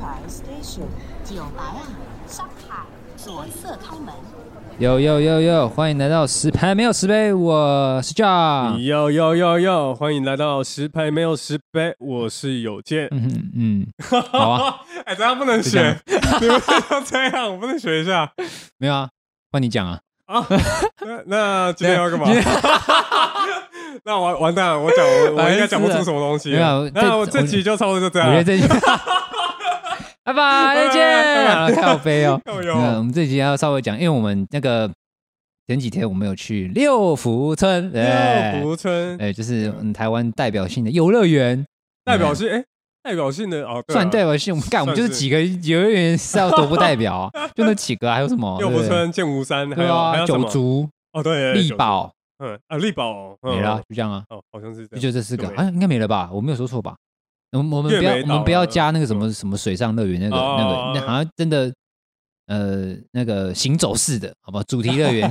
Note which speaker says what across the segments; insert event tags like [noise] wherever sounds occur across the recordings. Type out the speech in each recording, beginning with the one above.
Speaker 1: 海 Station 九白啊，上海左侧开门。
Speaker 2: 有有有有，欢迎来到十排没有十杯，我是 John。
Speaker 3: 要要要要！欢迎来到十拍没有十杯，我是有健。
Speaker 2: 嗯哼嗯，好啊，
Speaker 3: [laughs] 哎，这样不能
Speaker 2: 就这样
Speaker 3: 学， [laughs] 你们要这样，我不能学一下
Speaker 2: 没有啊，换你讲啊。 [laughs]
Speaker 3: 啊？那那今天要干嘛
Speaker 2: 今？天啊
Speaker 3: [laughs] 那完完蛋了，我讲我我应该讲不
Speaker 2: 白痴
Speaker 3: 出
Speaker 2: 啊
Speaker 3: 什么东西
Speaker 2: 没有
Speaker 3: 了。那我
Speaker 2: 这
Speaker 3: 这集就差不多就这
Speaker 2: 我
Speaker 3: 样
Speaker 2: 觉得这
Speaker 3: 了。[laughs]
Speaker 2: 集，拜拜，再见。
Speaker 3: 拜拜
Speaker 2: 好了，靠背哦。
Speaker 3: 哎呦
Speaker 2: 那我们这集要稍微讲，因为我们那个前几天我们有去六福村，哎
Speaker 3: 六福村
Speaker 2: 哎，就是我们台湾代表性的游乐园，
Speaker 3: 代表性，哎，代表性的哦，对啊
Speaker 2: 算代表性。我们干，我们就是
Speaker 3: 算是
Speaker 2: 几个游乐园是要多不代表
Speaker 3: [laughs]
Speaker 2: 啊，就那几个啊，还有什么？
Speaker 3: 六
Speaker 2: 对
Speaker 3: 福
Speaker 2: 不对
Speaker 3: 村、剑湖山，还
Speaker 2: 对
Speaker 3: 有还
Speaker 2: 啊，
Speaker 3: 有什
Speaker 2: 九
Speaker 3: 么？
Speaker 2: 族、
Speaker 3: 哦，对，
Speaker 2: 力
Speaker 3: 九族，
Speaker 2: 宝
Speaker 3: 嗯啊，力宝嗯
Speaker 2: 没了，就这样啊。
Speaker 3: 哦，好像是
Speaker 2: 就
Speaker 3: 这样。
Speaker 2: 就这四个
Speaker 3: 就没
Speaker 2: 啊，应该没了吧？我没有说错吧？我们我们
Speaker 3: 越
Speaker 2: 不要
Speaker 3: 没
Speaker 2: 我
Speaker 3: 倒
Speaker 2: 们不要
Speaker 3: 了
Speaker 2: 加那个什么什么水上乐园那个那
Speaker 3: 哦
Speaker 2: 个，那好像真的呃那个行走式的，好吧？主题乐
Speaker 3: [laughs]
Speaker 2: 园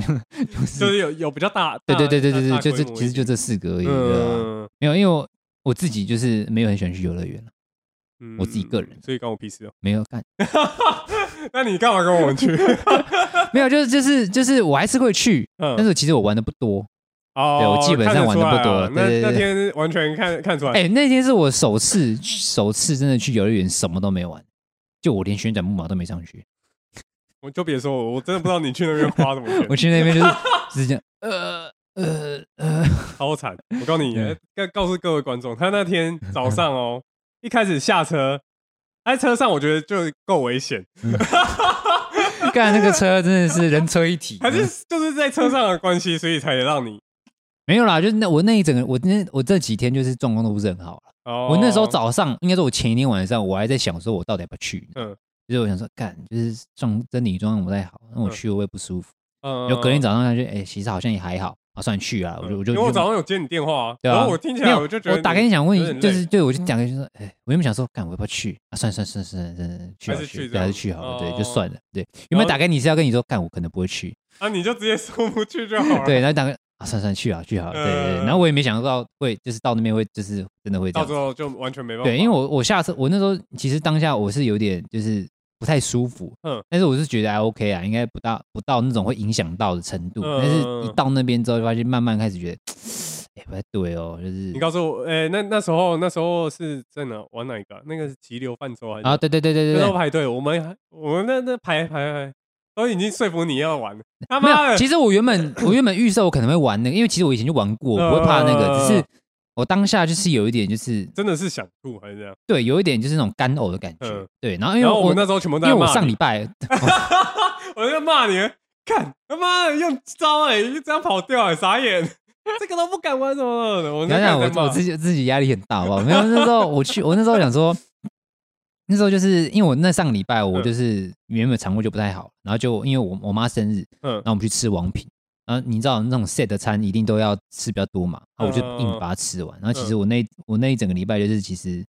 Speaker 2: 就是
Speaker 3: 就是有有比较大，
Speaker 2: 对对对对对
Speaker 3: 大
Speaker 2: 对，就这其实就。这四个
Speaker 3: 嗯
Speaker 2: 而已。对啊没有，因为我我自己就是没有很喜欢去游乐园
Speaker 3: 嗯
Speaker 2: 我自己个人
Speaker 3: 所以关我屁事哦。 [laughs]
Speaker 2: 没有干，
Speaker 3: 那你干嘛跟
Speaker 2: [laughs]
Speaker 3: 我们去？
Speaker 2: 没有，就是就是就是我还是会去，
Speaker 3: 嗯
Speaker 2: 但是其实我玩的不多。
Speaker 3: 哦
Speaker 2: 对我基本上玩得不多了
Speaker 3: 看出来啊
Speaker 2: 对对
Speaker 3: 那
Speaker 2: 对
Speaker 3: 那天完全看看出来，
Speaker 2: 哎，那天是我首次首次真的去游乐园，什么都没玩，就我连旋转木马都没上去。
Speaker 3: 我就别说我，我真的不知道你去那边花什么
Speaker 2: [laughs] 我
Speaker 3: 钱，
Speaker 2: 去那边就是就是这样，呃呃呃，
Speaker 3: 超惨。我告诉你
Speaker 2: 对，
Speaker 3: 告告诉各位观众，他那天早上哦，一开始下车，在车上我觉得就够危
Speaker 2: [laughs]
Speaker 3: 险，
Speaker 2: 干那个车真的是人车一体，
Speaker 3: [laughs] 还是就是在车上的关系，所以才让你。
Speaker 2: 没有啦，就是那我那一整个我那我这几天就是状况都不是很好了。
Speaker 3: 哦，
Speaker 2: 我那时候早上应该说，我前一天晚上我还在想说，我到底要不要去？嗯
Speaker 3: 嗯，
Speaker 2: 就是我想说，干就是状真理状况不太好，那我去会不会不舒服？
Speaker 3: 嗯，
Speaker 2: 然后隔天早上他就哎，其实好像也还好，啊，算去啊，我就我就
Speaker 3: 嗯因为我
Speaker 2: 就
Speaker 3: 早上有接你电话啊，
Speaker 2: 对啊，
Speaker 3: 然后我听起
Speaker 2: 没
Speaker 3: 来
Speaker 2: 有
Speaker 3: 我就觉得
Speaker 2: 我打开你想问
Speaker 3: 有点
Speaker 2: 你，
Speaker 3: 累嗯
Speaker 2: 就是对我就讲个就是说，哎，我原本想说，干我要不要去啊？算算算算算算，去
Speaker 3: 还
Speaker 2: 好了
Speaker 3: 是去
Speaker 2: 去，
Speaker 3: 这
Speaker 2: 对还是
Speaker 3: 样
Speaker 2: 去好了，对，
Speaker 3: 哦
Speaker 2: 就算了。对，原本打开你是要跟你说，干我可能不会去，
Speaker 3: 啊，你就直接说不去就好了。
Speaker 2: 对，然后打开啊，算算去啊，去好了，对对。对然后我也没想到会就是到那边会就是真的会这
Speaker 3: 呃
Speaker 2: 样
Speaker 3: 到最
Speaker 2: 子，
Speaker 3: 后就完全没办法。
Speaker 2: 对，因为我我下次我那时候其实当下我是有点就是不太舒服，
Speaker 3: 嗯
Speaker 2: 但是我是觉得还 OK 啊，应该不到不到那种会影响到的程度，但是一
Speaker 3: 嗯
Speaker 2: 到那边之后，就发现慢慢开始觉得，哎，不太对哦，就是
Speaker 3: 你告诉我，哎、那那时候那时候是在哪玩哪一个啊、那个是急流泛舟还是？
Speaker 2: 啊，对对对对对
Speaker 3: 那时候
Speaker 2: 对。
Speaker 3: 排队，我们还我们那那排排排，都已经说服你要玩了，他
Speaker 2: 没
Speaker 3: 妈
Speaker 2: 有，
Speaker 3: 的，
Speaker 2: 其实我原
Speaker 3: [laughs]
Speaker 2: 本我原本预设我可能会玩那个，因为其实我以前就玩过，我不会怕那个，只是
Speaker 3: 呃
Speaker 2: 我当下就是有一点就是
Speaker 3: 真的是想吐还是这样？
Speaker 2: 对，有一点就是那种干呕的感觉
Speaker 3: 嗯，
Speaker 2: 对。然后因为
Speaker 3: 然后我
Speaker 2: 我
Speaker 3: 们那时候全部
Speaker 2: 因
Speaker 3: 都
Speaker 2: 为
Speaker 3: 在
Speaker 2: 我
Speaker 3: 骂
Speaker 2: 上
Speaker 3: 你，
Speaker 2: 礼拜
Speaker 3: 我在骂你，看他妈的用招哎、就这样跑掉哎、
Speaker 2: [laughs]
Speaker 3: 傻眼，这个都不敢玩什么的，我
Speaker 2: 你
Speaker 3: 那
Speaker 2: 想想我
Speaker 3: 在
Speaker 2: 我
Speaker 3: 骂
Speaker 2: 自己自己压力很大，好不好？没有那时候我去，我那时候想说，那时候就是因为我那上个礼拜我
Speaker 3: 嗯
Speaker 2: 就是原本肠胃就不太好，然后就因为我我妈生日，
Speaker 3: 嗯
Speaker 2: 那我们去吃王品。然后你知道那种 set 的餐一定都要吃比较多嘛，然后我就
Speaker 3: 嗯嗯
Speaker 2: 硬
Speaker 3: 嗯
Speaker 2: 把它吃完。然后其实我那我那一整个礼拜就是其实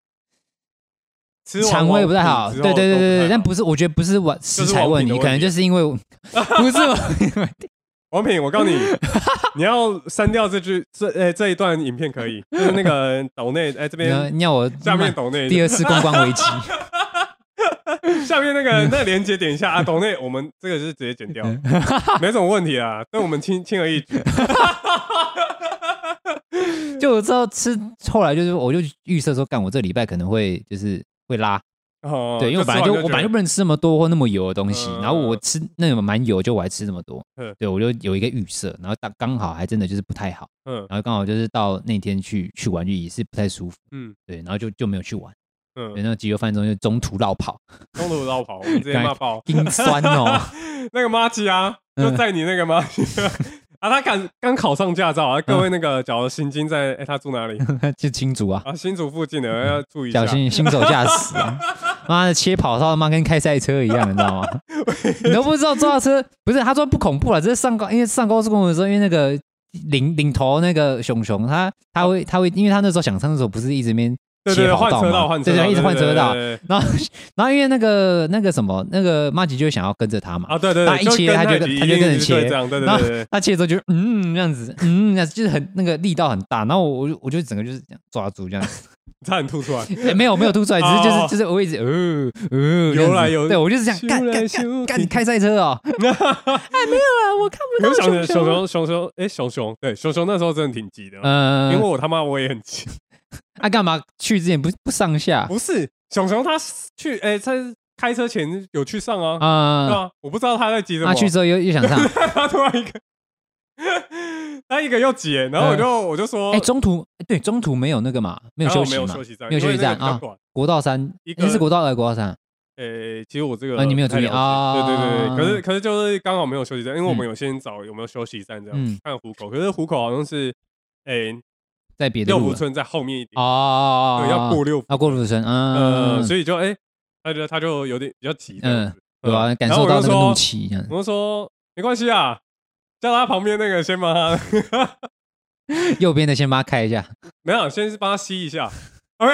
Speaker 3: 吃完
Speaker 2: 肠胃不太
Speaker 3: 王
Speaker 2: 好，
Speaker 3: 品
Speaker 2: 对
Speaker 3: 之
Speaker 2: 对对
Speaker 3: 后都
Speaker 2: 对对，
Speaker 3: 太
Speaker 2: 但
Speaker 3: 好
Speaker 2: 不是，我觉得不是
Speaker 3: [laughs]
Speaker 2: 我食
Speaker 3: 是
Speaker 2: 材
Speaker 3: 王
Speaker 2: 问
Speaker 3: 品的
Speaker 2: 题，可
Speaker 3: 问
Speaker 2: 能
Speaker 3: 题
Speaker 2: 就是
Speaker 3: [laughs]
Speaker 2: 因为我不是我， [laughs]
Speaker 3: 王品，我告诉你，你要删掉这句这呃、这一段影片可以，就是
Speaker 2: [laughs]
Speaker 3: 那个岛内哎、这
Speaker 2: 你要
Speaker 3: 边
Speaker 2: 你要我
Speaker 3: 下面抖内
Speaker 2: 第二次公关
Speaker 3: [laughs]
Speaker 2: 危机，
Speaker 3: 下面那
Speaker 2: 嗯
Speaker 3: 个那连接点一下啊，抖内我们这个就是直接剪掉， [laughs] 没什么问题啊，但我们轻轻而
Speaker 2: [laughs]
Speaker 3: 易举。
Speaker 2: 就我知道吃，后来就是我就预设说，干我这礼拜可能会就是会拉，
Speaker 3: 哦
Speaker 2: 对，因为我本来
Speaker 3: 吃
Speaker 2: 就
Speaker 3: 完
Speaker 2: 我本来就
Speaker 3: 觉
Speaker 2: 不能吃那么多或那么油的东西，
Speaker 3: 嗯
Speaker 2: 然后我吃那种蛮油，就我还吃那么多
Speaker 3: 嗯，
Speaker 2: 对我就有一个预设，然后刚刚好还真的就是不太好，
Speaker 3: 得嗯
Speaker 2: 然后刚好就是到那天去去玩就也是不太舒服，
Speaker 3: 嗯
Speaker 2: 对，然后就就没有去玩，对，
Speaker 3: 嗯，
Speaker 2: 那急流泛舟就中途绕跑， [laughs]
Speaker 3: 中途绕跑，我们直接骂爆
Speaker 2: 冰酸哦。 [laughs]
Speaker 3: 那个妈吉啊，
Speaker 2: 嗯
Speaker 3: 就在你那个妈吉啊。 [laughs] 啊，他刚刚考上驾照啊！各
Speaker 2: 嗯
Speaker 3: 位那个，假如新金在，哎，他住哪里
Speaker 2: 就新竹啊，
Speaker 3: 啊？新竹附近的要注意一下
Speaker 2: 小。心新手驾驶
Speaker 3: [laughs]
Speaker 2: 啊！妈的，切跑道他妈跟开赛车一样，你知道吗？你都不知道抓车，不是他说不恐怖了，这是上高，因为上高速公路的时候，因为那个领领头那个熊熊，他他会他会，因为他那时候想上厕所，不是一直面
Speaker 3: 对对
Speaker 2: 切
Speaker 3: 对，
Speaker 2: 跑
Speaker 3: 换车道，
Speaker 2: 道
Speaker 3: 换
Speaker 2: 嘛，
Speaker 3: 车
Speaker 2: 对
Speaker 3: 道，
Speaker 2: 对，一直换车道
Speaker 3: 对。对对对
Speaker 2: 然后然后因为那个那个什么那个马吉就会想要跟着他嘛，
Speaker 3: 啊，对对
Speaker 2: 他
Speaker 3: 对，
Speaker 2: 一切
Speaker 3: 跟
Speaker 2: 他就
Speaker 3: 太
Speaker 2: 跟
Speaker 3: 极
Speaker 2: 他
Speaker 3: 一
Speaker 2: 就
Speaker 3: 定
Speaker 2: 跟着
Speaker 3: 是
Speaker 2: 切
Speaker 3: 会这样，对
Speaker 2: [laughs] 然
Speaker 3: 对
Speaker 2: 后
Speaker 3: 对对，
Speaker 2: 他切的时候就 [laughs] 嗯这样子，嗯，这样子就是很那个力道很大，然后我就我就整个就是这样抓住这样子，
Speaker 3: 差点吐出来。
Speaker 2: 哎没有没有吐出来，只是就是
Speaker 3: 哦
Speaker 2: 就是我一直呃呃，
Speaker 3: 游来
Speaker 2: 这样子
Speaker 3: 游
Speaker 2: 对我
Speaker 3: [laughs]
Speaker 2: 就是想干
Speaker 3: 咻来
Speaker 2: 干
Speaker 3: 咻
Speaker 2: 干干
Speaker 3: 去
Speaker 2: 你开赛车
Speaker 3: [laughs]
Speaker 2: 哦，啊我看
Speaker 3: 你们想着熊熊熊熊，哎，熊熊，对，熊熊那时候真的挺急的，因为
Speaker 2: 嗯，
Speaker 3: 我他妈我也很急。
Speaker 2: 啊干嘛去之前不不上下
Speaker 3: 不是，熊熊他去，哎，他开车前有去上啊，对
Speaker 2: 啊？
Speaker 3: 啊，我不知道他在急什么
Speaker 2: 啊，去，之后又又想上，
Speaker 3: [laughs] 他突然一个，他一个又急，然后我就我就说
Speaker 2: 哎，，中途对中途没有那个嘛，没有
Speaker 3: 然
Speaker 2: 休
Speaker 3: 后哦没
Speaker 2: 息
Speaker 3: 有
Speaker 2: 嘛
Speaker 3: 休，息站，
Speaker 2: 没有休息
Speaker 3: 因为那
Speaker 2: 站
Speaker 3: 个比较
Speaker 2: 啊
Speaker 3: 短
Speaker 2: 国道三
Speaker 3: 一，个
Speaker 2: 那是国道二，国道三，
Speaker 3: 诶，其实我这个
Speaker 2: 啊你没有
Speaker 3: 不太
Speaker 2: 注意
Speaker 3: 了解
Speaker 2: 啊
Speaker 3: 对对对对，可是可是就是刚好没有休息站，因为我们有先找有没有休息站这样
Speaker 2: 嗯
Speaker 3: 看虎口，可是虎口好像是诶
Speaker 2: 在别的
Speaker 3: 六
Speaker 2: 路
Speaker 3: 福
Speaker 2: 了
Speaker 3: 村在后面一点，
Speaker 2: 哦，
Speaker 3: 对，要过六福，
Speaker 2: 啊过路村，
Speaker 3: 呃，
Speaker 2: 嗯，
Speaker 3: 所以就诶，他就他就有点比较急这样子，
Speaker 2: 对吧？
Speaker 3: 嗯
Speaker 2: 感受到那个怒
Speaker 3: 然后我就说，
Speaker 2: 气，这样
Speaker 3: 我就说没关系啊，叫他旁边那个先帮他， [laughs]
Speaker 2: 右边的先把它开一下，
Speaker 3: 没有，先是帮他吸一下， [laughs] 没有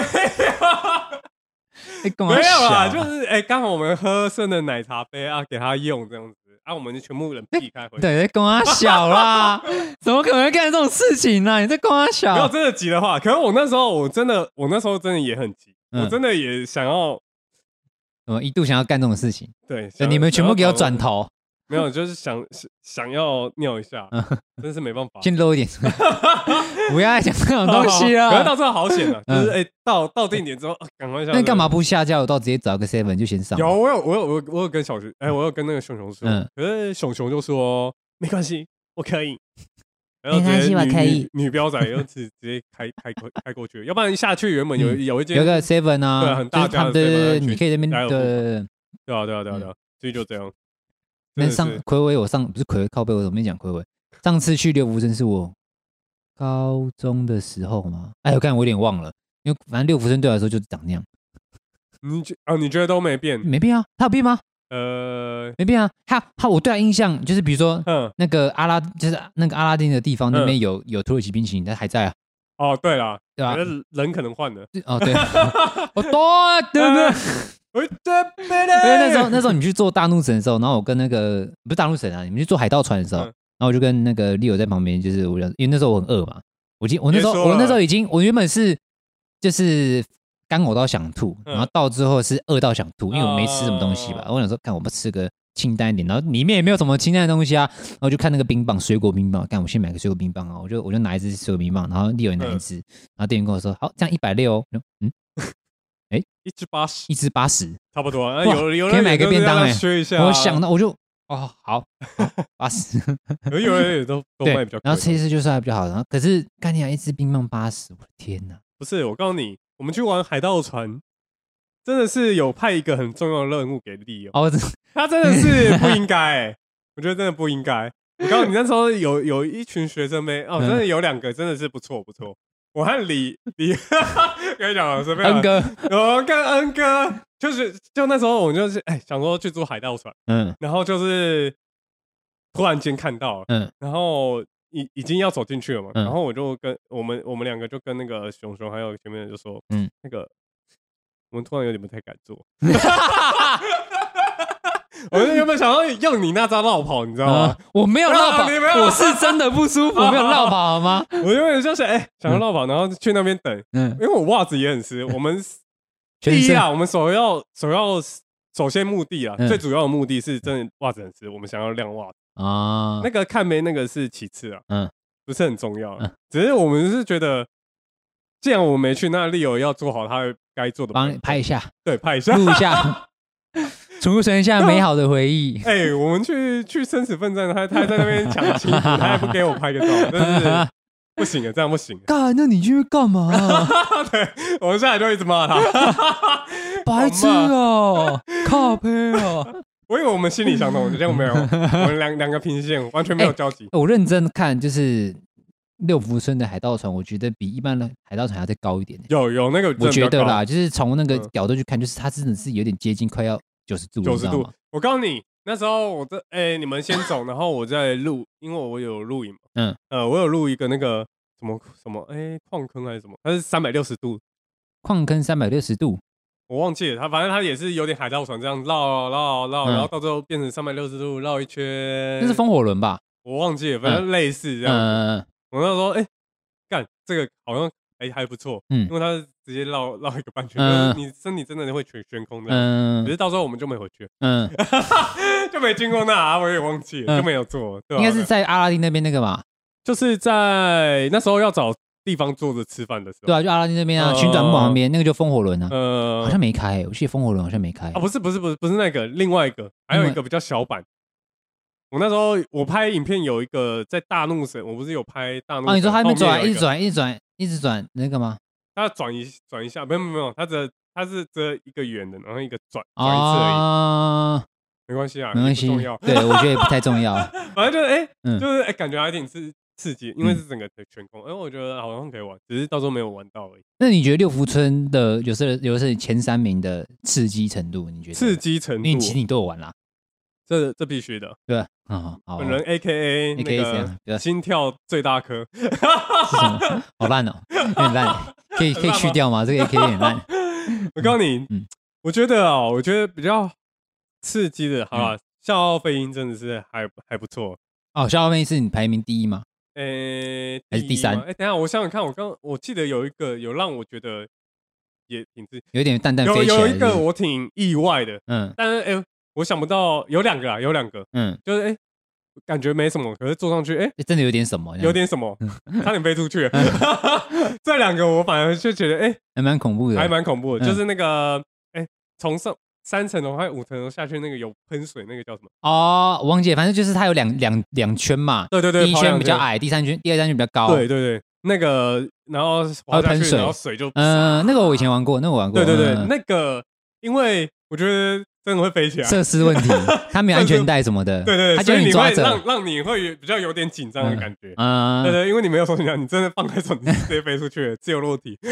Speaker 2: 哎，干嘛
Speaker 3: 没有
Speaker 2: 小
Speaker 3: 啦，
Speaker 2: 啊？
Speaker 3: 就是诶，刚好我们喝剩的奶茶杯啊，给他用这样子，啊，我们就全部人避开回
Speaker 2: [laughs]
Speaker 3: 去。
Speaker 2: 对，在公阿小啦， [laughs] 怎么可能会干这种事情啊呢、你在公阿
Speaker 3: 如果
Speaker 2: 小，
Speaker 3: 真的急的话，可是我那时候我真的，我那时候真的也很急，
Speaker 2: 嗯
Speaker 3: 我真的也想要
Speaker 2: 怎么一度想要干这种事情？
Speaker 3: 对，想
Speaker 2: 对
Speaker 3: 要
Speaker 2: 你们全部给我转，
Speaker 3: 想要
Speaker 2: 头，
Speaker 3: 没有，就是想想想要尿
Speaker 2: [laughs]
Speaker 3: 一下，真是没办法。 [laughs]
Speaker 2: 先 low 一 [laughs] 点，不要再讲这种
Speaker 3: 好好
Speaker 2: 东西
Speaker 3: 好可是到
Speaker 2: 了。
Speaker 3: 最后好险啊，就是
Speaker 2: 嗯
Speaker 3: 哎，到到定点之后啊赶快下。
Speaker 2: 那你干嘛？不下架？我到直接找个 seven 就先上。
Speaker 3: 有我有我有我有我有跟小熊哎，我有跟那个熊熊说
Speaker 2: 嗯，
Speaker 3: 可是熊熊就说没关系，我
Speaker 2: [laughs]
Speaker 3: 可以。然后
Speaker 2: 没关系
Speaker 3: 直接
Speaker 2: 我
Speaker 3: 女
Speaker 2: 可以
Speaker 3: 女女彪仔又直直接开开过开过去，要不然下去原本有
Speaker 2: 嗯
Speaker 3: 有一间
Speaker 2: 有个 seven
Speaker 3: 对
Speaker 2: 啊
Speaker 3: 很，
Speaker 2: 就
Speaker 3: 大
Speaker 2: 是他们
Speaker 3: 家
Speaker 2: 对对
Speaker 3: 的 seven
Speaker 2: 对，
Speaker 3: 安全
Speaker 2: 你可以在那边
Speaker 3: 加
Speaker 2: 呃对
Speaker 3: 油
Speaker 2: 对对，
Speaker 3: 对啊对啊对啊对啊，所以就这样。
Speaker 2: 那
Speaker 3: 真的
Speaker 2: 嗯上
Speaker 3: 是
Speaker 2: 葵伟我上不是葵伟靠背，我怎么没讲葵伟？上次去六福村是我高中的时候吗？哎，我看我有点忘了，因为反正六福村对我来说就是长那样，
Speaker 3: 你觉啊，你觉得都没变？
Speaker 2: 没变啊，他有变吗？
Speaker 3: 呃，
Speaker 2: 没变啊，他他我对他印象就是比如说
Speaker 3: 嗯，
Speaker 2: 那个阿拉就是那个阿拉丁的地方那边
Speaker 3: 嗯
Speaker 2: 有、有土耳其冰淇淋，它还在啊，
Speaker 3: 哦，对啦，
Speaker 2: 对啊吧、
Speaker 3: 可是人可能换了。
Speaker 2: 哦，对， [laughs] 我懂啊，对不对？
Speaker 3: 我的贝
Speaker 2: [laughs]
Speaker 3: 勒，
Speaker 2: 因为那时候那时候你去坐大怒神的时候，然后我跟那个不是大怒神啊，你们去坐海盗船的时候，
Speaker 3: 嗯
Speaker 2: 然后我就跟那个 Leo 在旁边，就是我聊，因为那时候我很饿嘛，我已经我那时候
Speaker 3: 别说了
Speaker 2: 我那时候已经我原本是就是干呕到想吐，
Speaker 3: 嗯
Speaker 2: 然后到之后是饿到想吐，因为我没吃什么东西吧，
Speaker 3: 哦
Speaker 2: 我想说看我们吃个。清淡一点，然后里面也没有什么清淡的东西啊，然后就看那个冰棒，水果冰棒，干我先买个水果冰棒啊，我就我就拿一支水果冰棒，然后 Leo 也拿一
Speaker 3: 嗯
Speaker 2: 支，然后店员跟我说好，这样一百六，我就嗯，
Speaker 3: 一只八十，
Speaker 2: 一支八十，
Speaker 3: 差不多啊。
Speaker 2: 哇
Speaker 3: 有有
Speaker 2: 可以
Speaker 3: 人
Speaker 2: 买
Speaker 3: 也
Speaker 2: 个
Speaker 3: 都是
Speaker 2: 便当
Speaker 3: 要
Speaker 2: 欸
Speaker 3: 削一下啊，
Speaker 2: 我想到我就哦好，八 [laughs] 十，
Speaker 3: 有有人也
Speaker 2: [laughs]
Speaker 3: 都都
Speaker 2: 对
Speaker 3: 卖比较，贵
Speaker 2: 然后。吃一次就算还比较好，然后可是干你娘一支冰棒八十，我的天哪！
Speaker 3: 不是，我告诉你，我们去玩海盗船，真的是有派一个很重要的任务给利友，
Speaker 2: 哦，我真 [laughs]
Speaker 3: 他真的是不应该欸，我觉得真的不应该。我告诉你，那时候有有一群学生妹哦，
Speaker 2: 嗯
Speaker 3: 真的有两个真的是不错不错。我和李李， [laughs] 跟你讲了，随便
Speaker 2: 恩
Speaker 3: 啊
Speaker 2: 哥，
Speaker 3: 我跟恩哥就是就那时候我们就是哎、想说去租海盗船，
Speaker 2: 嗯
Speaker 3: 然后就是突然间看到了，
Speaker 2: 嗯
Speaker 3: 然后已已经要走进去了嘛，
Speaker 2: 嗯
Speaker 3: 然后我就跟我们我们两个就跟那个熊熊还有前面的就说，嗯
Speaker 2: 嗯，
Speaker 3: 那个我们突然有点不太敢
Speaker 2: [laughs]
Speaker 3: 做，我就原本想要用你那招绕跑，你知道吗？
Speaker 2: 啊，我没有绕跑，
Speaker 3: 啊你没有
Speaker 2: 我是真的不舒服，
Speaker 3: 啊
Speaker 2: 没有绕跑好 [laughs] 吗？
Speaker 3: 我原本就是哎、想要绕跑，然后去那边等，
Speaker 2: 嗯
Speaker 3: 因，为我袜子也很湿，我们
Speaker 2: 全
Speaker 3: 第一
Speaker 2: 身
Speaker 3: 啊，我们首要首要首先目的啊，
Speaker 2: 嗯
Speaker 3: 最主要的目的是真的袜子很湿，我们想要晾袜子。
Speaker 2: 啊
Speaker 3: 那，个看没那个是其次啊，嗯
Speaker 2: 嗯，
Speaker 3: 不是很重要啊、
Speaker 2: 嗯
Speaker 3: 只是我们是觉得，既然我们没去，那利友要做好他该做的本
Speaker 2: 帮
Speaker 3: 分，
Speaker 2: 你拍一 [laughs] 下，
Speaker 3: 对拍一下。
Speaker 2: 录一下，储存一下美好的回忆。
Speaker 3: 哎、我们去去生死奋战，他他还在那边抢
Speaker 2: [laughs]
Speaker 3: 亲，他还不给我拍个照，真是不行啊，这样不行啊。
Speaker 2: [laughs] 干，那你去干嘛？啊
Speaker 3: 对，我们下来就一直骂他。
Speaker 2: [laughs] 白痴哦，靠背哦！
Speaker 3: 我以为我们心里相同，结果没有，我们两两个平线，完全没有交集。
Speaker 2: 我认真看，就是六福村的海盗船，我觉得比一般的海盗船还要再高一点。
Speaker 3: 有有那个，
Speaker 2: 我觉得啦，，就是从那个
Speaker 3: 嗯
Speaker 2: 角度去看，就是它真的是有点接近快要九十度，
Speaker 3: 九
Speaker 2: 你知
Speaker 3: 十
Speaker 2: 道
Speaker 3: 度
Speaker 2: 吗。
Speaker 3: 我告诉你，那时候我在哎、你们先走，然后我在录，因为我有录影嘛。
Speaker 2: 嗯，
Speaker 3: 呃，我有录一个那个什么什么，哎、矿坑还是什么，它是三百六十度，
Speaker 2: 矿坑三百六十度，
Speaker 3: 我忘记了。它反正它也是有点海盗船这样绕绕绕，
Speaker 2: 嗯
Speaker 3: 然后到最后变成三百六十度绕一圈。
Speaker 2: 那是风火轮吧？
Speaker 3: 我忘记了，反正类似这样。
Speaker 2: 嗯，
Speaker 3: 我那时候哎，干、这个好像哎还不错，
Speaker 2: 嗯
Speaker 3: 因为它是直接绕绕一个半圈，
Speaker 2: 嗯
Speaker 3: 就是你身体真的会全悬空的。只
Speaker 2: 嗯
Speaker 3: 是到时候我们就没回去，
Speaker 2: 嗯，
Speaker 3: [laughs] 就没经过那啊，我也忘记了，
Speaker 2: 嗯
Speaker 3: 就没有做。对吧啊
Speaker 2: 应该是在阿拉丁那边那个嘛，
Speaker 3: 就是在那时候要找地方坐着吃饭的时候。
Speaker 2: 对啊，就阿拉丁那边啊，
Speaker 3: 呃
Speaker 2: 旋转木马旁边那个就风火轮啊，
Speaker 3: 呃，
Speaker 2: 好像没开欸，我记得风火轮好像没开
Speaker 3: 啊，，不是不是不是不是那个，另外一个，还有一个比较小版。我那时候我拍影片有一个在大怒神，我不是有拍大怒神
Speaker 2: 哦，你说他那边
Speaker 3: 后面
Speaker 2: 转，
Speaker 3: 有一
Speaker 2: 一
Speaker 3: 个
Speaker 2: 直，转，一直转，一直转那个吗？
Speaker 3: 他转一转一下，没有没有没有，他只他是只有一个圆的，然后一个转转一次而已，
Speaker 2: 啊，
Speaker 3: 没关系啊，
Speaker 2: 没关
Speaker 3: 也
Speaker 2: 系
Speaker 3: 不重要，，
Speaker 2: 对我觉得也不太重要。
Speaker 3: [laughs] 反正就是哎，
Speaker 2: 嗯
Speaker 3: 就是哎，感觉还挺刺刺激，因为
Speaker 2: 嗯
Speaker 3: 是整个全空，哎，我觉得好像可以玩，只是到时候没有玩到而已。
Speaker 2: 那你觉得六福村的有是有是前三名的刺激程度？你觉得
Speaker 3: 刺？激程
Speaker 2: 因
Speaker 3: 度
Speaker 2: 为，其实你都有玩啦，
Speaker 3: 这这必须的，
Speaker 2: 对吧？啊，好，
Speaker 3: 本人 A K A 那
Speaker 2: AKA 怎样对
Speaker 3: 个心跳最大颗，
Speaker 2: 哦是什么？好烂哦，有点烂，可以可以去掉吗？这个 AK 有点烂。
Speaker 3: [laughs] 我告诉你，
Speaker 2: 嗯
Speaker 3: 我觉得啊、我觉得比较刺激的，好
Speaker 2: 嗯
Speaker 3: 了，笑傲飞鹰真的是还还不错。
Speaker 2: 哦，消防妹是你排名第一吗？
Speaker 3: 诶、
Speaker 2: 还是第
Speaker 3: 一吗
Speaker 2: 三
Speaker 3: 诶、等一下，我想想看，我刚我记得有一个有让我觉得也挺刺激，
Speaker 2: 有点淡淡
Speaker 3: 有
Speaker 2: 飞起来。
Speaker 3: 有一
Speaker 2: 是
Speaker 3: 个
Speaker 2: 不是
Speaker 3: 我挺意外的，
Speaker 2: 嗯
Speaker 3: 但是诶、我想不到有两个啊，有两个，
Speaker 2: 嗯，
Speaker 3: 就是诶、感觉没什么，可是坐上去诶、
Speaker 2: 真的有点什么，这样
Speaker 3: 有点什么，
Speaker 2: [laughs]
Speaker 3: 差点飞出去 [laughs] 了。这两个我反而就觉得，诶。
Speaker 2: 还蛮恐怖的，
Speaker 3: 还蛮恐怖
Speaker 2: 嗯
Speaker 3: 的，就是那个哎，从上三层楼还是五层楼下去那个有喷水那个叫什么？
Speaker 2: 哦。我忘记了，反正就是它有两两两圈嘛，
Speaker 3: 对对对，
Speaker 2: 第一
Speaker 3: 跑两
Speaker 2: 圈比较，矮，第三圈第二三圈比较高。
Speaker 3: 对，对对，那个然后
Speaker 2: 它
Speaker 3: 滑
Speaker 2: 会
Speaker 3: 下
Speaker 2: 喷
Speaker 3: 去，
Speaker 2: 水
Speaker 3: 然后水就
Speaker 2: 嗯，那个我以前玩过，那个我玩过。
Speaker 3: 对对对
Speaker 2: 嗯，
Speaker 3: 那个因为我觉得真的会飞起来，
Speaker 2: 设施问
Speaker 3: [laughs]
Speaker 2: 题，它没有安全带什么的，
Speaker 3: 对对
Speaker 2: 它
Speaker 3: 对，
Speaker 2: 叫
Speaker 3: 所以你
Speaker 2: 抓
Speaker 3: 会
Speaker 2: 着
Speaker 3: 让，让你会比较有点紧张的感觉。对
Speaker 2: 嗯，
Speaker 3: 对，因为你没有手机， [laughs] 你真的放开手，你直接飞出去了，自由落体， [laughs]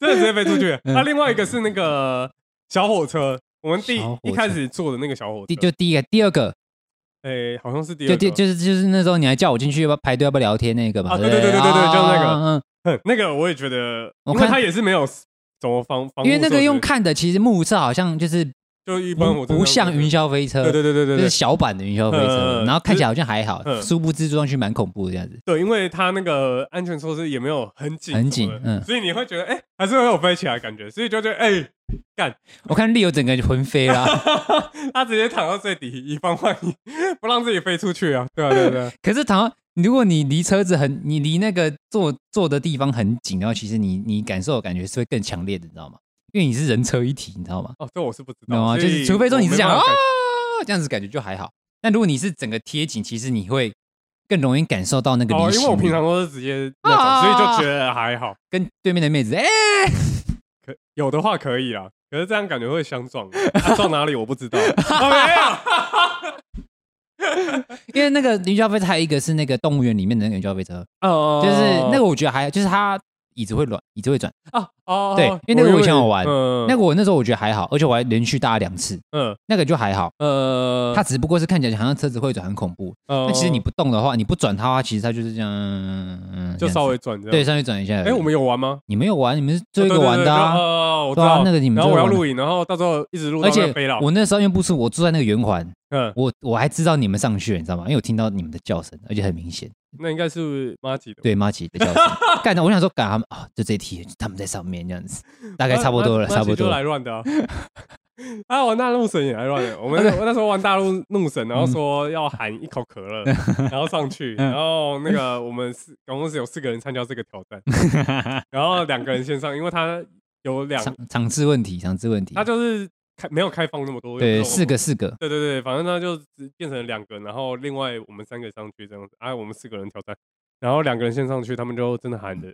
Speaker 3: 真的直接飞出去了。
Speaker 2: 嗯
Speaker 3: 那另外一个是那个小火车，我们第
Speaker 2: 小火
Speaker 3: 一开
Speaker 2: 车
Speaker 3: 始坐的那个小火车
Speaker 2: 第，就第一个，第二个，
Speaker 3: 哎，好像是第
Speaker 2: 就
Speaker 3: 二
Speaker 2: 第
Speaker 3: 个，
Speaker 2: 就是就是那时候你还叫我进去要不要排队要不要聊天那个嘛，
Speaker 3: 啊
Speaker 2: 对
Speaker 3: 对对对对对
Speaker 2: 啊
Speaker 3: 就那个
Speaker 2: 嗯，
Speaker 3: 哼那个我也觉得，
Speaker 2: 我
Speaker 3: 因为
Speaker 2: 看
Speaker 3: 它也是没有怎么防防护
Speaker 2: 因为那
Speaker 3: 措
Speaker 2: 个
Speaker 3: 施
Speaker 2: 用看的，其实目测好像就是
Speaker 3: 就一般
Speaker 2: 不
Speaker 3: 我真的
Speaker 2: 不像云霄飞车，
Speaker 3: 对对对对对
Speaker 2: 就是
Speaker 3: 对
Speaker 2: 小版的云霄飞车，
Speaker 3: 嗯嗯嗯
Speaker 2: 然后看起来好像还好，
Speaker 3: 嗯
Speaker 2: 殊不知坐上去蛮恐怖的这样子。
Speaker 3: 对，因为它那个安全措施也没有很紧
Speaker 2: 很
Speaker 3: 什么
Speaker 2: 紧
Speaker 3: 的
Speaker 2: 嗯
Speaker 3: 所以你会觉得哎还是会有飞起来的感觉，所以就觉得哎干，
Speaker 2: 我看丽友整个就魂飞啊啦，
Speaker 3: 他直接躺到最底，以防万一， [laughs] 不让自己飞出去啊，对啊对啊对啊，
Speaker 2: [laughs] 可是躺到，如果你离车子很，你离那个坐坐的地方很紧，然后其实你你感受的感觉是会更强烈的，你知道吗？因为你是人车一体，你知道吗？
Speaker 3: 哦这我是不知
Speaker 2: 懂
Speaker 3: 道，
Speaker 2: 吗？
Speaker 3: 所
Speaker 2: 就
Speaker 3: 以
Speaker 2: 是除非说你是
Speaker 3: 我没
Speaker 2: 这样
Speaker 3: 办
Speaker 2: 啊
Speaker 3: 法感，
Speaker 2: 这样子感觉就还好。但如果你是整个贴紧，其实你会更容易感受到那个
Speaker 3: 哦
Speaker 2: 离心力。
Speaker 3: 因为我平常都是直接那
Speaker 2: 啊
Speaker 3: 种，所以就觉得还好，
Speaker 2: 跟对面的妹子，哎、
Speaker 3: 可有的话可以啦，可是这样感觉会相撞，啊撞哪里我不知道，
Speaker 2: [laughs]
Speaker 3: 哦没有。
Speaker 2: 因为那个云霄飞车还有一个是那个动物园里面的那个云霄飞车，[laughs]
Speaker 3: 哦，
Speaker 2: 就是那个我觉得还，就是它椅子会软，椅子会转。
Speaker 3: 啊哦，
Speaker 2: 对因为那个我以前有玩
Speaker 3: 嗯
Speaker 2: 那个我那时候我觉得还好，而且我还连续搭了两次，
Speaker 3: 嗯
Speaker 2: 那个就还好。
Speaker 3: 呃，
Speaker 2: 它只不过是看起来好像车子会转，很恐怖。
Speaker 3: 那
Speaker 2: 那其实你不动的话，你不转它的话，其实它就是这样，嗯
Speaker 3: 就稍。
Speaker 2: 这样
Speaker 3: 微
Speaker 2: 子
Speaker 3: 转这样
Speaker 2: 对，稍微转一下而已。
Speaker 3: 哎，我们有玩吗？
Speaker 2: 你们有玩，你们是最后一个玩的啊。
Speaker 3: 哦，我知
Speaker 2: 对啊
Speaker 3: 道
Speaker 2: 那个你们
Speaker 3: 然后我
Speaker 2: 最后
Speaker 3: 要
Speaker 2: 玩的
Speaker 3: 录影，然后到时候一直录，
Speaker 2: 而且
Speaker 3: 飞了，
Speaker 2: 我那时候因为不是我住在那个圆环，
Speaker 3: 嗯，
Speaker 2: 我我还知道你们上去了，你知道吗？因为我听到你们的叫声，而且很明显，
Speaker 3: 那应该是马吉的，
Speaker 2: 对马吉的叫声。干的，我想说干他们啊，就这一题，他们在上面这样子，大概差不多了，
Speaker 3: 马
Speaker 2: 差不
Speaker 3: 马吉就
Speaker 2: 多
Speaker 3: 来。乱的啊。 [laughs] 啊，玩大怒神也来乱的。
Speaker 2: [laughs]
Speaker 3: 我们那我那时候玩大怒怒神，
Speaker 2: 嗯
Speaker 3: 然后说要喊一口
Speaker 2: [laughs]
Speaker 3: 可乐，然后上去，然后那个我们四总共是有四个人参加这个挑
Speaker 2: [laughs]
Speaker 3: 战，然后两个人线上，因为他有两，
Speaker 2: 场场次问题，场次问题
Speaker 3: 他。就是开没有开放那么多，
Speaker 2: 对，
Speaker 3: 有
Speaker 2: 四个四个，
Speaker 3: 对对对，反正他就只变成两个，然后另外我们三个上去这样子，啊，我们四个人挑战，然后两个人先上去，他们就真的喊着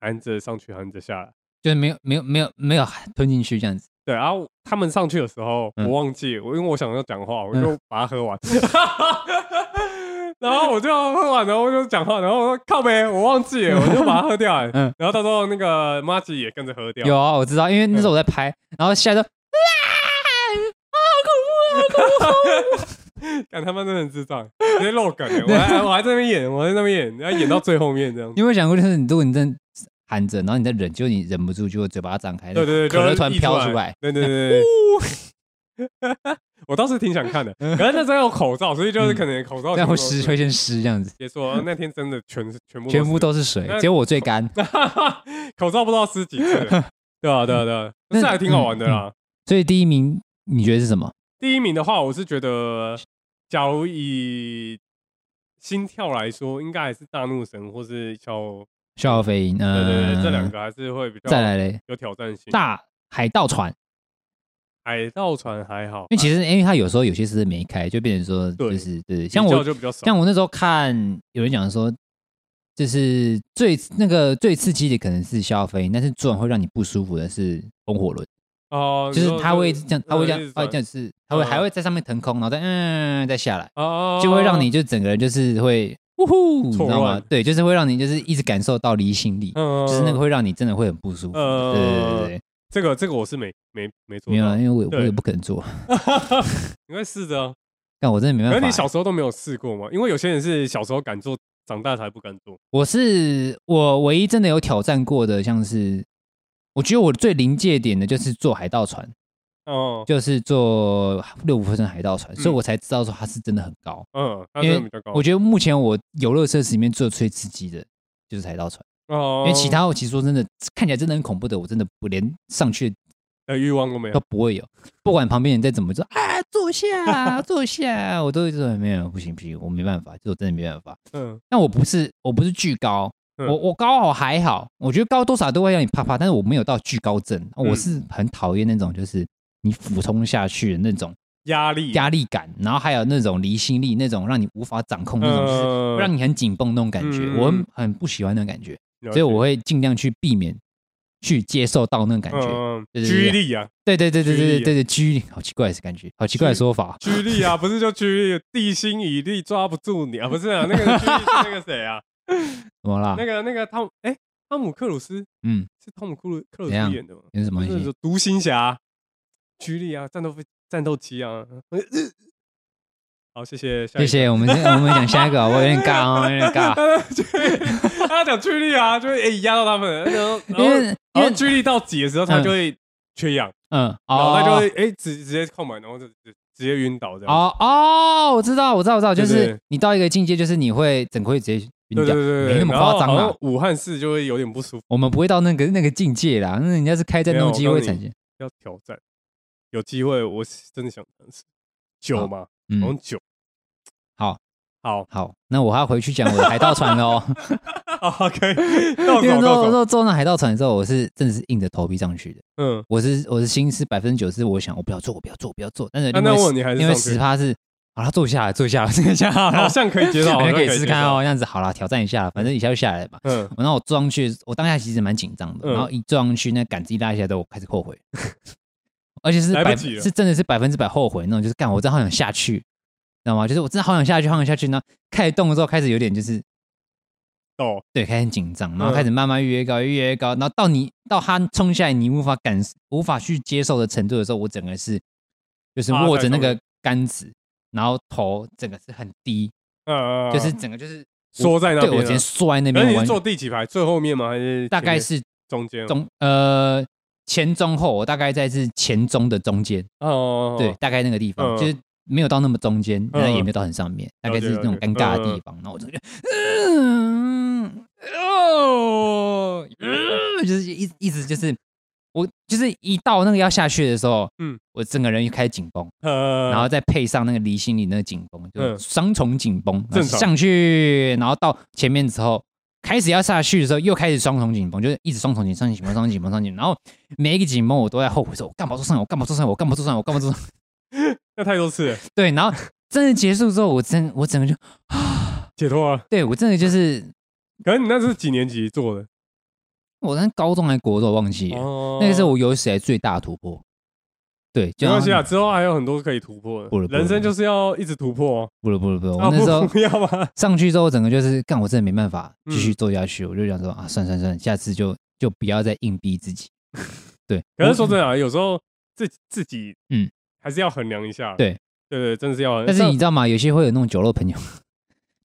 Speaker 3: 喊着上去，喊着下来。
Speaker 2: 就是没有没有没有没有吞进去这样子。
Speaker 3: 对，然后他们上去的时候，
Speaker 2: 嗯
Speaker 3: 我忘记，我因为我想要讲话，我就把它喝完， [laughs] 然后我就喝完，然后我就讲话，然后我说靠呗，我忘记了，我就把它喝掉了，
Speaker 2: 嗯
Speaker 3: 然后到时候那个马吉也跟着喝掉，
Speaker 2: 有啊，我知道，因为那时候我在拍，然后下来就
Speaker 3: 看他们真的很智障，直接漏梗欸，我还我还在那边演，我还在那边演，然后演到最后面这样子
Speaker 2: [laughs] 你。有没有想过，就是你如果你真的喊着，然后你在忍，就你忍不住就会嘴巴张开，
Speaker 3: 对对对，
Speaker 2: 可乐
Speaker 3: 就
Speaker 2: 突然
Speaker 3: 溢
Speaker 2: 飘出 [laughs]
Speaker 3: 来
Speaker 2: 来，，
Speaker 3: 对对对对，我倒是挺想看的，可是那时候有口罩，所以就是可能口罩
Speaker 2: 这嗯样会湿，
Speaker 3: 湿。
Speaker 2: 会先湿这样子，
Speaker 3: 别说那天真的全是全部
Speaker 2: 全部
Speaker 3: 都
Speaker 2: 都是水
Speaker 3: 那，
Speaker 2: 只有我最干。
Speaker 3: 是 [laughs] 口罩，不知道湿几
Speaker 2: [laughs]
Speaker 3: 次了。对啊，对啊，对啊，
Speaker 2: 那嗯
Speaker 3: 这还挺好玩的啦。
Speaker 2: 所以第一名你觉得是什么？
Speaker 3: 第一名的话，我是觉得，假如以心跳来说，应该还是大怒神或是小，
Speaker 2: 笑傲飞鹰，
Speaker 3: 对
Speaker 2: 呃，
Speaker 3: 对对，这两。个还是会比较
Speaker 2: 再来嘞，
Speaker 3: 有挑战性。
Speaker 2: 大海盗船，
Speaker 3: 海盗船还好，
Speaker 2: 因为其实因为它有时候有些是没开，就变成说
Speaker 3: 对
Speaker 2: 就是对，
Speaker 3: 比
Speaker 2: 像
Speaker 3: 较
Speaker 2: 我
Speaker 3: 就比较少，
Speaker 2: 像我那时候看有人讲说，就是最那个最刺激的可能是消费，但是做完会让你不舒服的是风火轮，
Speaker 3: 哦，
Speaker 2: 就是
Speaker 3: 你说呃
Speaker 2: 它会这样，它会这
Speaker 3: 一直
Speaker 2: 样，它
Speaker 3: 转
Speaker 2: 会这样是，它会
Speaker 3: 嗯
Speaker 2: 还会在上面腾空，然后再嗯再下来，
Speaker 3: 哦，
Speaker 2: 就会让你就整个人就是会呜呼，你知道
Speaker 3: 错
Speaker 2: 吗
Speaker 3: 乱？
Speaker 2: 对，就是会让你就是一直感受到离心力，
Speaker 3: 嗯，
Speaker 2: 就是那个会让你真的会很不舒服。
Speaker 3: 嗯
Speaker 2: 对对对对
Speaker 3: 这个这个我是没没没做
Speaker 2: 对，没有
Speaker 3: 到
Speaker 2: 啊，，因为我也
Speaker 3: 对
Speaker 2: 我也不可能做，
Speaker 3: [laughs] 你会试着啊，
Speaker 2: 但我真的没
Speaker 3: 可是你
Speaker 2: 办法
Speaker 3: 小。时候都没有试过吗？因为有些人是小时候敢做，长大才不敢做。
Speaker 2: 我是我唯一真的有挑战过的，像是我觉得我最临界点的就是坐海盗船，
Speaker 3: 哦，
Speaker 2: 就是坐六五分身海盗船，
Speaker 3: 嗯
Speaker 2: 所以我才知道说它是真的很高。
Speaker 3: 嗯，它
Speaker 2: 因为
Speaker 3: 真的比较高。
Speaker 2: 我觉得目前我游乐设施里面做最刺激的就是海盗船，
Speaker 3: 哦
Speaker 2: 因，为其他我其实说真的看起来真的很恐怖的，我真的不连上去
Speaker 3: 的欲望都没
Speaker 2: 都
Speaker 3: 有。
Speaker 2: 不会有，不管旁边人再怎么说啊坐下坐下，啊我都会说没有不行不行，我没办法，这我真的没办法。
Speaker 3: 嗯，
Speaker 2: 但我不是我不是巨高，
Speaker 3: 嗯
Speaker 2: 我我高好还好，我觉得高多少都会让你怕怕，但是我没有到巨高症，我
Speaker 3: 嗯
Speaker 2: 是很讨厌那种就是你俯冲下去的那种
Speaker 3: 压力，
Speaker 2: 压力感，然后还有那种离心力，那种让你无法掌控那种，就是
Speaker 3: 嗯
Speaker 2: 会让你很紧绷那种感觉，
Speaker 3: 嗯
Speaker 2: 我很很不喜欢那种感觉，所
Speaker 3: 了
Speaker 2: 以
Speaker 3: 解
Speaker 2: 我会尽量去避免去接受到那种感觉。
Speaker 3: 嗯
Speaker 2: 对对
Speaker 3: 居
Speaker 2: 对
Speaker 3: 力啊，
Speaker 2: 对对对对
Speaker 3: 居
Speaker 2: 对
Speaker 3: 力
Speaker 2: 对对，居力好奇怪的感觉，好奇怪的说法。
Speaker 3: 居力啊，不是就居力，地心引力抓不住你啊，不是啊，那个居力是那个谁啊，
Speaker 2: 怎么啦
Speaker 3: 那？个那个汤姆，哎，汤姆克鲁斯
Speaker 2: 嗯，
Speaker 3: 是汤姆克鲁克鲁斯
Speaker 2: 怎样
Speaker 3: 演的吗？
Speaker 2: 有什么
Speaker 3: 就
Speaker 2: 东
Speaker 3: 是
Speaker 2: 西？
Speaker 3: 独行侠、居力啊、战斗飞战斗机啊。呃呃好，谢谢，下一
Speaker 2: 谢
Speaker 3: 个。
Speaker 2: 谢，我们我们讲下一个好不好，我有点尬哦，有点尬。
Speaker 3: [laughs] 他他讲巨力啊，就会诶压到他们，然后然
Speaker 2: 因
Speaker 3: 后
Speaker 2: 为因
Speaker 3: 然
Speaker 2: 为
Speaker 3: 后巨力到几的时候，他就会缺氧，
Speaker 2: 嗯，
Speaker 3: 然后
Speaker 2: 哦，
Speaker 3: 他就会哎直直接空白，然后就直直接晕倒这样。
Speaker 2: 哦哦，我知道，我知道，我知道，就
Speaker 3: 对
Speaker 2: 是
Speaker 3: 对
Speaker 2: 你到一个境界，就是你会整个会直接
Speaker 3: 对
Speaker 2: 晕
Speaker 3: 对
Speaker 2: 掉，没
Speaker 3: 对对
Speaker 2: 那
Speaker 3: 对，
Speaker 2: 么
Speaker 3: 然后
Speaker 2: 夸张啊
Speaker 3: 好
Speaker 2: 啦
Speaker 3: 像。武汉市就会有点不舒服，
Speaker 2: 我们不会到那个那个境界啦，那人家是开战斗机
Speaker 3: 没有我
Speaker 2: 会
Speaker 3: 告诉
Speaker 2: 产
Speaker 3: 你
Speaker 2: 生。
Speaker 3: 要挑战。有机会，我是真的想尝试酒嘛，好
Speaker 2: 嗯
Speaker 3: 像，酒。
Speaker 2: 好， [laughs]
Speaker 3: 好
Speaker 2: 好，那我还要回去讲我的海盗船
Speaker 3: [laughs]
Speaker 2: 喽。
Speaker 3: ，OK，
Speaker 2: [laughs]
Speaker 3: 到
Speaker 2: 因为
Speaker 3: 手
Speaker 2: 坐
Speaker 3: 到手，
Speaker 2: 坐坐那海盗船的时候，我是真的是硬着头皮上去的。
Speaker 3: 嗯，
Speaker 2: 我是我的心是百分之九十，我想我不要做，我不要做，我不要做。但是
Speaker 3: 啊
Speaker 2: 另
Speaker 3: 那
Speaker 2: 外
Speaker 3: 我
Speaker 2: 十
Speaker 3: 你还是
Speaker 2: 另外
Speaker 3: 上去
Speaker 2: 十趴是，好了，坐下来，坐下来， [laughs] 坐下来，
Speaker 3: 好像可以
Speaker 2: [laughs]
Speaker 3: 接受，
Speaker 2: 我
Speaker 3: 好
Speaker 2: 们
Speaker 3: 像
Speaker 2: 可以试试
Speaker 3: 接
Speaker 2: 看
Speaker 3: 受
Speaker 2: 哦，。这样子好啦，挑战一下啦，反正一下就下来了嘛。
Speaker 3: 嗯，
Speaker 2: 然后我坐上去，我当下其实蛮紧张的，
Speaker 3: 嗯
Speaker 2: 然后一坐上去，那杆子一拉下来，我开始后悔， [laughs] 而且是
Speaker 3: 来不
Speaker 2: 百
Speaker 3: 及了
Speaker 2: 是真的是百分之百后悔那种，就是干，我真的好想下去，知道吗？就是我真的好想下去，好想下去。然后开始动的时候，开始有点就是
Speaker 3: 哦，
Speaker 2: 对，开始很紧张，然后
Speaker 3: 嗯
Speaker 2: 开始慢慢越来越高，越来越高，然后到你到他冲下来，你无法感无法去接受的程度的时候，我整个是就是
Speaker 3: 趴在
Speaker 2: 握着那
Speaker 3: 上面
Speaker 2: 个杆子，然后头整个是很低，
Speaker 3: 嗯，嗯嗯
Speaker 2: 就是整个就是
Speaker 3: 缩在那
Speaker 2: 对
Speaker 3: 边啊。
Speaker 2: 我直接缩在那
Speaker 3: 那
Speaker 2: 边，
Speaker 3: 你
Speaker 2: 完
Speaker 3: 是坐第几排？最后面吗？还是
Speaker 2: 大概
Speaker 3: 前面
Speaker 2: 是
Speaker 3: 中间？哦
Speaker 2: 中呃前中后，我大概在是前中的中间，
Speaker 3: 哦，
Speaker 2: 对，大概那个地方，
Speaker 3: 嗯
Speaker 2: 就是没有到那么中间，但
Speaker 3: 嗯
Speaker 2: 也没有到很上面，大概
Speaker 3: 了解
Speaker 2: 是那种
Speaker 3: 了解
Speaker 2: 尴尬的地方。然后我就觉得，嗯，哦，嗯就是一一直就是我就是一到那个要下去的时候，嗯
Speaker 3: 嗯，
Speaker 2: 我整个人又开始紧绷，
Speaker 3: 呃，
Speaker 2: 然后再配上那个离心力那个紧绷，就
Speaker 3: 嗯
Speaker 2: 双重紧绷，然后
Speaker 3: 正常
Speaker 2: 上去，然后到前面之后。开始要下去的时候，又开始双重紧绷，就是一直双重紧、双重紧绷、双重紧绷、双重紧绷。然后每一个紧绷，我都在后悔说：我干嘛坐上来？我干嘛坐上来？我干嘛坐上来？我干嘛坐上来？
Speaker 3: 那太多次了
Speaker 2: 对，然后真的结束之后，我真我整个就，
Speaker 3: 解脱啊了。
Speaker 2: 对我真的就是
Speaker 3: 可是你那是几年级做的？
Speaker 2: 我那高中还是国中我忘记了，
Speaker 3: 哦
Speaker 2: 那个是我有史以来最大的突破。对，
Speaker 3: 没
Speaker 2: 就
Speaker 3: 关系啊，之后还有很多可以突破
Speaker 2: 不了
Speaker 3: 的。
Speaker 2: 不了
Speaker 3: 人生就是要一直突破哦。
Speaker 2: 不了不了不了，
Speaker 3: 啊
Speaker 2: 我那时候
Speaker 3: 不不要吗？
Speaker 2: 上去之后，整个就是干，我真的没办法继续
Speaker 3: 嗯
Speaker 2: 做下去，我就想说啊，算算算，下次就就不要再硬逼自
Speaker 3: [laughs]
Speaker 2: 己。对，
Speaker 3: 可
Speaker 2: 我
Speaker 3: 是说真的啊，有时候自己自己
Speaker 2: 嗯
Speaker 3: 嗯，还是要衡量一下。
Speaker 2: 对
Speaker 3: 对对，真的是要衡。
Speaker 2: 但是你知道吗？有些会有那种酒肉朋友，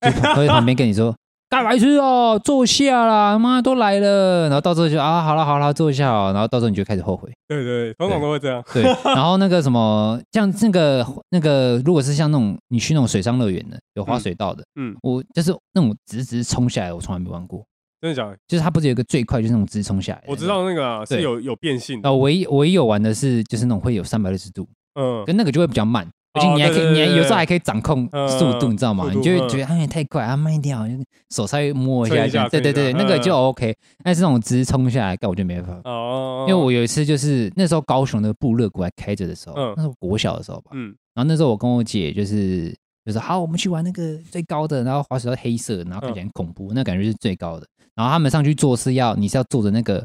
Speaker 2: 就会在旁边跟你说：“大白痴哦，坐下啦，妈都来了。然后到最后就啊，好了好了，坐下哦。然后到时候你就开始后悔。
Speaker 3: [laughs] 对对，通常都会这样。 [laughs]
Speaker 2: 对，然后那个什么，像那个那个，如果是像那种你去那种水上乐园的，有滑水道的，
Speaker 3: 嗯嗯
Speaker 2: 我就是那种直直冲下来，我从来没玩过。
Speaker 3: 真的假的？
Speaker 2: 就是它不是有一个最快，就是那种直冲下来。
Speaker 3: 我知。道那个啊是
Speaker 2: 哎对
Speaker 3: 有有变性的
Speaker 2: 啊，，唯一唯一有玩的是就是那种会有三百六十度，
Speaker 3: 嗯，
Speaker 2: 跟那个就会比较慢，而且你还可
Speaker 3: 哦对
Speaker 2: 以，
Speaker 3: 对
Speaker 2: 你还
Speaker 3: 对对
Speaker 2: 有时候还可以掌控速度，
Speaker 3: 嗯
Speaker 2: 你知道吗
Speaker 3: 速？度
Speaker 2: 你就会
Speaker 3: 嗯
Speaker 2: 觉得哎太快啊，慢一点好像手稍微摸一
Speaker 3: 撑
Speaker 2: 下
Speaker 3: 一
Speaker 2: 这样，
Speaker 3: 下
Speaker 2: 对对
Speaker 3: 撑一
Speaker 2: 对，
Speaker 3: 下
Speaker 2: 那个
Speaker 3: 嗯
Speaker 2: 就 OK。但是那种直冲下来，干我就没办法。
Speaker 3: 哦，
Speaker 2: 因为我有一次就是那时候高雄的部乐谷还开着的时候，
Speaker 3: 嗯
Speaker 2: 那时候国小的时候吧，
Speaker 3: 嗯
Speaker 2: 然后那时候我跟我姐就是就是好，我们去玩那个最高的，然后滑雪道黑色，然后
Speaker 3: 嗯
Speaker 2: 看起来很恐怖，那感觉是最高的。然后他们上去坐是要你是要坐着那个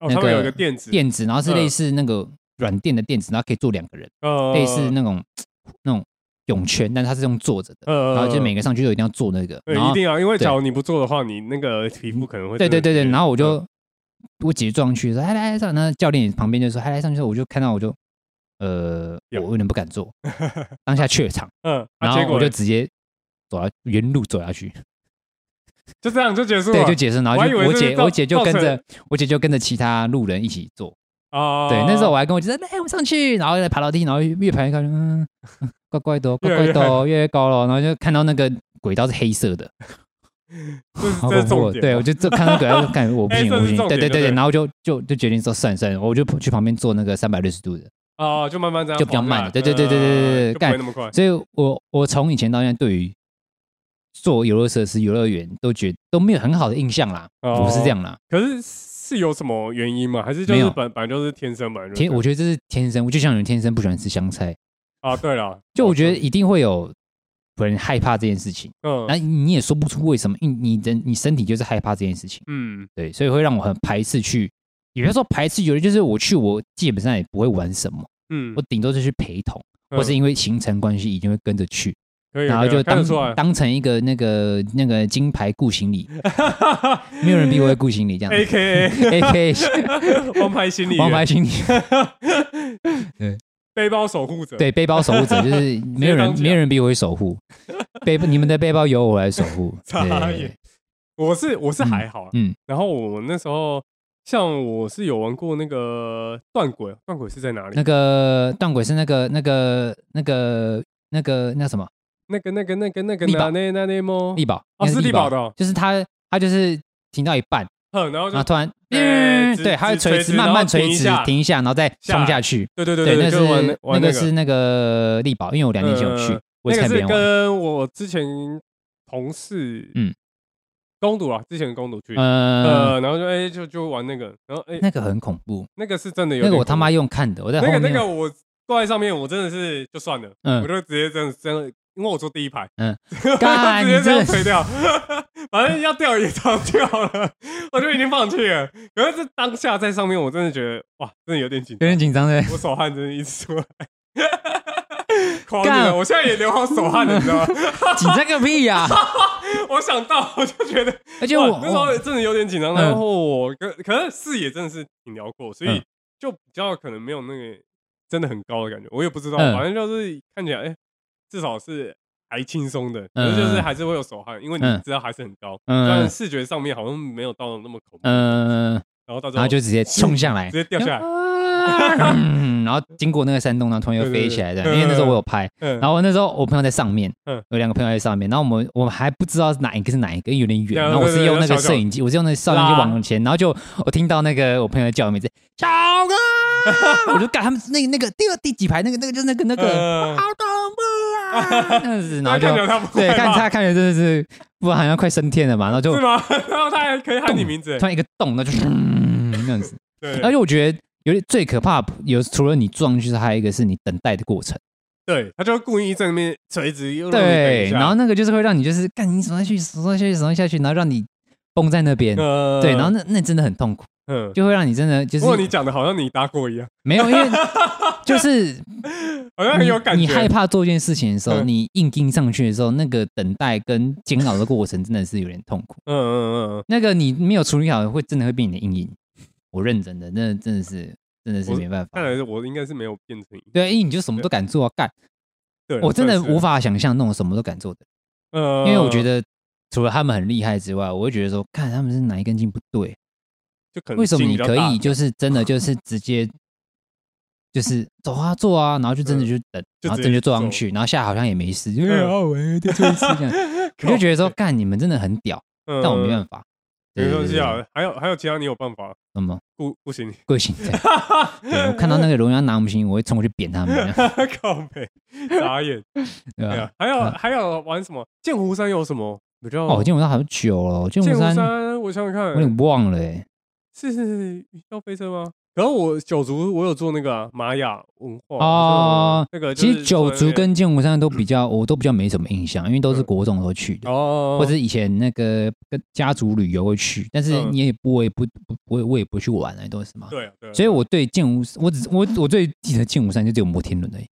Speaker 3: 哦，
Speaker 2: 那
Speaker 3: 他们有
Speaker 2: 个
Speaker 3: 一个垫子，
Speaker 2: 垫子，然后是类
Speaker 3: 嗯
Speaker 2: 似那个软垫的垫子，然后可以坐两个人，
Speaker 3: 呃
Speaker 2: 类似那种那种泳圈，但它是用坐着的，
Speaker 3: 呃，
Speaker 2: 然后就每个上去都一定要坐那个，
Speaker 3: 对
Speaker 2: 然后
Speaker 3: 一定啊要，因为
Speaker 2: 对
Speaker 3: 假如你不做的话，你那个皮肤可能会
Speaker 2: 对对对对，然
Speaker 3: 后
Speaker 2: 后我就我姐撞上去说：“哎来来上。”那教练旁边就说：“哎来上去。”我就看到我就呃，我
Speaker 3: 有
Speaker 2: 有点不敢
Speaker 3: [laughs]
Speaker 2: 坐，当下怯场，
Speaker 3: 嗯，啊
Speaker 2: 然
Speaker 3: 结
Speaker 2: 后
Speaker 3: 果
Speaker 2: 我就
Speaker 3: 嘞
Speaker 2: 直接走到原路走下去，
Speaker 3: 就这样就结束了，
Speaker 2: 对，就解释，然
Speaker 3: 啊我
Speaker 2: 后
Speaker 3: 还
Speaker 2: 就
Speaker 3: 以为
Speaker 2: 我
Speaker 3: 是
Speaker 2: 姐
Speaker 3: 造
Speaker 2: 我姐就
Speaker 3: 造
Speaker 2: 跟
Speaker 3: 成
Speaker 2: 着我姐就跟着其他路人一起坐，
Speaker 3: 啊，
Speaker 2: 对，那时候我还跟我姐说：“来，哎我们上去。”然后再爬到地，然后越爬越高，嗯，怪怪的哦，怪
Speaker 3: 越来
Speaker 2: 怪
Speaker 3: 越
Speaker 2: 的哦，越来越高了，然后就看到那个轨道是黑色
Speaker 3: [laughs]
Speaker 2: 的，
Speaker 3: 这是
Speaker 2: [laughs] 好恐
Speaker 3: 这是
Speaker 2: 怖
Speaker 3: 重
Speaker 2: 哦！
Speaker 3: 点，
Speaker 2: 对，我就这看到鬼，我就感觉
Speaker 3: [laughs]
Speaker 2: 我不
Speaker 3: 哎
Speaker 2: 行，
Speaker 3: 这
Speaker 2: 我不行。
Speaker 3: 是重
Speaker 2: 对
Speaker 3: 点
Speaker 2: 对
Speaker 3: 就
Speaker 2: 对，
Speaker 3: 对
Speaker 2: 然后就就就决定说算了算了，我就跑去旁边做那个三百六十度的，
Speaker 3: 啊，就慢慢这样
Speaker 2: 就比较
Speaker 3: 滑下
Speaker 2: 慢
Speaker 3: 来
Speaker 2: 对对对对对对对
Speaker 3: 呃就不会
Speaker 2: 干
Speaker 3: 那么快，
Speaker 2: 所以我我从以前到现在对于做游乐设施、游乐园都觉都没有很好的印象啦，
Speaker 3: 哦
Speaker 2: 不是这样啦，
Speaker 3: 可是是有什么原因吗？还是就
Speaker 2: 没
Speaker 3: 是
Speaker 2: 有
Speaker 3: 本本来就是天生本来就是
Speaker 2: 天，我觉得这是天生，我就像有人天生不喜欢吃香菜，
Speaker 3: 啊，对了，
Speaker 2: 就我觉得
Speaker 3: 哦，
Speaker 2: 一定会有人害怕这件事情，
Speaker 3: 嗯
Speaker 2: 那你也说不出为什么，因为你的你身体就是害怕这件事情，
Speaker 3: 嗯
Speaker 2: 对，所以会让我很排斥去，也不要说排斥，有的就是我去，我基本上也不会玩什么。
Speaker 3: 嗯
Speaker 2: 我，顶多就去陪同，
Speaker 3: 嗯
Speaker 2: 或是因为行程关系一定会跟着去，
Speaker 3: 可以，
Speaker 2: 然后
Speaker 3: 可以
Speaker 2: 就
Speaker 3: 看得出来
Speaker 2: 当，当成一个那个那个金牌顾行
Speaker 3: [laughs]
Speaker 2: 李，没有人比我会顾行李这样
Speaker 3: A K
Speaker 2: ，A
Speaker 3: [laughs]
Speaker 2: K
Speaker 3: 王牌心理
Speaker 2: 王
Speaker 3: 员
Speaker 2: 牌行李，
Speaker 3: 背包守护者，
Speaker 2: [laughs] 对，背包守护者
Speaker 3: [laughs]
Speaker 2: 就是没有人没有人比我会守护，背你们的背包由我来守
Speaker 3: [laughs]
Speaker 2: 护，
Speaker 3: 傻
Speaker 2: 对
Speaker 3: 眼，。我是我是还好啊，
Speaker 2: 嗯，
Speaker 3: 然后我那时候像我是有玩过那个断轨，断轨是在哪里
Speaker 2: 那？个断轨是那个那个那个那个那什么
Speaker 3: 那个那个那个那个
Speaker 2: 力宝
Speaker 3: 那那那那么
Speaker 2: 力宝，应
Speaker 3: 哦
Speaker 2: 该
Speaker 3: 是力宝的，哦，
Speaker 2: 就是他他就是停到一半，
Speaker 3: 哼然后
Speaker 2: 然后
Speaker 3: 就
Speaker 2: 突然，
Speaker 3: 呃
Speaker 2: 嗯
Speaker 3: 直
Speaker 2: 对，它会
Speaker 3: 直
Speaker 2: 垂
Speaker 3: 垂
Speaker 2: 直，
Speaker 3: 直
Speaker 2: 慢
Speaker 3: 然
Speaker 2: 慢
Speaker 3: 后
Speaker 2: 垂
Speaker 3: 停一
Speaker 2: 直，
Speaker 3: 下
Speaker 2: 停一下，然后再
Speaker 3: 下
Speaker 2: 冲
Speaker 3: 来
Speaker 2: 下去。
Speaker 3: 对对对
Speaker 2: 对，那
Speaker 3: 就是玩
Speaker 2: 是那
Speaker 3: 玩
Speaker 2: 个
Speaker 3: 个
Speaker 2: 是那个力宝，因为我两年前有去
Speaker 3: 呃，
Speaker 2: 我
Speaker 3: 那
Speaker 2: 也
Speaker 3: 个
Speaker 2: 看别
Speaker 3: 是
Speaker 2: 人玩。
Speaker 3: 跟我之前同事
Speaker 2: 嗯
Speaker 3: 攻读啊，之前攻读去，
Speaker 2: 呃，
Speaker 3: 呃，然后就哎就就玩那个，然后哎
Speaker 2: 那个很恐怖，
Speaker 3: 那个是真的有
Speaker 2: 那
Speaker 3: 点恐怖，
Speaker 2: 个我他妈用看的，我在后
Speaker 3: 那个那个
Speaker 2: 面。
Speaker 3: 我坐在上面，我真的是就算了，
Speaker 2: 嗯
Speaker 3: 我就直接这样这样，因为我坐第一排， [laughs]
Speaker 2: 嗯干
Speaker 3: 直接这
Speaker 2: 你
Speaker 3: 样
Speaker 2: 这
Speaker 3: 推掉，反正要掉也早掉了，我就已经放弃了。可是这当下在上面，我真的觉得哇，真的有点紧
Speaker 2: 有
Speaker 3: 张，
Speaker 2: 点紧
Speaker 3: [laughs]
Speaker 2: 张的，
Speaker 3: 我手汗真的一直出来。 [laughs] 狂
Speaker 2: 干
Speaker 3: 的，我现在也流好手汗了，你知道吗？
Speaker 2: 紧张个屁啊呀！
Speaker 3: 我想到我就觉得，
Speaker 2: 而且
Speaker 3: 哇
Speaker 2: 我
Speaker 3: 那时候
Speaker 2: 我
Speaker 3: 真的有点紧张，
Speaker 2: 嗯
Speaker 3: 然后我可可是视野真的是挺辽阔，所以
Speaker 2: 嗯
Speaker 3: 就比较可能没有那个真的很高的感觉，我也不知道，
Speaker 2: 嗯
Speaker 3: 反正就是看起来，哎，至少是还轻松的，可
Speaker 2: 嗯
Speaker 3: 是就是还是会有手汗，因为
Speaker 2: 嗯
Speaker 3: 你知道还是很高，
Speaker 2: 嗯
Speaker 3: 但视觉上面好像没有到那么恐怖，
Speaker 2: 呃，
Speaker 3: 然后到最
Speaker 2: 然后
Speaker 3: 后
Speaker 2: 就直接冲下来
Speaker 3: 直，接掉下来，
Speaker 2: 啊 [laughs] 嗯然后经过那个山洞，然后突然又
Speaker 3: 对对
Speaker 2: 飞
Speaker 3: 对
Speaker 2: 起来的，
Speaker 3: 嗯
Speaker 2: 因为那时候我有拍，
Speaker 3: 嗯，
Speaker 2: 然后那时候我朋友在上面，
Speaker 3: 嗯
Speaker 2: 有两个朋友在上面，然后我们我们还不知道哪一个是哪一个，因为有点远。
Speaker 3: 对啊
Speaker 2: 然后我
Speaker 3: 对
Speaker 2: 是
Speaker 3: 对
Speaker 2: 用那
Speaker 3: 要
Speaker 2: 个
Speaker 3: 小小
Speaker 2: 摄影机，我是用那个摄影机
Speaker 3: 拉
Speaker 2: 往前，然后就我听到那个我朋友叫我名
Speaker 3: [laughs]
Speaker 2: 字，小哥， [laughs] 我就赶他们那个那个第二第几排那个那个就是那个那个
Speaker 3: 呃
Speaker 2: 好恐怖啊，这样子，然后
Speaker 3: 但看起
Speaker 2: 就
Speaker 3: 来他不
Speaker 2: 对
Speaker 3: 会
Speaker 2: 看
Speaker 3: 吧
Speaker 2: 他看起来真的是不然好像快升天了嘛，然后就是
Speaker 3: 吗？ [laughs] 然后他还可以喊你名字，
Speaker 2: 突然一个洞，
Speaker 3: [laughs]
Speaker 2: 那就嗯那样子。
Speaker 3: 对
Speaker 2: 而且我觉得有点最可怕的有除了你撞进去，还有一个是你等待的过程。
Speaker 3: 对，他就故意在那边垂直又让你等
Speaker 2: 对，
Speaker 3: 一下
Speaker 2: 然后那个就是会让你就是干你什么下去，什么下去，什么下去，然后让你崩在那边。
Speaker 3: 呃
Speaker 2: 对，然后那那真的很痛苦，
Speaker 3: 嗯，
Speaker 2: 就会让你真的就
Speaker 3: 不过你
Speaker 2: 是
Speaker 3: 讲的好像你搭过一样，
Speaker 2: 没有，因
Speaker 3: [laughs]
Speaker 2: 为就是
Speaker 3: 好像很有感觉，
Speaker 2: 你你害怕做一件事情的时候，
Speaker 3: 嗯
Speaker 2: 你硬盯上去的时候，那个等待跟煎熬的过程真的是有点痛苦。
Speaker 3: 嗯嗯嗯
Speaker 2: 那个你没有处理好，会真的会变你的阴影。我认真的，那真的是真的是
Speaker 3: 我
Speaker 2: 没办
Speaker 3: 嗯，看
Speaker 2: 法。
Speaker 3: 来我应该是没有变成一
Speaker 2: 对，因为你就什么都敢做啊，干！
Speaker 3: 对，
Speaker 2: 我真的
Speaker 3: 算是
Speaker 2: 无，法想象那种什么都敢做的，
Speaker 3: 呃
Speaker 2: 因为我觉，得除了他们很厉害之外，我会觉得说，看他们是哪一根筋不对，
Speaker 3: 就可能
Speaker 2: 为什么
Speaker 3: 筋
Speaker 2: 你
Speaker 3: 比较
Speaker 2: 可
Speaker 3: 大
Speaker 2: 以就是真的
Speaker 3: [laughs]
Speaker 2: 就是直接就是走啊做啊，然后就真的就等，
Speaker 3: 就
Speaker 2: 然后
Speaker 3: 直
Speaker 2: 真的
Speaker 3: 接嗯
Speaker 2: 就坐上
Speaker 3: 走
Speaker 2: 去，然后下来好像也没事，就好玩，再做一次这样，
Speaker 3: [laughs]
Speaker 2: 我就觉得说，干你们真的很屌，
Speaker 3: 嗯
Speaker 2: 但我没办法，
Speaker 3: 没关系
Speaker 2: 对，
Speaker 3: 啊，还有还有其他你有办法，
Speaker 2: 那么
Speaker 3: 不不行， [laughs]
Speaker 2: 贵姓这样，对我看到那个荣耀拿五星，我会冲过去扁他们
Speaker 3: [laughs]
Speaker 2: 这样，
Speaker 3: 靠背傻眼。
Speaker 2: 对
Speaker 3: 对
Speaker 2: 吧
Speaker 3: 啊？，还有
Speaker 2: 嗯
Speaker 3: 还有玩什么？剑湖山有什么比较？
Speaker 2: 哦，剑湖山好久了，剑
Speaker 3: 剑
Speaker 2: 湖
Speaker 3: 湖
Speaker 2: 山
Speaker 3: 山，我想想
Speaker 2: 我有点
Speaker 3: 看，
Speaker 2: 忘了欸，
Speaker 3: 是是是云霄飞车吗？然后我九族，我有做那个啊玛雅文化
Speaker 2: 哦
Speaker 3: 那个呃就
Speaker 2: 其
Speaker 3: 是
Speaker 2: 实九
Speaker 3: 做
Speaker 2: 族
Speaker 3: 那个
Speaker 2: 跟剑湖山都比较，我都比较没什么印象，因为都是国中的时候去的。
Speaker 3: 嗯哦，
Speaker 2: 或者以前那个跟家族旅游会去，但是
Speaker 3: 嗯
Speaker 2: 你也不我也不不我也我也不去玩那都是嘛。
Speaker 3: 对啊对啊，
Speaker 2: 所以我对剑湖，我只我我最记得剑湖山就只有摩天轮而已，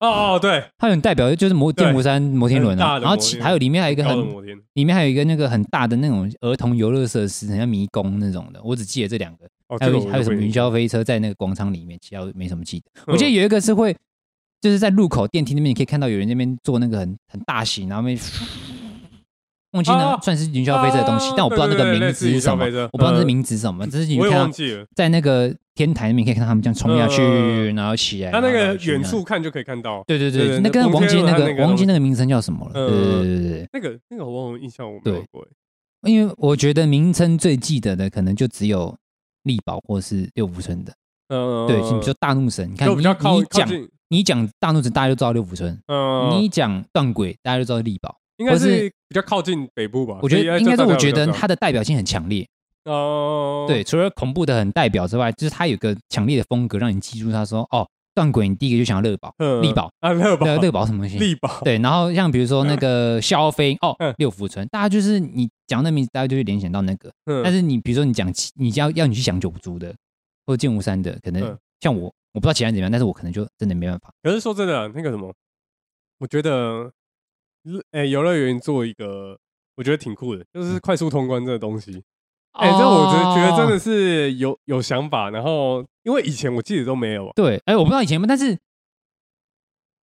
Speaker 3: 哦哦对，
Speaker 2: 它很代表就是摩
Speaker 3: 对
Speaker 2: 剑湖山摩天轮
Speaker 3: 很大
Speaker 2: 啊，
Speaker 3: 的
Speaker 2: 然后
Speaker 3: 摩天
Speaker 2: 其
Speaker 3: 轮
Speaker 2: 还有里面还有一个
Speaker 3: 高的
Speaker 2: 很
Speaker 3: 摩天
Speaker 2: 里面还有一个那个很大的那种儿童游乐设施，很像迷宫那种的，我只记得这两个，
Speaker 3: 哦，
Speaker 2: 还
Speaker 3: 这个我
Speaker 2: 有
Speaker 3: 就
Speaker 2: 还有什么
Speaker 3: 不一
Speaker 2: 云
Speaker 3: 定
Speaker 2: 霄飞车在那个广场里面，其他我没什么记得。
Speaker 3: 嗯
Speaker 2: 我记得有一个是会就是在路口电梯那边，你可以看到有人那边做那个很很大型，然后那边忘记那
Speaker 3: 哦
Speaker 2: 算是云霄飞车的东西
Speaker 3: 啊，
Speaker 2: 但我不知道那个
Speaker 3: 对对对
Speaker 2: 名字是什么，
Speaker 3: 类似云霄飞车
Speaker 2: 我不知道那个名字是什么，只是你
Speaker 3: 我
Speaker 2: 看
Speaker 3: 也忘
Speaker 2: 到
Speaker 3: 记了，
Speaker 2: 在那个天台那边可以看到他们这样冲下去，
Speaker 3: 嗯
Speaker 2: 然后起来。
Speaker 3: 它那
Speaker 2: 然后
Speaker 3: 个
Speaker 2: 下去
Speaker 3: 远处，看就可以看到
Speaker 2: 对对对，
Speaker 3: 对
Speaker 2: 那
Speaker 3: 那
Speaker 2: 跟我忘记
Speaker 3: 摩天
Speaker 2: 那
Speaker 3: 轮
Speaker 2: 个
Speaker 3: 那个
Speaker 2: 我忘记那个名称叫什么了。对
Speaker 3: 嗯
Speaker 2: 对对对对
Speaker 3: 那个那个我有印象，我没有
Speaker 2: 对
Speaker 3: 过欸，
Speaker 2: 对，因为我觉得名称最记得的可能就只有力宝或是六福村的，
Speaker 3: 嗯，
Speaker 2: 对，呃你说大怒神，你看
Speaker 3: 就
Speaker 2: 你
Speaker 3: 比较靠
Speaker 2: 你
Speaker 3: 靠
Speaker 2: 讲
Speaker 3: 近，
Speaker 2: 你讲大怒神，大家就知道六福村；
Speaker 3: 嗯，
Speaker 2: 你讲断轨，大家就知道力宝。
Speaker 3: 应该
Speaker 2: 或是
Speaker 3: 是比较靠近北部吧？
Speaker 2: 我觉
Speaker 3: 哦所
Speaker 2: 得
Speaker 3: 以
Speaker 2: 应该是，
Speaker 3: 就大
Speaker 2: 我
Speaker 3: 家
Speaker 2: 觉
Speaker 3: 比较
Speaker 2: 得
Speaker 3: 知道
Speaker 2: 它的代表性很强烈。
Speaker 3: 哦，
Speaker 2: 对，除了恐怖的很代表之外，就是它有个强烈的风格，让你记住它。说哦，断轨，你第一个就想要乐宝，
Speaker 3: 嗯
Speaker 2: 力宝，
Speaker 3: 啊，乐宝
Speaker 2: 对，乐宝什么东西？
Speaker 3: 力宝，
Speaker 2: 对，然后像比如说那个肖飞，哦
Speaker 3: 嗯，
Speaker 2: 六福村，大家就是你讲那名字，大家就会联想到那个。
Speaker 3: 嗯，
Speaker 2: 但是你比如说你讲七，你要要你去讲九族的，或者剑湖山的，可能
Speaker 3: 嗯
Speaker 2: 像我，我不知道其他人怎么样，但是我可能就真的没办法。
Speaker 3: 可是说真的啊，那个什么，我觉得，哎，游乐园做一个，我觉得挺酷的，
Speaker 2: 嗯
Speaker 3: 就是快速通关这个东西。哎，这我觉得觉得真
Speaker 2: 哦
Speaker 3: 的是有有想法，然后因为以前我记得都没有啊，
Speaker 2: 对，哎、我不知道以前有没有，但是，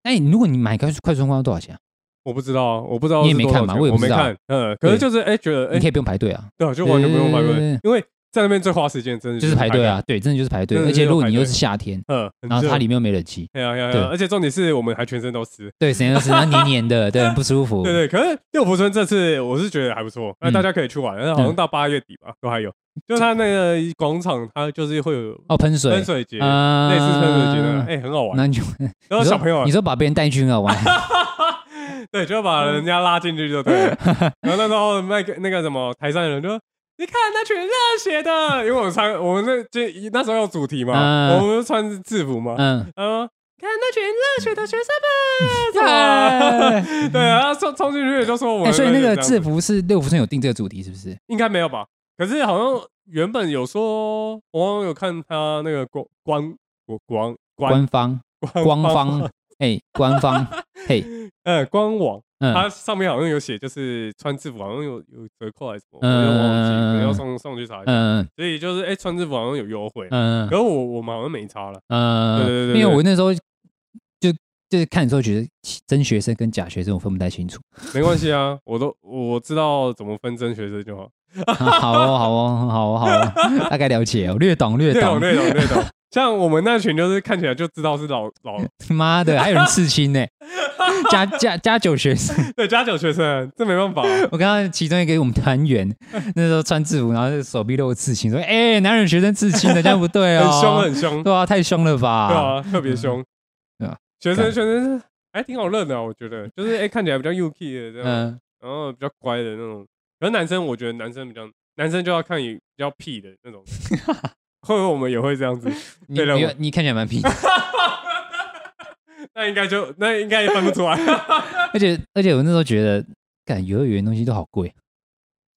Speaker 2: 哎、如果你买快速快速光多少钱啊、
Speaker 3: 我不知道啊，我不知道
Speaker 2: 你也
Speaker 3: 是
Speaker 2: 没
Speaker 3: 多少
Speaker 2: 看嘛
Speaker 3: 钱
Speaker 2: 我也不
Speaker 3: 没
Speaker 2: 知道
Speaker 3: 看，嗯，可是
Speaker 2: 对
Speaker 3: 就是哎，觉得
Speaker 2: 你
Speaker 3: 哎
Speaker 2: 可，以不用排队啊，
Speaker 3: 对啊，就完全不用排
Speaker 2: 对对对
Speaker 3: 队，因为在那边最花时间，真的
Speaker 2: 就是排队啊，，对，真的就是排队。
Speaker 3: 真
Speaker 2: 而
Speaker 3: 的是
Speaker 2: 且如果你
Speaker 3: 排队
Speaker 2: 又是夏天，
Speaker 3: 嗯，很
Speaker 2: 然后它
Speaker 3: 热
Speaker 2: 里面又没冷气，
Speaker 3: 哎呀呀
Speaker 2: 对
Speaker 3: 呀！而且重点是我们还全身都湿，
Speaker 2: 对，谁都是然后黏黏的，对，很不舒服。
Speaker 3: [laughs] 对对，可是六福村这次我是觉得还不错，那
Speaker 2: 嗯
Speaker 3: 大家可以去玩，那好像到八月底吧，都还有。就它那个广场，它就是会有
Speaker 2: 哦，喷水，
Speaker 3: 喷水节，类
Speaker 2: 呃
Speaker 3: 似喷水节的，哎，很好玩。
Speaker 2: 那你就
Speaker 3: 然后
Speaker 2: 你说
Speaker 3: 小朋友啊
Speaker 2: 你，说把别人带去很好玩，
Speaker 3: [laughs] 对，就把人家拉进去就对
Speaker 2: [laughs]
Speaker 3: 了。然后那时候那个那个什么台上的人就说。你看那群热血的，因为我穿我们那这那时候有主题嘛，
Speaker 2: 嗯
Speaker 3: 我们就穿制服嘛， [laughs]
Speaker 2: 嗯，
Speaker 3: 嗯，看那群热血的学生们，啊对啊，然后冲冲进去就说我
Speaker 2: [laughs] 嗯哎，
Speaker 3: 们
Speaker 2: 所以那个
Speaker 3: 这样
Speaker 2: 制服是六福村有定这个主题是不是？
Speaker 3: 应该没有吧？可是好像原本有说，我好像有看他那个官官国官
Speaker 2: 官方
Speaker 3: 官
Speaker 2: 官方，哎、官方，
Speaker 3: [laughs]
Speaker 2: 嘿，
Speaker 3: 呃官网，它
Speaker 2: 嗯，
Speaker 3: 上面好像有写，就是穿制服好像有有折扣还是什么，
Speaker 2: 嗯
Speaker 3: 我有点忘记，可能
Speaker 2: 嗯
Speaker 3: 要上上去查一下。
Speaker 2: 嗯
Speaker 3: 所以就是，哎，穿制服好像有优惠
Speaker 2: 嗯，嗯
Speaker 3: 可。是我我们好像没差了。
Speaker 2: 呃，
Speaker 3: 对对对对
Speaker 2: 因为我那时候就就是看的时候觉得真学生跟假学生我分不太清楚。 [laughs]
Speaker 3: 没关系啊，我都我知道怎么分真学生就好。
Speaker 2: 好哦，好哦，好哦，好哦， [laughs] 大概了解哦，略懂略
Speaker 3: 略懂
Speaker 2: 懂。
Speaker 3: 略懂略懂。像我们那群就是看起来就知道是老
Speaker 2: [laughs]
Speaker 3: 老
Speaker 2: 妈的，还有人刺青
Speaker 3: [laughs]
Speaker 2: 呢，加加加九学生。 [laughs]
Speaker 3: 对家教学生，这没办法啊、
Speaker 2: 我刚刚其中一个我们团员那时候穿制服，然后手臂都有刺青，说：“哎、男人学生刺青的，这样不对哦，
Speaker 3: 很凶很凶，对
Speaker 2: 对啊，太凶了吧？
Speaker 3: 啊，特别凶。
Speaker 2: 对啊
Speaker 3: 学
Speaker 2: 干
Speaker 3: 生学生是还挺好认的啊、我觉得就是哎、看起来比较 UK 的这样，
Speaker 2: 嗯，
Speaker 3: 然后比较乖的那种。可是男生我觉得男生比较男生就要看比较屁的
Speaker 2: [laughs]
Speaker 3: 那种，会不会我们也会这样子？ [laughs]
Speaker 2: 你
Speaker 3: 对了啊
Speaker 2: 你
Speaker 3: 我
Speaker 2: 你看起来蛮平，
Speaker 3: 那应该就那应该也分不出来，
Speaker 2: [laughs] 而且而且我那时候觉得，干游乐园东西都好贵，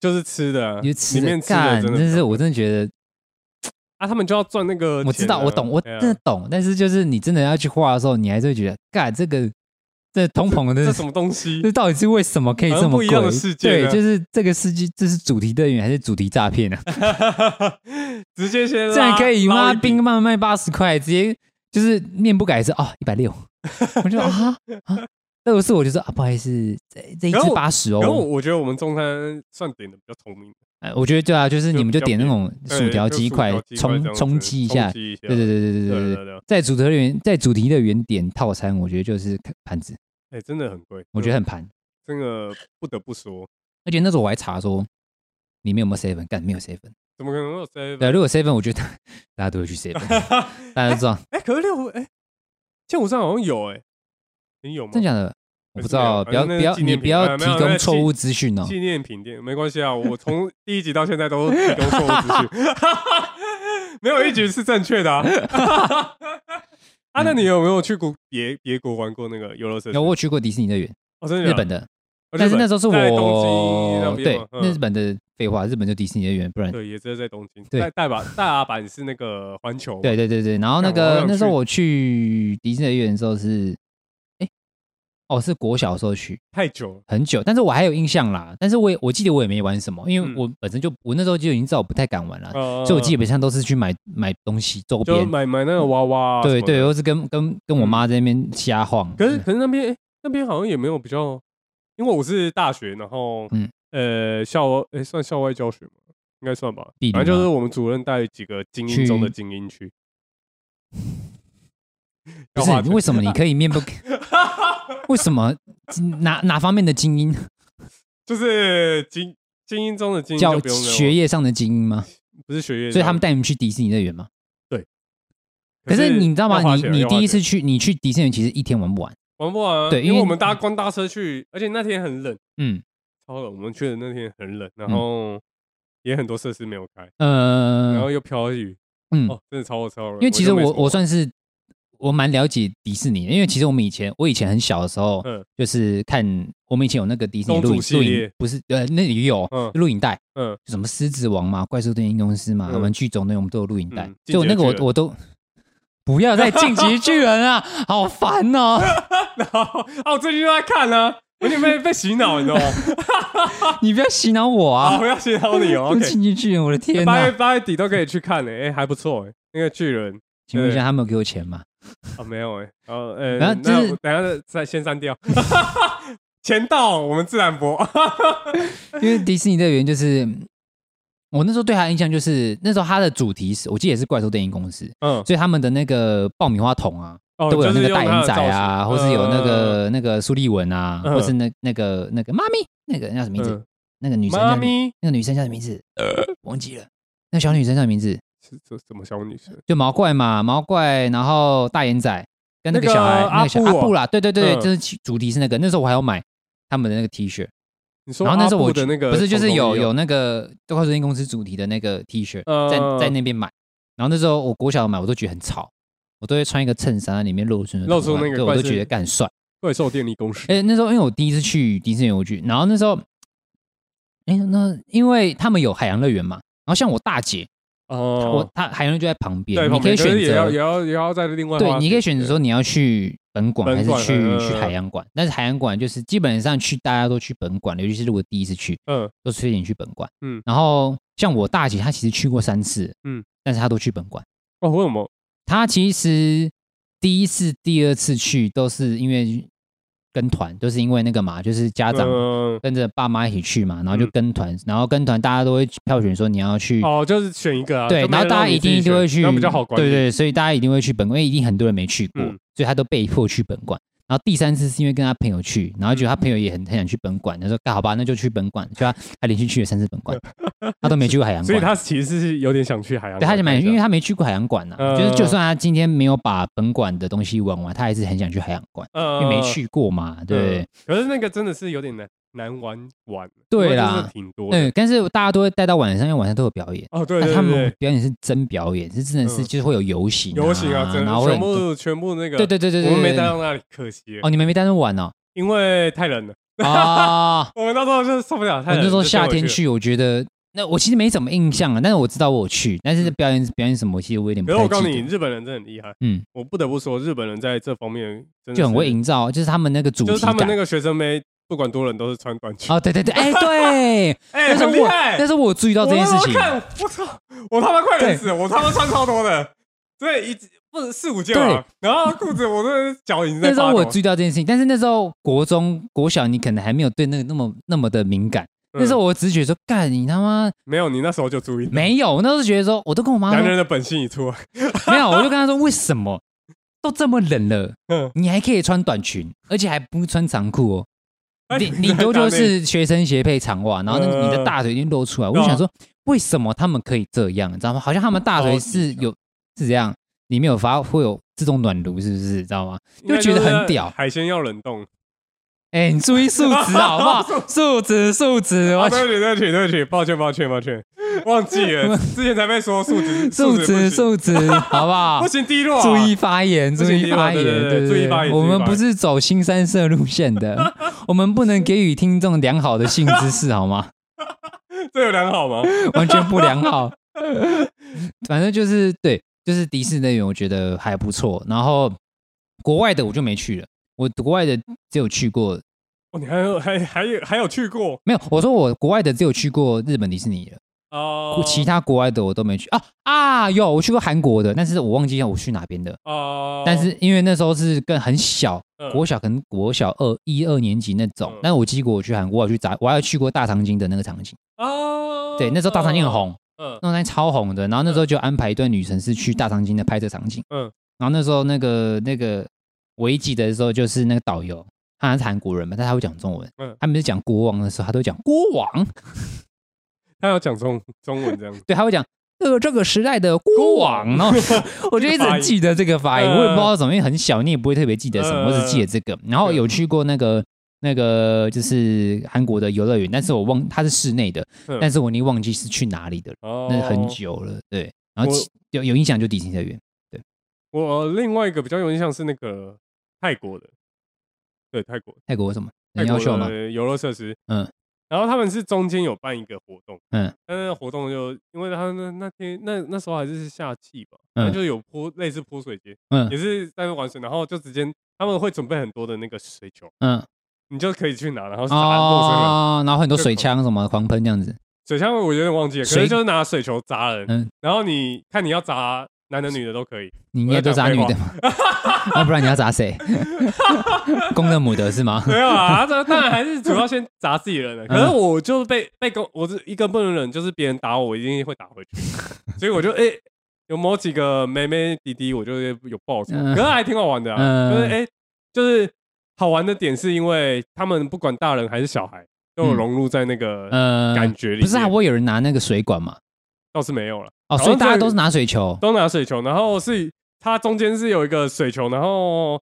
Speaker 3: 就是吃的啊，
Speaker 2: 因为吃
Speaker 3: 里
Speaker 2: 的
Speaker 3: 面吃的
Speaker 2: 干，
Speaker 3: 真
Speaker 2: 真
Speaker 3: 的
Speaker 2: 是我真的觉得
Speaker 3: 啊，他们就要赚那个钱啊、
Speaker 2: 我知道，我懂，我
Speaker 3: 哎呀
Speaker 2: 真的懂。但是就是你真的要去画的时候，你还是会觉得，干这个这通膨的
Speaker 3: 这
Speaker 2: 这
Speaker 3: 什么
Speaker 2: [laughs]
Speaker 3: 东西 [laughs]
Speaker 2: 这？到底是为什么可以
Speaker 3: 好
Speaker 2: 这
Speaker 3: 像
Speaker 2: 么
Speaker 3: 不一样的
Speaker 2: 贵
Speaker 3: 世界啊
Speaker 2: 对，
Speaker 3: 呢
Speaker 2: 就是这个世界，这是主题乐园还是主题诈 [laughs] 骗啊？
Speaker 3: 直接先拉
Speaker 2: 这样可以
Speaker 3: 捞
Speaker 2: 吗？
Speaker 3: 一笔
Speaker 2: 冰棒卖
Speaker 3: [laughs]
Speaker 2: 八十块，直接就是面不改色哦，一百六。我就说啊啊，那如果是我就说啊，不好意思，这这一
Speaker 3: 然
Speaker 2: 只
Speaker 3: 后
Speaker 2: 八十
Speaker 3: 然后我
Speaker 2: 哦。
Speaker 3: 我觉得我们中餐算点的比较聪明，
Speaker 2: 哎我觉得对啊，就是
Speaker 3: 就
Speaker 2: 你们就
Speaker 3: 比较
Speaker 2: 点那
Speaker 3: 便宜
Speaker 2: 种 [laughs] 薯条鸡块冲冲击一下。
Speaker 3: 对
Speaker 2: 对对对对对
Speaker 3: 对
Speaker 2: 对对。
Speaker 3: 对对，
Speaker 2: 在主题的原在主题的原点套餐，我觉得就是盘子，
Speaker 3: 哎，真的很贵，
Speaker 2: 我觉得很盘。
Speaker 3: 这个不得不说，
Speaker 2: 而且那时候我还查说里面有没有 seven，干没有 seven。
Speaker 3: 怎么可能会有 seven？
Speaker 2: 对啊，如果 seven，我觉得 [laughs] 大大家都会
Speaker 3: [laughs]
Speaker 2: 去 seven，大家都知道，
Speaker 3: 哎，可是六哎，剑湖山好像有哎，你有吗？
Speaker 2: 真假的，我不知道，不
Speaker 3: 还是
Speaker 2: 要
Speaker 3: 没有
Speaker 2: 不要
Speaker 3: 反正
Speaker 2: 你
Speaker 3: 那是纪念
Speaker 2: 不要
Speaker 3: 品哎
Speaker 2: 提
Speaker 3: 没有那
Speaker 2: 供
Speaker 3: 是
Speaker 2: 错
Speaker 3: 纪
Speaker 2: 误资讯哦。
Speaker 3: 纪念品店没关系啊，我从第一集到现在都 [laughs] 提供错误资讯， [laughs] 没有一集是正确的啊。 [laughs] 啊，那你有没有去过别别国玩过那个游乐设施
Speaker 2: 那？我有去过迪士尼乐园，
Speaker 3: 哦，真的假
Speaker 2: 日
Speaker 3: 的
Speaker 2: 本的，
Speaker 3: 哦
Speaker 2: 但是
Speaker 3: 日本
Speaker 2: 那时候是
Speaker 3: 在东京那
Speaker 2: 我
Speaker 3: 边
Speaker 2: 对
Speaker 3: 嘛
Speaker 2: 那
Speaker 3: 嗯
Speaker 2: 日本的废话，日本就迪士尼乐园，不然
Speaker 3: 对，也只有在东京。
Speaker 2: 对
Speaker 3: 大大阪大阪是那个环球嘛，
Speaker 2: 对对对对。然后那
Speaker 3: 干我好
Speaker 2: 个
Speaker 3: 想
Speaker 2: 那时候
Speaker 3: 去
Speaker 2: 我去迪士尼乐园的时候是，哎，哦是国小的时候去，
Speaker 3: 太久
Speaker 2: [laughs]
Speaker 3: 了。
Speaker 2: 很久，但是我还有印象啦。但是我也我记得我也没玩什么，因为
Speaker 3: 嗯
Speaker 2: 我本身就我那时候就已经知道我不太敢玩了，
Speaker 3: 呃
Speaker 2: 所以我基本上都是去买买东西周
Speaker 3: 就
Speaker 2: 边，
Speaker 3: 买买那个娃娃啊什么
Speaker 2: 对
Speaker 3: 的。
Speaker 2: 对，或是跟跟跟我妈在那边瞎晃。嗯
Speaker 3: 可是可是那边诶那边好像也没有比较，因为我是大学，然后
Speaker 2: 嗯
Speaker 3: 呃校外诶算校外教学嘛，应该算吧
Speaker 2: 地。理
Speaker 3: 反正就
Speaker 2: 吗
Speaker 3: 是我们主任带几个精英中的精
Speaker 2: [laughs]
Speaker 3: 英去。
Speaker 2: 不
Speaker 3: 啊
Speaker 2: 是为什么你可以面不？为什么哪哪方面的精英？
Speaker 3: [laughs] 就是精精英中的精英
Speaker 2: 叫
Speaker 3: 就不用那种
Speaker 2: 学业上的精英吗？
Speaker 3: 不是学业上，
Speaker 2: 所以他们带你们去迪士尼乐园吗？可
Speaker 3: 可
Speaker 2: 是你知道
Speaker 3: 要
Speaker 2: 吗？
Speaker 3: 花
Speaker 2: 你
Speaker 3: 钱
Speaker 2: 你
Speaker 3: 要花
Speaker 2: 第一
Speaker 3: 钱
Speaker 2: 次去，你去迪士尼乐园其实一天玩不完。
Speaker 3: 玩不完啊，
Speaker 2: 对因
Speaker 3: 因
Speaker 2: 为
Speaker 3: 为我们搭光搭车去，而且那天很冷，
Speaker 2: 嗯
Speaker 3: 超冷。我们去的那天很冷，然
Speaker 2: 嗯
Speaker 3: 后也很多设施没有开，然
Speaker 2: 呃
Speaker 3: 后又飘雨，
Speaker 2: 嗯，
Speaker 3: 哦，真的超超冷。
Speaker 2: 因为其实
Speaker 3: 就没
Speaker 2: 我
Speaker 3: 什么
Speaker 2: 我算是我蛮了解迪士尼的，因为其实我们以前我以前很小的时候，
Speaker 3: 嗯
Speaker 2: 就是看我们以前有那个迪士尼
Speaker 3: 公主
Speaker 2: 录影
Speaker 3: 系
Speaker 2: 录
Speaker 3: 列
Speaker 2: 影，不是呃那里有
Speaker 3: 嗯
Speaker 2: 录影带，
Speaker 3: 嗯 [laughs]
Speaker 2: 就什么狮子王嘛、怪兽电影公司嘛、
Speaker 3: 嗯
Speaker 2: 玩具总动员，我们都有录影带
Speaker 3: 嗯，
Speaker 2: 所以我那个
Speaker 3: 进击的
Speaker 2: 我
Speaker 3: 巨人
Speaker 2: 我都。不要再晋级巨人啊，好烦哦！ [laughs]
Speaker 3: 然后啊，我最近就在看呢、啊，我有点被被洗脑，你知道吗？
Speaker 2: 你不要洗脑我
Speaker 3: 啊，
Speaker 2: 啊！
Speaker 3: 我要洗脑你哦。
Speaker 2: 晋
Speaker 3: OK，
Speaker 2: 级巨人，我的 [laughs] 天
Speaker 3: 八月
Speaker 2: 哪！
Speaker 3: 八月底都可以去看呢、欸，哎、还不错哎、那个巨人
Speaker 2: 请
Speaker 3: 呃
Speaker 2: 问一下，他们有给我钱吗？
Speaker 3: 啊，没有哎、然后呃，
Speaker 2: 然后就
Speaker 3: 那
Speaker 2: 是
Speaker 3: 我等一下再先删掉， [laughs] 钱到我们自然播。 [laughs]
Speaker 2: 因为迪士尼乐园就是嗯我那时候对他的印象就是那时候他的主题是我记得也是怪兽电影公司，
Speaker 3: 嗯，
Speaker 2: 所以他们的那个爆米花桶啊，
Speaker 3: 哦，
Speaker 2: 都会有
Speaker 3: 就
Speaker 2: 那
Speaker 3: 是
Speaker 2: 个大
Speaker 3: 用它
Speaker 2: 眼
Speaker 3: 的
Speaker 2: 仔
Speaker 3: 造
Speaker 2: 啊，
Speaker 3: 型呃
Speaker 2: 或是有那个那个苏立文啊，
Speaker 3: 嗯
Speaker 2: 或是那那个那个妈咪，那个叫什么名字
Speaker 3: 嗯？
Speaker 2: 那个女生叫
Speaker 3: 妈咪呃
Speaker 2: 那个女生叫什么名字？忘记了。那小女生叫什么名字？
Speaker 3: 是这什么小女生？
Speaker 2: 就毛怪嘛，毛怪，然后大眼仔跟那个
Speaker 3: 那个
Speaker 2: 小孩，那
Speaker 3: 阿
Speaker 2: 个小
Speaker 3: 布
Speaker 2: 阿
Speaker 3: 哦
Speaker 2: 布啦，对对对，
Speaker 3: 嗯
Speaker 2: 就是其主题是那个。那时候我还要买他们的那个 T 恤，
Speaker 3: 你说
Speaker 2: 然后那时候
Speaker 3: 阿
Speaker 2: 我
Speaker 3: 布的
Speaker 2: 去
Speaker 3: 那个
Speaker 2: 不是就是有有
Speaker 3: 童
Speaker 2: 那个都快时间公司主题的那个 T 恤，在
Speaker 3: 嗯
Speaker 2: 在那边买。然后那时候我国小买，我都觉得很潮，我都会穿一个衬衫，里面露出
Speaker 3: 露出那个
Speaker 2: 对我
Speaker 3: 怪
Speaker 2: 都
Speaker 3: 兽
Speaker 2: 觉得干帅。
Speaker 3: 怪兽电力公司，
Speaker 2: 哎、那时候因为我第一次去迪士尼，我去，然后那时候，哎、那因为他们有海洋乐园嘛，然后像我大姐，
Speaker 3: 哦，
Speaker 2: 我她海洋乐园就在旁边，
Speaker 3: 对，
Speaker 2: 你
Speaker 3: 旁
Speaker 2: 可以
Speaker 3: 边
Speaker 2: 选
Speaker 3: 可是也要也
Speaker 2: 择，
Speaker 3: 要也要在另外花
Speaker 2: 对，
Speaker 3: 钱
Speaker 2: 你可以选择说你要去本馆
Speaker 3: 本
Speaker 2: 还是
Speaker 3: 馆
Speaker 2: 去、
Speaker 3: 嗯
Speaker 2: 去海洋馆，但是海洋馆就是基本上去大家都去本馆，尤其是如果第一次去，
Speaker 3: 嗯
Speaker 2: 都推荐你去本馆，嗯
Speaker 3: 嗯，
Speaker 2: 然后像我大姐她其实去过三次，嗯
Speaker 3: 嗯，
Speaker 2: 但是她都去本馆。
Speaker 3: 哦，为什么？
Speaker 2: 他其实第一次、第二次去都是因为跟团，都是因为那个嘛，就是家长
Speaker 3: 嗯
Speaker 2: 跟着爸妈一起去嘛，然后就
Speaker 3: 嗯
Speaker 2: 跟团，然后跟团大家都会票选说你要去，
Speaker 3: 哦，就是选一个啊，
Speaker 2: 对，
Speaker 3: 就没
Speaker 2: 然后
Speaker 3: 有
Speaker 2: 大家
Speaker 3: 让你
Speaker 2: 一
Speaker 3: 自
Speaker 2: 定
Speaker 3: 己
Speaker 2: 一定会
Speaker 3: 选
Speaker 2: 去，
Speaker 3: 这样比较好管理。
Speaker 2: 对对，所以大家一定会去本馆，因为一定很多人没去过，
Speaker 3: 嗯
Speaker 2: 所以他都被迫去本馆。然后第三次是因为跟他朋友去，然后觉得他
Speaker 3: 嗯
Speaker 2: 朋友也很很想去本馆，他说：“干好吧，那就去本馆。”就他他连续去了三次本馆，他都没去过海洋馆。
Speaker 3: [laughs] 所以他其实是有点想去海洋
Speaker 2: 对，
Speaker 3: 馆
Speaker 2: 他
Speaker 3: 看一
Speaker 2: 就蛮，
Speaker 3: 下，
Speaker 2: 因为他没去过海洋馆呐、啊
Speaker 3: 嗯
Speaker 2: 就是就算他今天没有把本馆的东西玩完，他还是很想去海洋馆，因
Speaker 3: 呃
Speaker 2: 为没。去过
Speaker 3: 嗯
Speaker 2: 嘛，对不对？
Speaker 3: 可是那个真的是有点难难玩玩，
Speaker 2: 对
Speaker 3: 因为真的
Speaker 2: 啦
Speaker 3: 挺多的。
Speaker 2: 嗯，但是大家都会待到晚上，因为晚上都有表演。
Speaker 3: 哦，对
Speaker 2: 那
Speaker 3: 对
Speaker 2: 他
Speaker 3: 对
Speaker 2: 们
Speaker 3: 对，
Speaker 2: 表演是真表演，是真的是
Speaker 3: 嗯
Speaker 2: 就是会有游行、
Speaker 3: 游行啊，
Speaker 2: 啊，
Speaker 3: 整
Speaker 2: 然后会很
Speaker 3: 全
Speaker 2: 多
Speaker 3: 部全部那个，
Speaker 2: 对对对对对，
Speaker 3: 我们没
Speaker 2: 对
Speaker 3: 待到那里，可惜了，
Speaker 2: 哦，你们没待到晚
Speaker 3: [laughs]
Speaker 2: 哦
Speaker 3: 因为太冷了。
Speaker 2: 啊！我
Speaker 3: 我们那时候就是受不了，太冷
Speaker 2: 那
Speaker 3: 了。
Speaker 2: 时候
Speaker 3: 就先
Speaker 2: 夏
Speaker 3: 回
Speaker 2: 天
Speaker 3: 了，
Speaker 2: 去，我觉得那我其实没什么印象啊，但是我知道我有去，但是表演表演什么，其实我有点不
Speaker 3: 嗯可
Speaker 2: 太
Speaker 3: 是
Speaker 2: 记得。
Speaker 3: 我告诉你，日本人真的很厉害。
Speaker 2: 嗯，
Speaker 3: 我不得不说，日本人在这方面真的
Speaker 2: 就很
Speaker 3: 是
Speaker 2: 会营造，就是他们那个主题
Speaker 3: 就是他们
Speaker 2: 感啊
Speaker 3: 那个学生妹，不管多冷都是穿短
Speaker 2: [laughs]
Speaker 3: 裙。
Speaker 2: 哦，对对对，哎、对，
Speaker 3: [laughs] 哎、
Speaker 2: 但是
Speaker 3: 很厉
Speaker 2: 我
Speaker 3: 害！
Speaker 2: 但是我有注意到
Speaker 3: 我
Speaker 2: 这件事情
Speaker 3: 那时候，看，我操，我他妈快冷死了！我他妈穿超多的，所以一直不或者四五件吧。 [laughs] 然后裤子我的脚已经在
Speaker 2: 那时
Speaker 3: 发
Speaker 2: 候
Speaker 3: 抖
Speaker 2: 我
Speaker 3: 了。
Speaker 2: 注意到这件事情，但是那时候国中、国小你可能还没有对那个那么那么的敏感。
Speaker 3: 嗯
Speaker 2: 那时候我只是觉得说，干你他妈
Speaker 3: 没有，你那时候就注意到
Speaker 2: 没啊有，我那时候觉得说，我都跟我妈说
Speaker 3: [laughs] 男人的本性已出来。 [laughs]
Speaker 2: 没有，我就跟她说，为什么都这么冷了，
Speaker 3: 嗯，
Speaker 2: 你还可以穿短裙，而且还不穿长裤哦。
Speaker 3: [laughs] 哎
Speaker 2: 顶顶多就是学生鞋配长袜，然后那个
Speaker 3: 呃啊
Speaker 2: 你的大腿已经露出来。我就想说，为什么他们可以这样？你知道吗？好像他们大
Speaker 3: 哦
Speaker 2: 腿是有是这样，里面有发会有自动暖炉，是不是？知道吗？
Speaker 3: 应该
Speaker 2: 就觉得很屌
Speaker 3: 是海鲜要冷冻。
Speaker 2: 哎，你注意素质好不
Speaker 3: [laughs]
Speaker 2: 好？素质素质，
Speaker 3: 啊，
Speaker 2: 我
Speaker 3: 对不起，对不起，对不起，抱歉，抱歉，抱歉，忘记
Speaker 2: [laughs]
Speaker 3: 了，之前才被说素质，
Speaker 2: 素质
Speaker 3: 质不行
Speaker 2: 素质
Speaker 3: [laughs]
Speaker 2: 好不好
Speaker 3: 不？行低落啊，
Speaker 2: 注意发言，
Speaker 3: 不
Speaker 2: 注
Speaker 3: 行
Speaker 2: 意发言，
Speaker 3: 对对对
Speaker 2: 对
Speaker 3: 注意发言
Speaker 2: 我
Speaker 3: 注意
Speaker 2: 们
Speaker 3: 发言
Speaker 2: 不是走新三色路线的， [laughs] 我们不能给予听众良好的性知识，好吗？
Speaker 3: 这有良好吗？
Speaker 2: [laughs] 完全不良
Speaker 3: [laughs]
Speaker 2: 好。反正就是对，就是迪士尼乐园，我觉得还不错。然后国外的我就没去了，我国外的只有去过，
Speaker 3: 哦，你还有还还有还有去过
Speaker 2: 没有。我说我国外的只有去过日本迪士尼了，
Speaker 3: 哦，
Speaker 2: 其他国外的我都没去啊啊！有我去过韩国的，但是我忘记我去哪边的。
Speaker 3: 哦，
Speaker 2: 但是因为那时候是更很小，
Speaker 3: 嗯
Speaker 2: 国小可能国小二一二年级那种
Speaker 3: 嗯。
Speaker 2: 但是我记得我去韩国，我有去砸，我还有去过大长今的那个场景。
Speaker 3: 哦，
Speaker 2: 对，那时候大长今很红，
Speaker 3: 嗯，
Speaker 2: 那时候超红的。然后那时候就安排一对女神是去大长今的拍摄场景。
Speaker 3: 嗯
Speaker 2: 嗯，然后那时候那个那个我一记得的时候，就是那个导游，他是韩国人嘛，但他会讲中文。
Speaker 3: 嗯
Speaker 2: 嗯，他们是讲国王的时候，他都会讲国王，
Speaker 3: 他要讲中中文这样，
Speaker 2: 对，他会讲。这个这个时代的国
Speaker 3: [laughs]
Speaker 2: 王，然后我就一直很记得这个发音，
Speaker 3: 嗯
Speaker 2: 我也不知道怎么，因为很小，你也不会特别记得什么，
Speaker 3: 嗯
Speaker 2: 我只记得这个。然后有去过那个那个就是韩国的游乐园，但是我忘它是室内的
Speaker 3: 嗯，
Speaker 2: 但是我已经忘记是去哪里的了
Speaker 3: 哦，
Speaker 2: 那很。久了，对。然后
Speaker 3: 我
Speaker 2: 其有有印象就迪士尼乐园，
Speaker 3: 我另外一个比较有印象是那个泰国的，对泰国
Speaker 2: 泰国有什么
Speaker 3: 泰
Speaker 2: 人妖秀
Speaker 3: 国
Speaker 2: 吗？
Speaker 3: 的游乐设施，
Speaker 2: 嗯，
Speaker 3: 然后他们是中间有办一个活动，
Speaker 2: 嗯，
Speaker 3: 但是那活动就因为他那那天那那时候还是夏季吧，
Speaker 2: 嗯
Speaker 3: 那就有泼类似泼水节，也
Speaker 2: 嗯
Speaker 3: 是在那玩水，然后就直接他们会准备很多的那个水球，
Speaker 2: 嗯
Speaker 3: 你就可以去拿，然后是砸陌生人。
Speaker 2: 哦，然后很多水枪什么狂喷这样子，
Speaker 3: 水枪我有点忘记了，可是
Speaker 2: 水
Speaker 3: 就是拿水球砸人，
Speaker 2: 嗯
Speaker 3: 然后你看你要砸男的女的都可
Speaker 2: [laughs]
Speaker 3: 以，
Speaker 2: 你应该都砸女的嘛， [laughs] 要不然你要砸
Speaker 3: [laughs]
Speaker 2: 谁？公的母的是吗？
Speaker 3: 没有啊，这当然还是主要先砸自己
Speaker 2: [laughs]
Speaker 3: 人的。可
Speaker 2: 嗯
Speaker 3: 是我就是被被攻，我是一个不能忍，就是别人打我，我一定会打
Speaker 2: [laughs]
Speaker 3: 回去。所以我就哎、有某几个妹妹弟弟，我就有报仇，
Speaker 2: 嗯
Speaker 3: 可是还挺好玩的啊。
Speaker 2: 嗯
Speaker 3: 就是哎、就是好玩的点是因为他们不管大人还是小孩，都有
Speaker 2: 嗯
Speaker 3: 融入在那个
Speaker 2: 呃，
Speaker 3: 感觉里面。
Speaker 2: 不是啊，我有人拿那个水管嘛，
Speaker 3: 倒是没有了，
Speaker 2: 哦，
Speaker 3: 好像
Speaker 2: 所以大家
Speaker 3: 在
Speaker 2: 都是拿水球，
Speaker 3: 都拿水球，然后是它中间是有一个水球，然后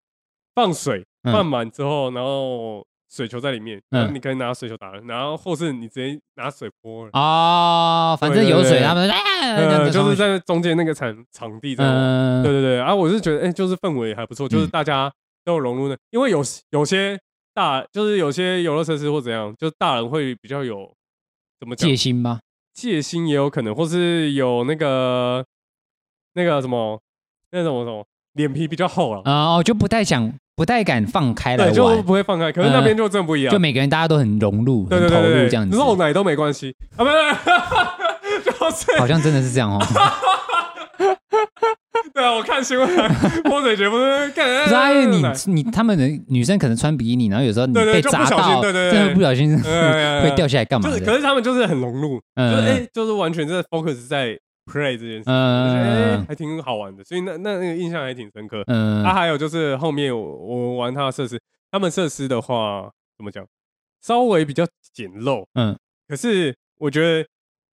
Speaker 3: 放水
Speaker 2: 嗯
Speaker 3: 放满之后，然后水球在里面，
Speaker 2: 嗯
Speaker 3: 然后你可以拿水球打人，然后或是你直接拿水泼人，
Speaker 2: 哦，反正
Speaker 3: 对对
Speaker 2: 有
Speaker 3: 对
Speaker 2: 水，
Speaker 3: 对
Speaker 2: 他们啊这样子
Speaker 3: 呃，就
Speaker 2: 冲过
Speaker 3: 是
Speaker 2: 去
Speaker 3: 在中间那个场场地这样玩。
Speaker 2: 嗯，
Speaker 3: 对对对，啊，我是觉得，哎，就是氛围还不错，就是
Speaker 2: 嗯
Speaker 3: 大家都有融入的，因为有有些大，就是有些游乐设施或怎样，就是大人会比较有怎么讲
Speaker 2: 戒心吧，
Speaker 3: 戒心也有可能，或是有那个那个什么那种什么脸皮比较厚啊，
Speaker 2: 啊，哦，就不太想，不太敢放开呃来
Speaker 3: 对，就
Speaker 2: 玩，呃
Speaker 3: 不会放开。可是那边就真的不一样，
Speaker 2: 就每个人大家都很融入，
Speaker 3: 对
Speaker 2: 很
Speaker 3: 对
Speaker 2: 投
Speaker 3: 对
Speaker 2: 入
Speaker 3: 对
Speaker 2: 这样子，
Speaker 3: 对，露奶都没关系啊，不是，就是
Speaker 2: [laughs]
Speaker 3: [laughs]
Speaker 2: 好像真的是这样哦。
Speaker 3: 对啊，我看新闻，泼水节不是干，哎
Speaker 2: 不是啊，因为
Speaker 3: 奶
Speaker 2: 你你他们的女生可能穿比你，然后有时候你
Speaker 3: 对对
Speaker 2: 被
Speaker 3: 就不
Speaker 2: 砸
Speaker 3: 小心
Speaker 2: 到，
Speaker 3: 对对对
Speaker 2: 真的不小心
Speaker 3: 嗯
Speaker 2: [laughs] 会掉下来干嘛
Speaker 3: 就是，可
Speaker 2: 的？
Speaker 3: 是他们就是很融入，就是哎、
Speaker 2: 嗯
Speaker 3: 就是完全在 focus 在 play 这件事，情，我觉得哎、
Speaker 2: 嗯
Speaker 3: 还挺好玩的，所以那那那个印象还挺深刻。啊，
Speaker 2: 嗯
Speaker 3: 还有就是后面我我玩它的设施，他们设施的话怎么讲，稍微比较简陋，
Speaker 2: 嗯，
Speaker 3: 可是我觉得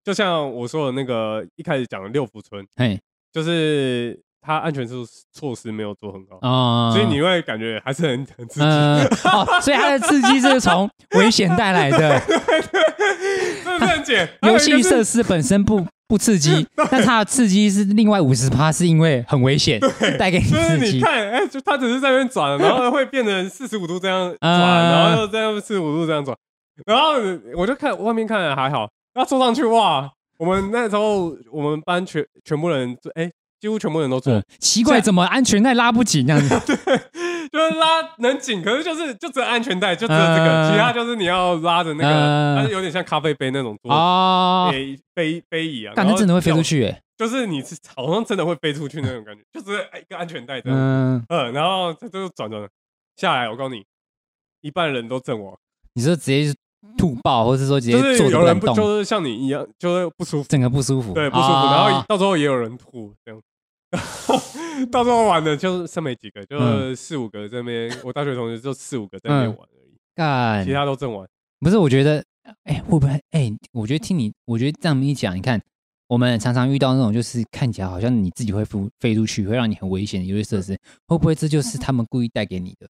Speaker 3: 就像我说的那个一开始讲的六福村，
Speaker 2: 嘿
Speaker 3: 就是它安全措施措施没有做很高，
Speaker 2: 哦，
Speaker 3: 所以你会感觉还是很很刺激。
Speaker 2: 嗯哦，所以它的刺激是从危险带来
Speaker 3: [laughs]
Speaker 2: 的。
Speaker 3: 这 [laughs] 是很
Speaker 2: [laughs]
Speaker 3: 简，
Speaker 2: 游戏设施
Speaker 3: 施
Speaker 2: 本身不不刺
Speaker 3: [laughs]
Speaker 2: 激，但它的刺激是另外五十趴，是因为很危险带给你
Speaker 3: 就是
Speaker 2: 刺
Speaker 3: 你
Speaker 2: 激。
Speaker 3: 看，哎，就它只是在那边转，然后会变成四十五度这样转，
Speaker 2: 嗯
Speaker 3: 然后又这样四十五度这样转，然后我就看外面看还好，然后坐上去哇，我们那时候我们班全全部人就哎。几乎全部人都坐
Speaker 2: 嗯，，奇怪，怎么安全带拉不紧这样子？
Speaker 3: [laughs] 就是拉能紧，可是就是就只有安全带，就只有这个，
Speaker 2: 嗯
Speaker 3: 其他就是你要拉着那个，
Speaker 2: 嗯
Speaker 3: 它是有点像咖啡杯那种桌子，
Speaker 2: 哦，
Speaker 3: 杯杯杯椅啊，
Speaker 2: 干，
Speaker 3: 然
Speaker 2: 那
Speaker 3: 后
Speaker 2: 真的会飞出去哎！
Speaker 3: 就，就是你是好像真的会飞出去那种感觉，就是一个安全带这样。
Speaker 2: 嗯，
Speaker 3: 嗯，然后他就转转下来，我告诉你，一半人都阵亡，
Speaker 2: 你说直接吐爆，或是说直接
Speaker 3: 就是
Speaker 2: 坐着
Speaker 3: 有
Speaker 2: 不
Speaker 3: 人
Speaker 2: 能
Speaker 3: 不
Speaker 2: 动，
Speaker 3: 就是像你一样，就是不舒服，
Speaker 2: 整个不舒服，
Speaker 3: 对，不舒服，
Speaker 2: 啊
Speaker 3: 然后到时候也有人吐这样。到时候玩的就是剩没几个，
Speaker 2: 嗯
Speaker 3: 就是四五个这边，我大学同学就四五个在那边玩而已，
Speaker 2: 干
Speaker 3: 其，他都阵亡。
Speaker 2: 不是，我觉得，哎、会不会，哎、我觉得听你，我觉得这样一讲，你看，我们常常遇到那种就是看起来好像你自己会飞飞出去，会让你很危险的游乐设施，会不会这就是他们故意带给你的？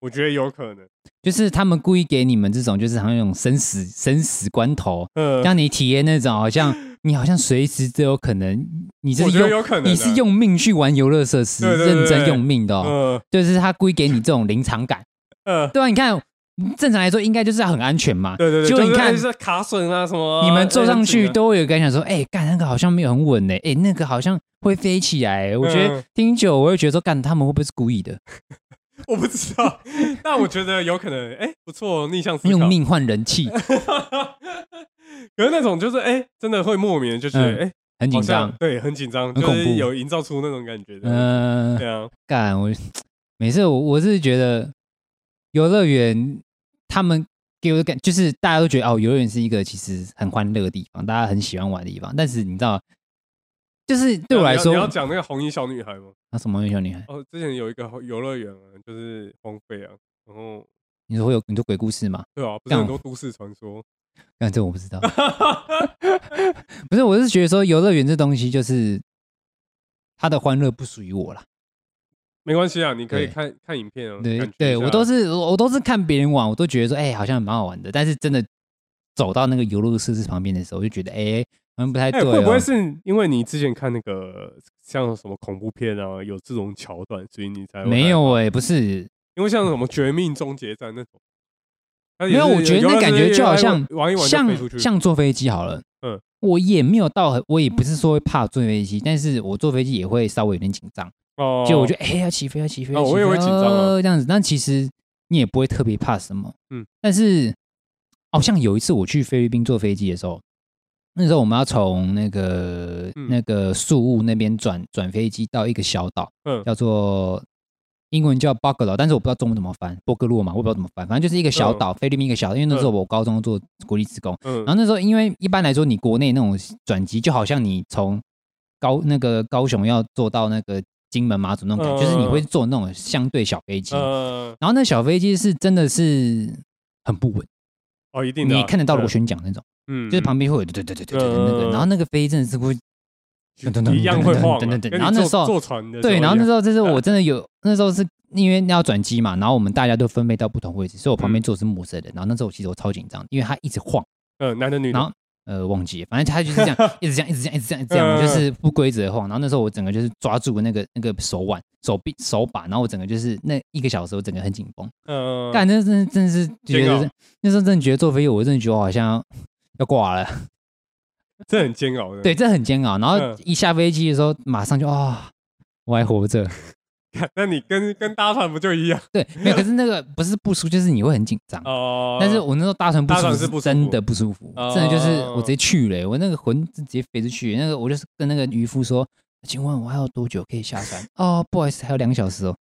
Speaker 3: 我觉得有可能，
Speaker 2: 就是他们故意给你们这种，就是好像那种生死生死关头，
Speaker 3: 嗯，
Speaker 2: 让你体验那种好像
Speaker 3: [laughs]
Speaker 2: 你好像随时都有可能，你
Speaker 3: 我
Speaker 2: 是
Speaker 3: 觉
Speaker 2: 用
Speaker 3: 得有可能啊
Speaker 2: 你是用命去玩游乐设施，
Speaker 3: 对对对
Speaker 2: 认真用命的、哦，
Speaker 3: 嗯
Speaker 2: 就是他故意给你这种临场感，
Speaker 3: 嗯，
Speaker 2: 对啊，你看，正常来说应该就是很安全嘛，
Speaker 3: 对对对，
Speaker 2: 结
Speaker 3: 就
Speaker 2: 果
Speaker 3: 是
Speaker 2: 你看
Speaker 3: 就是卡榫啊什么，
Speaker 2: 你们坐上去
Speaker 3: 都。
Speaker 2: 都会有感想说，哎、干那个好像没有很稳呢、哎、那个好像会飞起来、我觉得
Speaker 3: 嗯
Speaker 2: 听久，我会觉得说，干他们会不会是故意
Speaker 3: [laughs]
Speaker 2: 的，
Speaker 3: 我不知道， [laughs] 但我觉得有可能，哎、不错，逆向思考。
Speaker 2: 用命换人气，
Speaker 3: [laughs] 可是那种就是，哎、真的会莫名的就觉得，哎、
Speaker 2: 很嗯紧
Speaker 3: 好像
Speaker 2: 张。
Speaker 3: 对，很紧张，
Speaker 2: 很
Speaker 3: 就
Speaker 2: 恐怖
Speaker 3: 是有营造出那种感觉的。
Speaker 2: 嗯、
Speaker 3: 对啊，
Speaker 2: 干我每次我我是觉得游乐园他们给我的感，就是大家都觉得哦，游乐园是一个其实很欢乐的地方，大家很喜欢玩的地方，但是你知道，就是对我来说
Speaker 3: 你要你要，讲那个红衣小女孩吗？
Speaker 2: 啊什么小女孩，
Speaker 3: 哦，之前有一个游乐园啊，就是荒废啊，然后
Speaker 2: 你说会有很多鬼故事吗？
Speaker 3: 对啊，不
Speaker 2: 这样
Speaker 3: 是很多都市传说。 [laughs]
Speaker 2: 但这我不知道。不是，我是觉得说游乐园这东西就是它的欢乐不属于我啦。
Speaker 3: 没关系啊，你可以
Speaker 2: 对
Speaker 3: 看看影片啊。
Speaker 2: 对
Speaker 3: 感觉一
Speaker 2: 对，
Speaker 3: 下
Speaker 2: 我都是我我都是看别人玩，我都觉得说哎、好像蛮好玩的。但是真的走到那个游乐设施旁边的时候，我就觉得哎、好像不太
Speaker 3: 哎、
Speaker 2: 对、哦
Speaker 3: 会不会是因为你之前看那个像什么恐怖片啊，有这种桥段，所以你才会
Speaker 2: 没
Speaker 3: 害
Speaker 2: 有
Speaker 3: 怕
Speaker 2: 哎、不是，
Speaker 3: 因为像什么《绝命终结战》那种，它也
Speaker 2: 没有
Speaker 3: 是
Speaker 2: 我觉得
Speaker 3: 游乐
Speaker 2: 那感觉
Speaker 3: 设施
Speaker 2: 就好像
Speaker 3: 玩一玩就飞出去
Speaker 2: 像像坐飞机好了，
Speaker 3: 嗯，
Speaker 2: 我也没有到很，我也不是说会怕坐飞机，但是我坐飞机也会稍微有点紧张。
Speaker 3: 哦，
Speaker 2: 就我觉得哎、要起飞要起飞，
Speaker 3: 哦
Speaker 2: 要起飞
Speaker 3: 我也会紧张啊
Speaker 2: 哦这样子。但其实你也不会特别怕什么，
Speaker 3: 嗯。
Speaker 2: 但是好像有一次我去菲律宾坐飞机的时候，那时候我们要从那个、
Speaker 3: 嗯
Speaker 2: 那个宿务那边转转飞机到一个小岛，
Speaker 3: 嗯
Speaker 2: 叫做英文叫 b o g l o 但是我不知道中文怎么翻，波格洛嘛，我不知道怎么翻，反正就是一个小岛，菲律宾一个小岛。因为那时候我高中做国立职工，
Speaker 3: 嗯
Speaker 2: 然后那时候，因为一般来说，你国内那种转机，就好像你从高那个高雄要坐到那个金门马祖那种感觉，就是你
Speaker 3: 嗯
Speaker 2: 会坐那种相对小飞机。
Speaker 3: 呃
Speaker 2: 然后那小飞机是真的是很不稳，
Speaker 3: 哦一定的啊
Speaker 2: 你看得到螺
Speaker 3: 嗯
Speaker 2: 旋桨那种，
Speaker 3: 嗯
Speaker 2: 就是旁边会有对对对对对对那个，然后那个飞机真的是会噔噔噔
Speaker 3: 一样会晃啊，
Speaker 2: 噔噔噔
Speaker 3: 跟
Speaker 2: 然
Speaker 3: 你
Speaker 2: 后那
Speaker 3: 坐
Speaker 2: 时候
Speaker 3: 坐船的
Speaker 2: 对，然后那时
Speaker 3: 候嗯
Speaker 2: 候就是我真的有，那时候是因为要转机嘛，然后我们大家都分配到不同位置，所以我旁
Speaker 3: 嗯
Speaker 2: 边坐的是陌生人，然后那时候我其实我超紧张，因为他一直晃。
Speaker 3: 一样嗯男的女
Speaker 2: 然
Speaker 3: 的
Speaker 2: 后呃忘记了，反正他就是这
Speaker 3: [laughs]
Speaker 2: 样，一直这样，一直这样，一直这样，一直这样，
Speaker 3: 嗯
Speaker 2: 我就是不规则地晃。然后那时候我整个就是抓住那个那个手腕、手臂、手把，然后我整个就是那一个小时，我整个很紧绷。
Speaker 3: 嗯
Speaker 2: 干，那真的真的是觉
Speaker 3: 煎
Speaker 2: 得
Speaker 3: 熬
Speaker 2: 是那时候真的觉得坐飞机，我真的觉得我好像要挂了。
Speaker 3: 这很煎熬
Speaker 2: [laughs]
Speaker 3: 的
Speaker 2: 对，这很煎熬。然后
Speaker 3: 嗯
Speaker 2: 一下飞机的时候，马上就啊、我还活着。
Speaker 3: 干那你跟跟搭船不就一样
Speaker 2: 对，没有，可是那个不是不舒服，就是你会很紧张。
Speaker 3: 哦？
Speaker 2: 但是我那时候搭船不舒
Speaker 3: 搭
Speaker 2: 服，
Speaker 3: 船是不舒服
Speaker 2: 真的不舒服，
Speaker 3: 哦
Speaker 2: 真的就是我直接去了欸、我那个魂直接飞出去，那个我就是跟那个渔夫说，请问我还有多久可以下船？哦，不好意思，还有两个小时哦。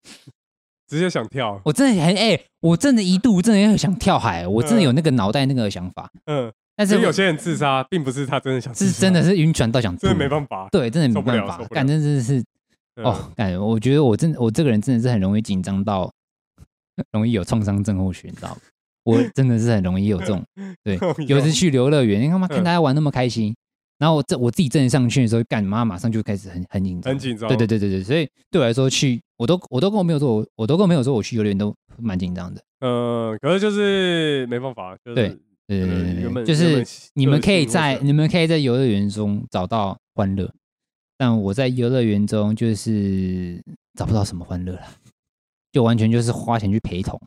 Speaker 3: 直接想跳
Speaker 2: 我真的很哎、我真的一度真的想跳海，我真的有那个脑袋那个想法，
Speaker 3: 嗯，
Speaker 2: 但
Speaker 3: 所
Speaker 2: 是
Speaker 3: 以有
Speaker 2: 我
Speaker 3: 些人自杀并不是他真的想自
Speaker 2: 是
Speaker 3: 杀，
Speaker 2: 真的是晕船到想吐
Speaker 3: 真，的没办法
Speaker 2: 对，真的没办
Speaker 3: 受不了受
Speaker 2: 法，
Speaker 3: 不了
Speaker 2: 感真的是
Speaker 3: 嗯
Speaker 2: 哦，感我觉得我真我这个人真的是很容易紧张到容易有创伤症候群，你知道吗？我真的是很容易有这种对
Speaker 3: 哎 [laughs]
Speaker 2: 有
Speaker 3: 呦
Speaker 2: 一次去游乐园，你看嘛，
Speaker 3: 嗯
Speaker 2: 看大家玩那么开心，然后我这我自己真的上去的时候，干妈马上就开始很很紧张，
Speaker 3: 很紧张，
Speaker 2: 对对对对对，所以对我来说去，我都我都跟我朋友说，我我都跟我朋友说我去游乐园都蛮紧张的，
Speaker 3: 嗯，可是就是没办法，就是
Speaker 2: 对对对对
Speaker 3: 嗯
Speaker 2: 对
Speaker 3: 原
Speaker 2: 对，
Speaker 3: 本
Speaker 2: 就是你们可以在
Speaker 3: 原本
Speaker 2: 你们可以在游乐园中找到欢乐，但我在游乐园中就是找不到什么欢乐了，就完全就是花钱去陪同，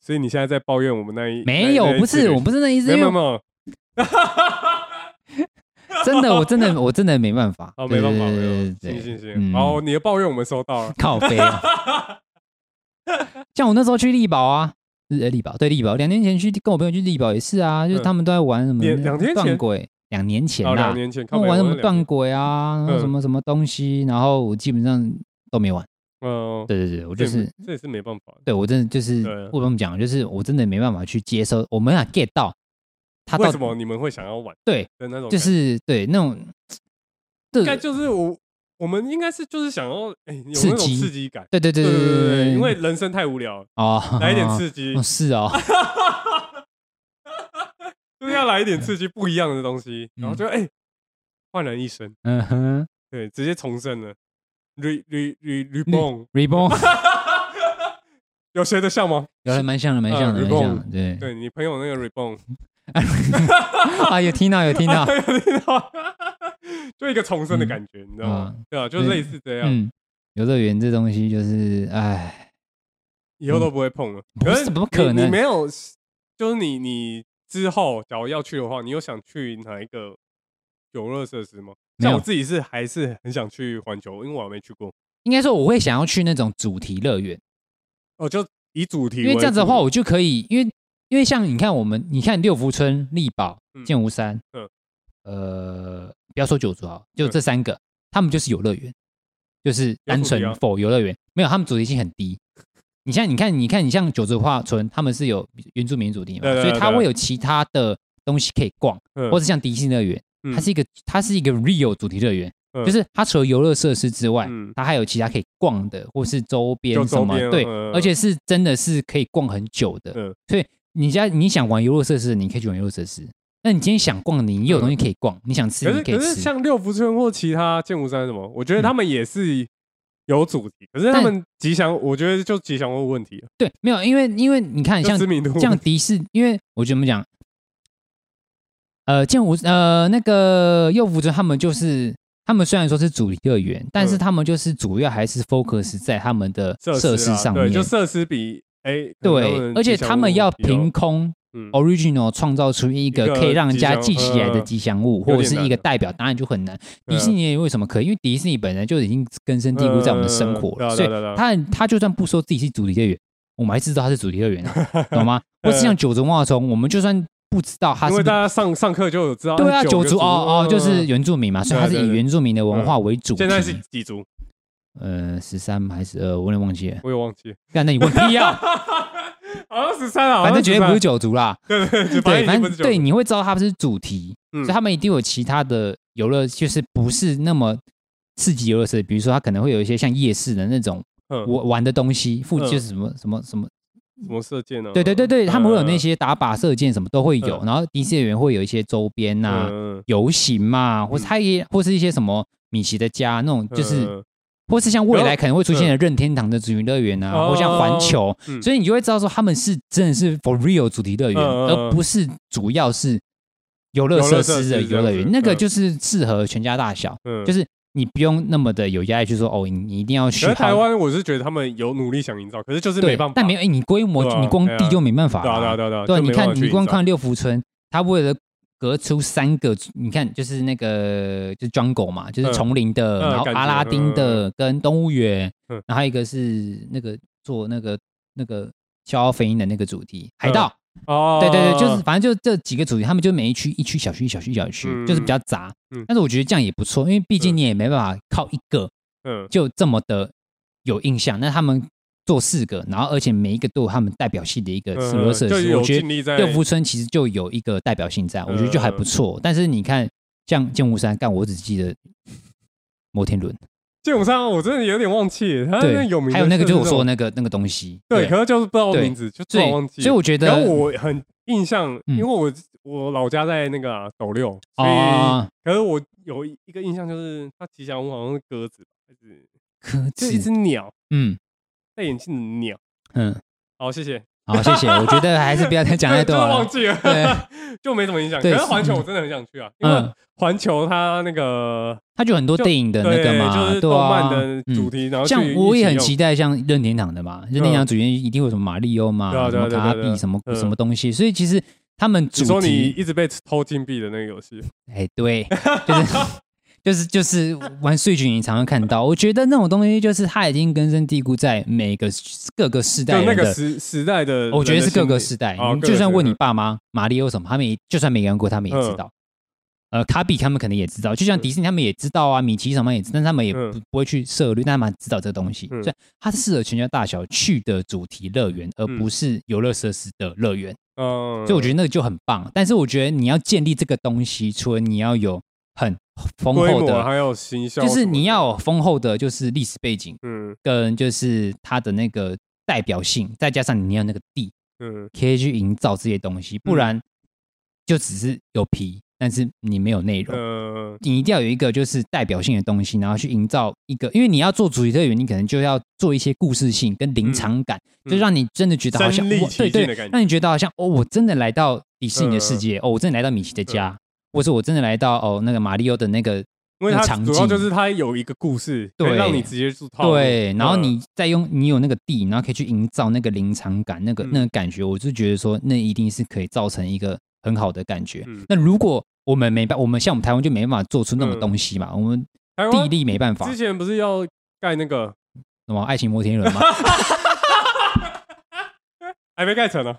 Speaker 3: 所以你现在在抱怨我们那一
Speaker 2: 没有，不是我不是那意思，
Speaker 3: 没有
Speaker 2: 因为
Speaker 3: 没有没有，
Speaker 2: 真的，我真的，我真的没办法。
Speaker 3: 哦好没办法，
Speaker 2: 对
Speaker 3: 没
Speaker 2: 对
Speaker 3: 有，
Speaker 2: 对嗯
Speaker 3: 行
Speaker 2: 对
Speaker 3: 行
Speaker 2: 对
Speaker 3: 行，好，，你的抱怨我们收到了，
Speaker 2: 靠
Speaker 3: [laughs]
Speaker 2: 背啊。像我那时候去力宝啊，呃，力宝对力宝，两年前去跟我朋友去力宝也是啊，就是
Speaker 3: 嗯
Speaker 2: 他们都在玩什么
Speaker 3: 两两天前
Speaker 2: 断轨，两年前
Speaker 3: 哦，两
Speaker 2: 啦，
Speaker 3: 年前靠
Speaker 2: 我
Speaker 3: 北
Speaker 2: 玩什
Speaker 3: 我
Speaker 2: 么
Speaker 3: 那两
Speaker 2: 断
Speaker 3: 年嗯
Speaker 2: 轨啊，然后什么什么东西，然后我基本上都没玩。
Speaker 3: 嗯，
Speaker 2: 对对对，我就
Speaker 3: 这也
Speaker 2: 是
Speaker 3: 没这也是没办法的。
Speaker 2: 对我真的就是
Speaker 3: 对啊
Speaker 2: 我怎么讲，就是我真的没办法去接受，我没办法 get 到他
Speaker 3: 为
Speaker 2: 啊到
Speaker 3: 什么你们会想要玩
Speaker 2: 对，
Speaker 3: 的那种感觉？
Speaker 2: 就是对那种
Speaker 3: 应该
Speaker 2: 对
Speaker 3: 就是我我们应该是就是想要哎有
Speaker 2: 刺
Speaker 3: 那种
Speaker 2: 激
Speaker 3: 刺激感。
Speaker 2: 对对对
Speaker 3: 对对对对，
Speaker 2: 对，
Speaker 3: 因为人生太无聊了，
Speaker 2: 哦
Speaker 3: 来一点刺激
Speaker 2: [laughs] 哦，是哦，
Speaker 3: 就是要来一点刺激不一样的东西，然后
Speaker 2: 嗯
Speaker 3: 就哎焕然一新，
Speaker 2: 嗯哼
Speaker 3: 对，直接重生了，re re
Speaker 2: 嗯
Speaker 3: re reborn，
Speaker 2: ，reborn
Speaker 3: 有学得像吗？
Speaker 2: 有人蛮像的，蛮像的，
Speaker 3: 呃
Speaker 2: 蛮像的，对
Speaker 3: 对你朋友那个 reborn，
Speaker 2: [laughs] 啊，有听到有听到，
Speaker 3: 有听到 [laughs] 就一个重生的
Speaker 2: 嗯
Speaker 3: 感觉，你知道吗
Speaker 2: 啊？
Speaker 3: [laughs] 对啊，就
Speaker 2: 对
Speaker 3: 类似这样，
Speaker 2: 嗯，游乐园这东西就是，哎，
Speaker 3: 以后都不会碰了。
Speaker 2: 嗯不是
Speaker 3: 是
Speaker 2: 怎么可
Speaker 3: 你你
Speaker 2: 能
Speaker 3: 没有，就是你你之后假如要去的话，你有想去哪一个游乐设施吗？
Speaker 2: 没有
Speaker 3: 像我自己是还是很想去环球，因为我还没去过。
Speaker 2: 应该说我会想要去那种主题乐园，
Speaker 3: 哦，就以主题，
Speaker 2: 因为这样子的话，，我就可以，因为因为像你看我们，你看六福村、力宝
Speaker 3: 嗯、
Speaker 2: 剑湖山，
Speaker 3: 嗯
Speaker 2: 呃，不要说九族啊，就
Speaker 3: 嗯
Speaker 2: 这三个，他们就是游乐园，就是单纯
Speaker 3: 有主题啊
Speaker 2: 否游乐园，没有，他们主题性很低。你像，你看，你看，你像九族化村，他们是有原住民主题嘛，
Speaker 3: 对对
Speaker 2: 所以
Speaker 3: 对
Speaker 2: 它
Speaker 3: 对
Speaker 2: 会有其他的东西可以逛，
Speaker 3: 嗯
Speaker 2: 或者像迪士尼乐园，它是一个它是一个 real 主题乐园，
Speaker 3: 嗯
Speaker 2: 就是它除了游乐设施之外
Speaker 3: 嗯，
Speaker 2: 它还有其他可以逛的，或是周
Speaker 3: 就
Speaker 2: 边
Speaker 3: 周
Speaker 2: 什么
Speaker 3: 边，
Speaker 2: 对
Speaker 3: 嗯，
Speaker 2: 而且是真的是可以逛很久的
Speaker 3: 嗯。
Speaker 2: 所以你家你想玩游乐设施，你可以去玩游乐设施。那你今天想逛，你有东西可以逛，你想吃
Speaker 3: 嗯可
Speaker 2: 你
Speaker 3: 是
Speaker 2: 可
Speaker 3: 可
Speaker 2: 以
Speaker 3: 是
Speaker 2: 吃。嗯
Speaker 3: 像六福村或其他剑湖山什么，我觉得他们也是有主题，可是他
Speaker 2: 但
Speaker 3: 们吉祥，我觉得就吉祥物问题了，
Speaker 2: 对，没有，因为因为你看
Speaker 3: 就
Speaker 2: 像
Speaker 3: 知名 [laughs] 度问
Speaker 2: 像
Speaker 3: 题
Speaker 2: 迪士，因为我怎么讲，呃，建武呃那个幼福村他们就是。他们虽然说是主题乐园，但是
Speaker 3: 嗯
Speaker 2: 他们就是主要还是 focus 在他们的
Speaker 3: 啊
Speaker 2: 设施上面，
Speaker 3: 对，就设施比哎，可能
Speaker 2: 对，
Speaker 3: 的
Speaker 2: 而且
Speaker 3: 吉祥
Speaker 2: 他们
Speaker 3: 物
Speaker 2: 要
Speaker 3: 比较
Speaker 2: 凭空
Speaker 3: 嗯
Speaker 2: original 创造出一
Speaker 3: 一
Speaker 2: 个
Speaker 3: 个
Speaker 2: 可以让人家
Speaker 3: 吉
Speaker 2: 记
Speaker 3: 祥
Speaker 2: 起来
Speaker 3: 呃
Speaker 2: 的吉祥物，
Speaker 3: 有
Speaker 2: 或者
Speaker 3: 点
Speaker 2: 是一个
Speaker 3: 难啊
Speaker 2: 代表，当然就很难。
Speaker 3: 对啊
Speaker 2: 迪士尼为什么可以？因为迪士尼本来就已经根深蒂固在我们的生活
Speaker 3: 嗯
Speaker 2: 了，
Speaker 3: 嗯嗯
Speaker 2: 所以
Speaker 3: 对啊对啊对
Speaker 2: 他他就算不说自己是主题乐园，我们还知道他是主题乐园啊，懂
Speaker 3: [laughs]
Speaker 2: 吗？或是像九族文化虫，我们就算不知道他
Speaker 3: 嗯因
Speaker 2: 是
Speaker 3: 为
Speaker 2: 不
Speaker 3: 大
Speaker 2: 是。
Speaker 3: 家上上课就有知道，
Speaker 2: 对啊，
Speaker 3: 那
Speaker 2: 九
Speaker 3: 个
Speaker 2: 族哦哦，就是
Speaker 3: 嗯
Speaker 2: 原住民嘛，所以
Speaker 3: 对啊
Speaker 2: 他是
Speaker 3: 对啊
Speaker 2: 以
Speaker 3: 对啊
Speaker 2: 原住民的文
Speaker 3: 嗯
Speaker 2: 化为主题。
Speaker 3: 现在是几族，
Speaker 2: 呃十三还是呃，我有点忘记了。
Speaker 3: 我也忘记了，
Speaker 2: 干，那你问屁啊！
Speaker 3: [laughs] 好像十三啊，
Speaker 2: 反正绝对不是
Speaker 3: 九，
Speaker 2: 九族啦。
Speaker 3: 对对对，
Speaker 2: 对，
Speaker 3: 已
Speaker 2: 反
Speaker 3: 经不
Speaker 2: 正
Speaker 3: 是九
Speaker 2: 对，
Speaker 3: 族，
Speaker 2: 你会知道它是主题，
Speaker 3: 嗯
Speaker 2: 所以他们一定有其他的游乐，就是不是那么刺激游乐设施，比如说它可能会有一些像夜市的那种
Speaker 3: 嗯
Speaker 2: 玩玩的东西，附
Speaker 3: 嗯
Speaker 2: 近就是什么什么什么，
Speaker 3: 什么射箭呢？啊
Speaker 2: 对对对对，他们会有那
Speaker 3: 嗯
Speaker 2: 些打靶射箭什么都会有，
Speaker 3: 嗯
Speaker 2: 然后迪士尼乐园会有一些周边呐、
Speaker 3: 嗯嗯
Speaker 2: 游行嘛，或是
Speaker 3: 嗯
Speaker 2: 它也或是一些什么米奇的家那种，就是。
Speaker 3: 嗯
Speaker 2: 或是像未来可能会出现的任天堂的主题乐园啊，
Speaker 3: 嗯
Speaker 2: 或像环球
Speaker 3: 嗯，
Speaker 2: 所以你就会知道说他们是真的是 for real 主题乐园，
Speaker 3: 嗯嗯嗯
Speaker 2: 而不是主要是游乐设施的游乐园。
Speaker 3: 游乐设施这样子
Speaker 2: 那个就是适合全家大小，
Speaker 3: 嗯
Speaker 2: 就是你不用那么的有压力，去说哦，你你一定要去
Speaker 3: 可是台
Speaker 2: 好
Speaker 3: 湾，我是觉得他们有努力想营造，可是就是没
Speaker 2: 对
Speaker 3: 办法，，
Speaker 2: 但没有哎，你规模
Speaker 3: 对啊
Speaker 2: 你光地就没办法
Speaker 3: 对啊对啊
Speaker 2: 啦，
Speaker 3: 对啊对啊，
Speaker 2: 对啊，
Speaker 3: 就
Speaker 2: 你
Speaker 3: 没办法
Speaker 2: 看
Speaker 3: 去
Speaker 2: 你光
Speaker 3: 营造
Speaker 2: 看六福村，他为了隔出三个，你看就是那个就是 jungle 嘛，就是
Speaker 3: 嗯
Speaker 2: 丛林的，
Speaker 3: 嗯
Speaker 2: 然后
Speaker 3: 感觉
Speaker 2: 阿拉丁的跟动物园，
Speaker 3: 嗯
Speaker 2: 然后还有一个是那个做那个那个消耗飞鹰的那个主题海盗，
Speaker 3: 哦，
Speaker 2: 对对对，就是反正就这几个主题，他们就每一区一区小区一小区一小区，
Speaker 3: 嗯
Speaker 2: 就是比较杂
Speaker 3: 嗯。
Speaker 2: 但是我觉得这样也不错，因为毕竟
Speaker 3: 嗯
Speaker 2: 你也没办法靠一个
Speaker 3: 嗯
Speaker 2: 就这么的有印象。那他们做四个，然后而且每一个都有他们代表性的一个
Speaker 3: 嗯
Speaker 2: 游乐设
Speaker 3: 就
Speaker 2: 施，
Speaker 3: 有
Speaker 2: 我觉得
Speaker 3: 尽力在
Speaker 2: 六福村其实就有一个代表性在，我觉得就还
Speaker 3: 嗯
Speaker 2: 不错。但是你看，像剑湖山，干我只记得摩天轮，
Speaker 3: 剑武山，我真的有点忘记，他啊那
Speaker 2: 对
Speaker 3: 有名，，
Speaker 2: 还有那个就是我说的
Speaker 3: 的
Speaker 2: 那个那个东西，
Speaker 3: 对，可是就是不知道
Speaker 2: 对
Speaker 3: 名字，就突
Speaker 2: 所
Speaker 3: 然
Speaker 2: 以
Speaker 3: 忘记，
Speaker 2: 所以我觉
Speaker 3: 然
Speaker 2: 得
Speaker 3: 后我很印象，
Speaker 2: 嗯
Speaker 3: 因为我我老家在那个啊斗六，所以
Speaker 2: 啊，
Speaker 3: 可是我有一个印象就是它吉祥物好像是鸽子吧，还是
Speaker 2: 科
Speaker 3: 就
Speaker 2: 技
Speaker 3: 一只，鸟，
Speaker 2: 嗯
Speaker 3: 戴眼镜的鸟。
Speaker 2: 嗯，
Speaker 3: 好，谢谢。
Speaker 2: 好，谢谢，我觉得还是不要再讲太多
Speaker 3: 就是忘
Speaker 2: 了。
Speaker 3: 记了，
Speaker 2: 对
Speaker 3: [laughs] 就没什么影响。可
Speaker 2: 对
Speaker 3: 是
Speaker 2: 是
Speaker 3: 环球我真的很想去啊，因为
Speaker 2: 嗯，
Speaker 3: 环球它那个
Speaker 2: 它就很多
Speaker 3: 就
Speaker 2: 电影的那
Speaker 3: 对，
Speaker 2: 个
Speaker 3: 就
Speaker 2: 嘛，
Speaker 3: 是
Speaker 2: 对
Speaker 3: 动
Speaker 2: 啊
Speaker 3: 漫的，主
Speaker 2: 嗯，
Speaker 3: 题，然后
Speaker 2: 像
Speaker 3: 去
Speaker 2: 我也很
Speaker 3: 一起
Speaker 2: 期
Speaker 3: 用嗯
Speaker 2: 待像任天堂的嘛，任天堂主角一定会有什么马里奥嘛
Speaker 3: 对啊，
Speaker 2: 什
Speaker 3: 对啊
Speaker 2: 么
Speaker 3: 对啊
Speaker 2: 卡
Speaker 3: 对啊
Speaker 2: 比什么
Speaker 3: 嗯
Speaker 2: 什么东西，所以其实他们
Speaker 3: 你说
Speaker 2: 主
Speaker 3: 你
Speaker 2: 题
Speaker 3: 一直被偷金币的那个游戏，
Speaker 2: 哎，对，就是就是就是玩睡局，你常常看到。我觉得那种东西就是它已经根深蒂固在每个各个世
Speaker 3: 就
Speaker 2: 代
Speaker 3: 那
Speaker 2: 人
Speaker 3: 个
Speaker 2: 的。
Speaker 3: 时时代的人的心理，
Speaker 2: 我觉得是各个世代
Speaker 3: 哦，
Speaker 2: 你
Speaker 3: 各个
Speaker 2: 就算
Speaker 3: 时
Speaker 2: 问
Speaker 3: 代嗯
Speaker 2: 你爸妈马里奥什么，他们也就算没玩过，他们也知道。呃，卡比他们可能也知道，就像迪士尼他们也知道啊，米奇什么也知道，但他们也不、
Speaker 3: 嗯
Speaker 2: 不会去涉猎，但他们知道这个东西，
Speaker 3: 嗯
Speaker 2: 所以它是适合全家大小去的主题乐园，而
Speaker 3: 嗯
Speaker 2: 不是游乐设施的乐园。
Speaker 3: 嗯，
Speaker 2: 所以我觉得那个就很棒。但是我觉得你要建立这个东西，除了你要有很丰
Speaker 3: 规
Speaker 2: 厚
Speaker 3: 模
Speaker 2: 的，
Speaker 3: 还有行销什
Speaker 2: 就
Speaker 3: 么的，
Speaker 2: 是你要有丰厚的，就是历史背景
Speaker 3: 嗯
Speaker 2: 跟就是它的那个代表性，再加上你要那个地，
Speaker 3: 嗯
Speaker 2: 可以去营造这些东西，不然就只是有皮，但是你没有内容。
Speaker 3: 呃
Speaker 2: 你一定要有一个就是代表性的东西，然后去营造一个，因为你要做主题乐园，你可能就要做一些故事性跟临场感，
Speaker 3: 嗯
Speaker 2: 就让你真的觉得好像
Speaker 3: 身临
Speaker 2: 哇
Speaker 3: 其
Speaker 2: 对
Speaker 3: 境
Speaker 2: 对
Speaker 3: 的感，觉嗯
Speaker 2: 让你觉得好像哦，我真的来到迪士尼的世界，哦，我真的来到米奇的家，或是我真的来到哦那个马里奥的那个
Speaker 3: 因为
Speaker 2: 那
Speaker 3: 它
Speaker 2: 场
Speaker 3: 主要
Speaker 2: 景
Speaker 3: 就是它有一个故事，可以
Speaker 2: 对
Speaker 3: 让你直接住套路。
Speaker 2: 对，然后
Speaker 3: 嗯
Speaker 2: 你再用你有那个地，然后可以去营造那个临场感，那个、
Speaker 3: 嗯
Speaker 2: 那个感觉，我就觉得说那一定是可以造成一个很好的感觉。
Speaker 3: 嗯
Speaker 2: 那如果我们没办，我们像我们台湾就没办法做出那种
Speaker 3: 嗯
Speaker 2: 东西嘛，我们
Speaker 3: 台
Speaker 2: 地
Speaker 3: 湾
Speaker 2: 利没办法，
Speaker 3: 之
Speaker 2: 什
Speaker 3: 前不是要盖那个
Speaker 2: 么爱情摩天
Speaker 3: [laughs]
Speaker 2: 轮嘛，
Speaker 3: 还哎没盖成啊呢？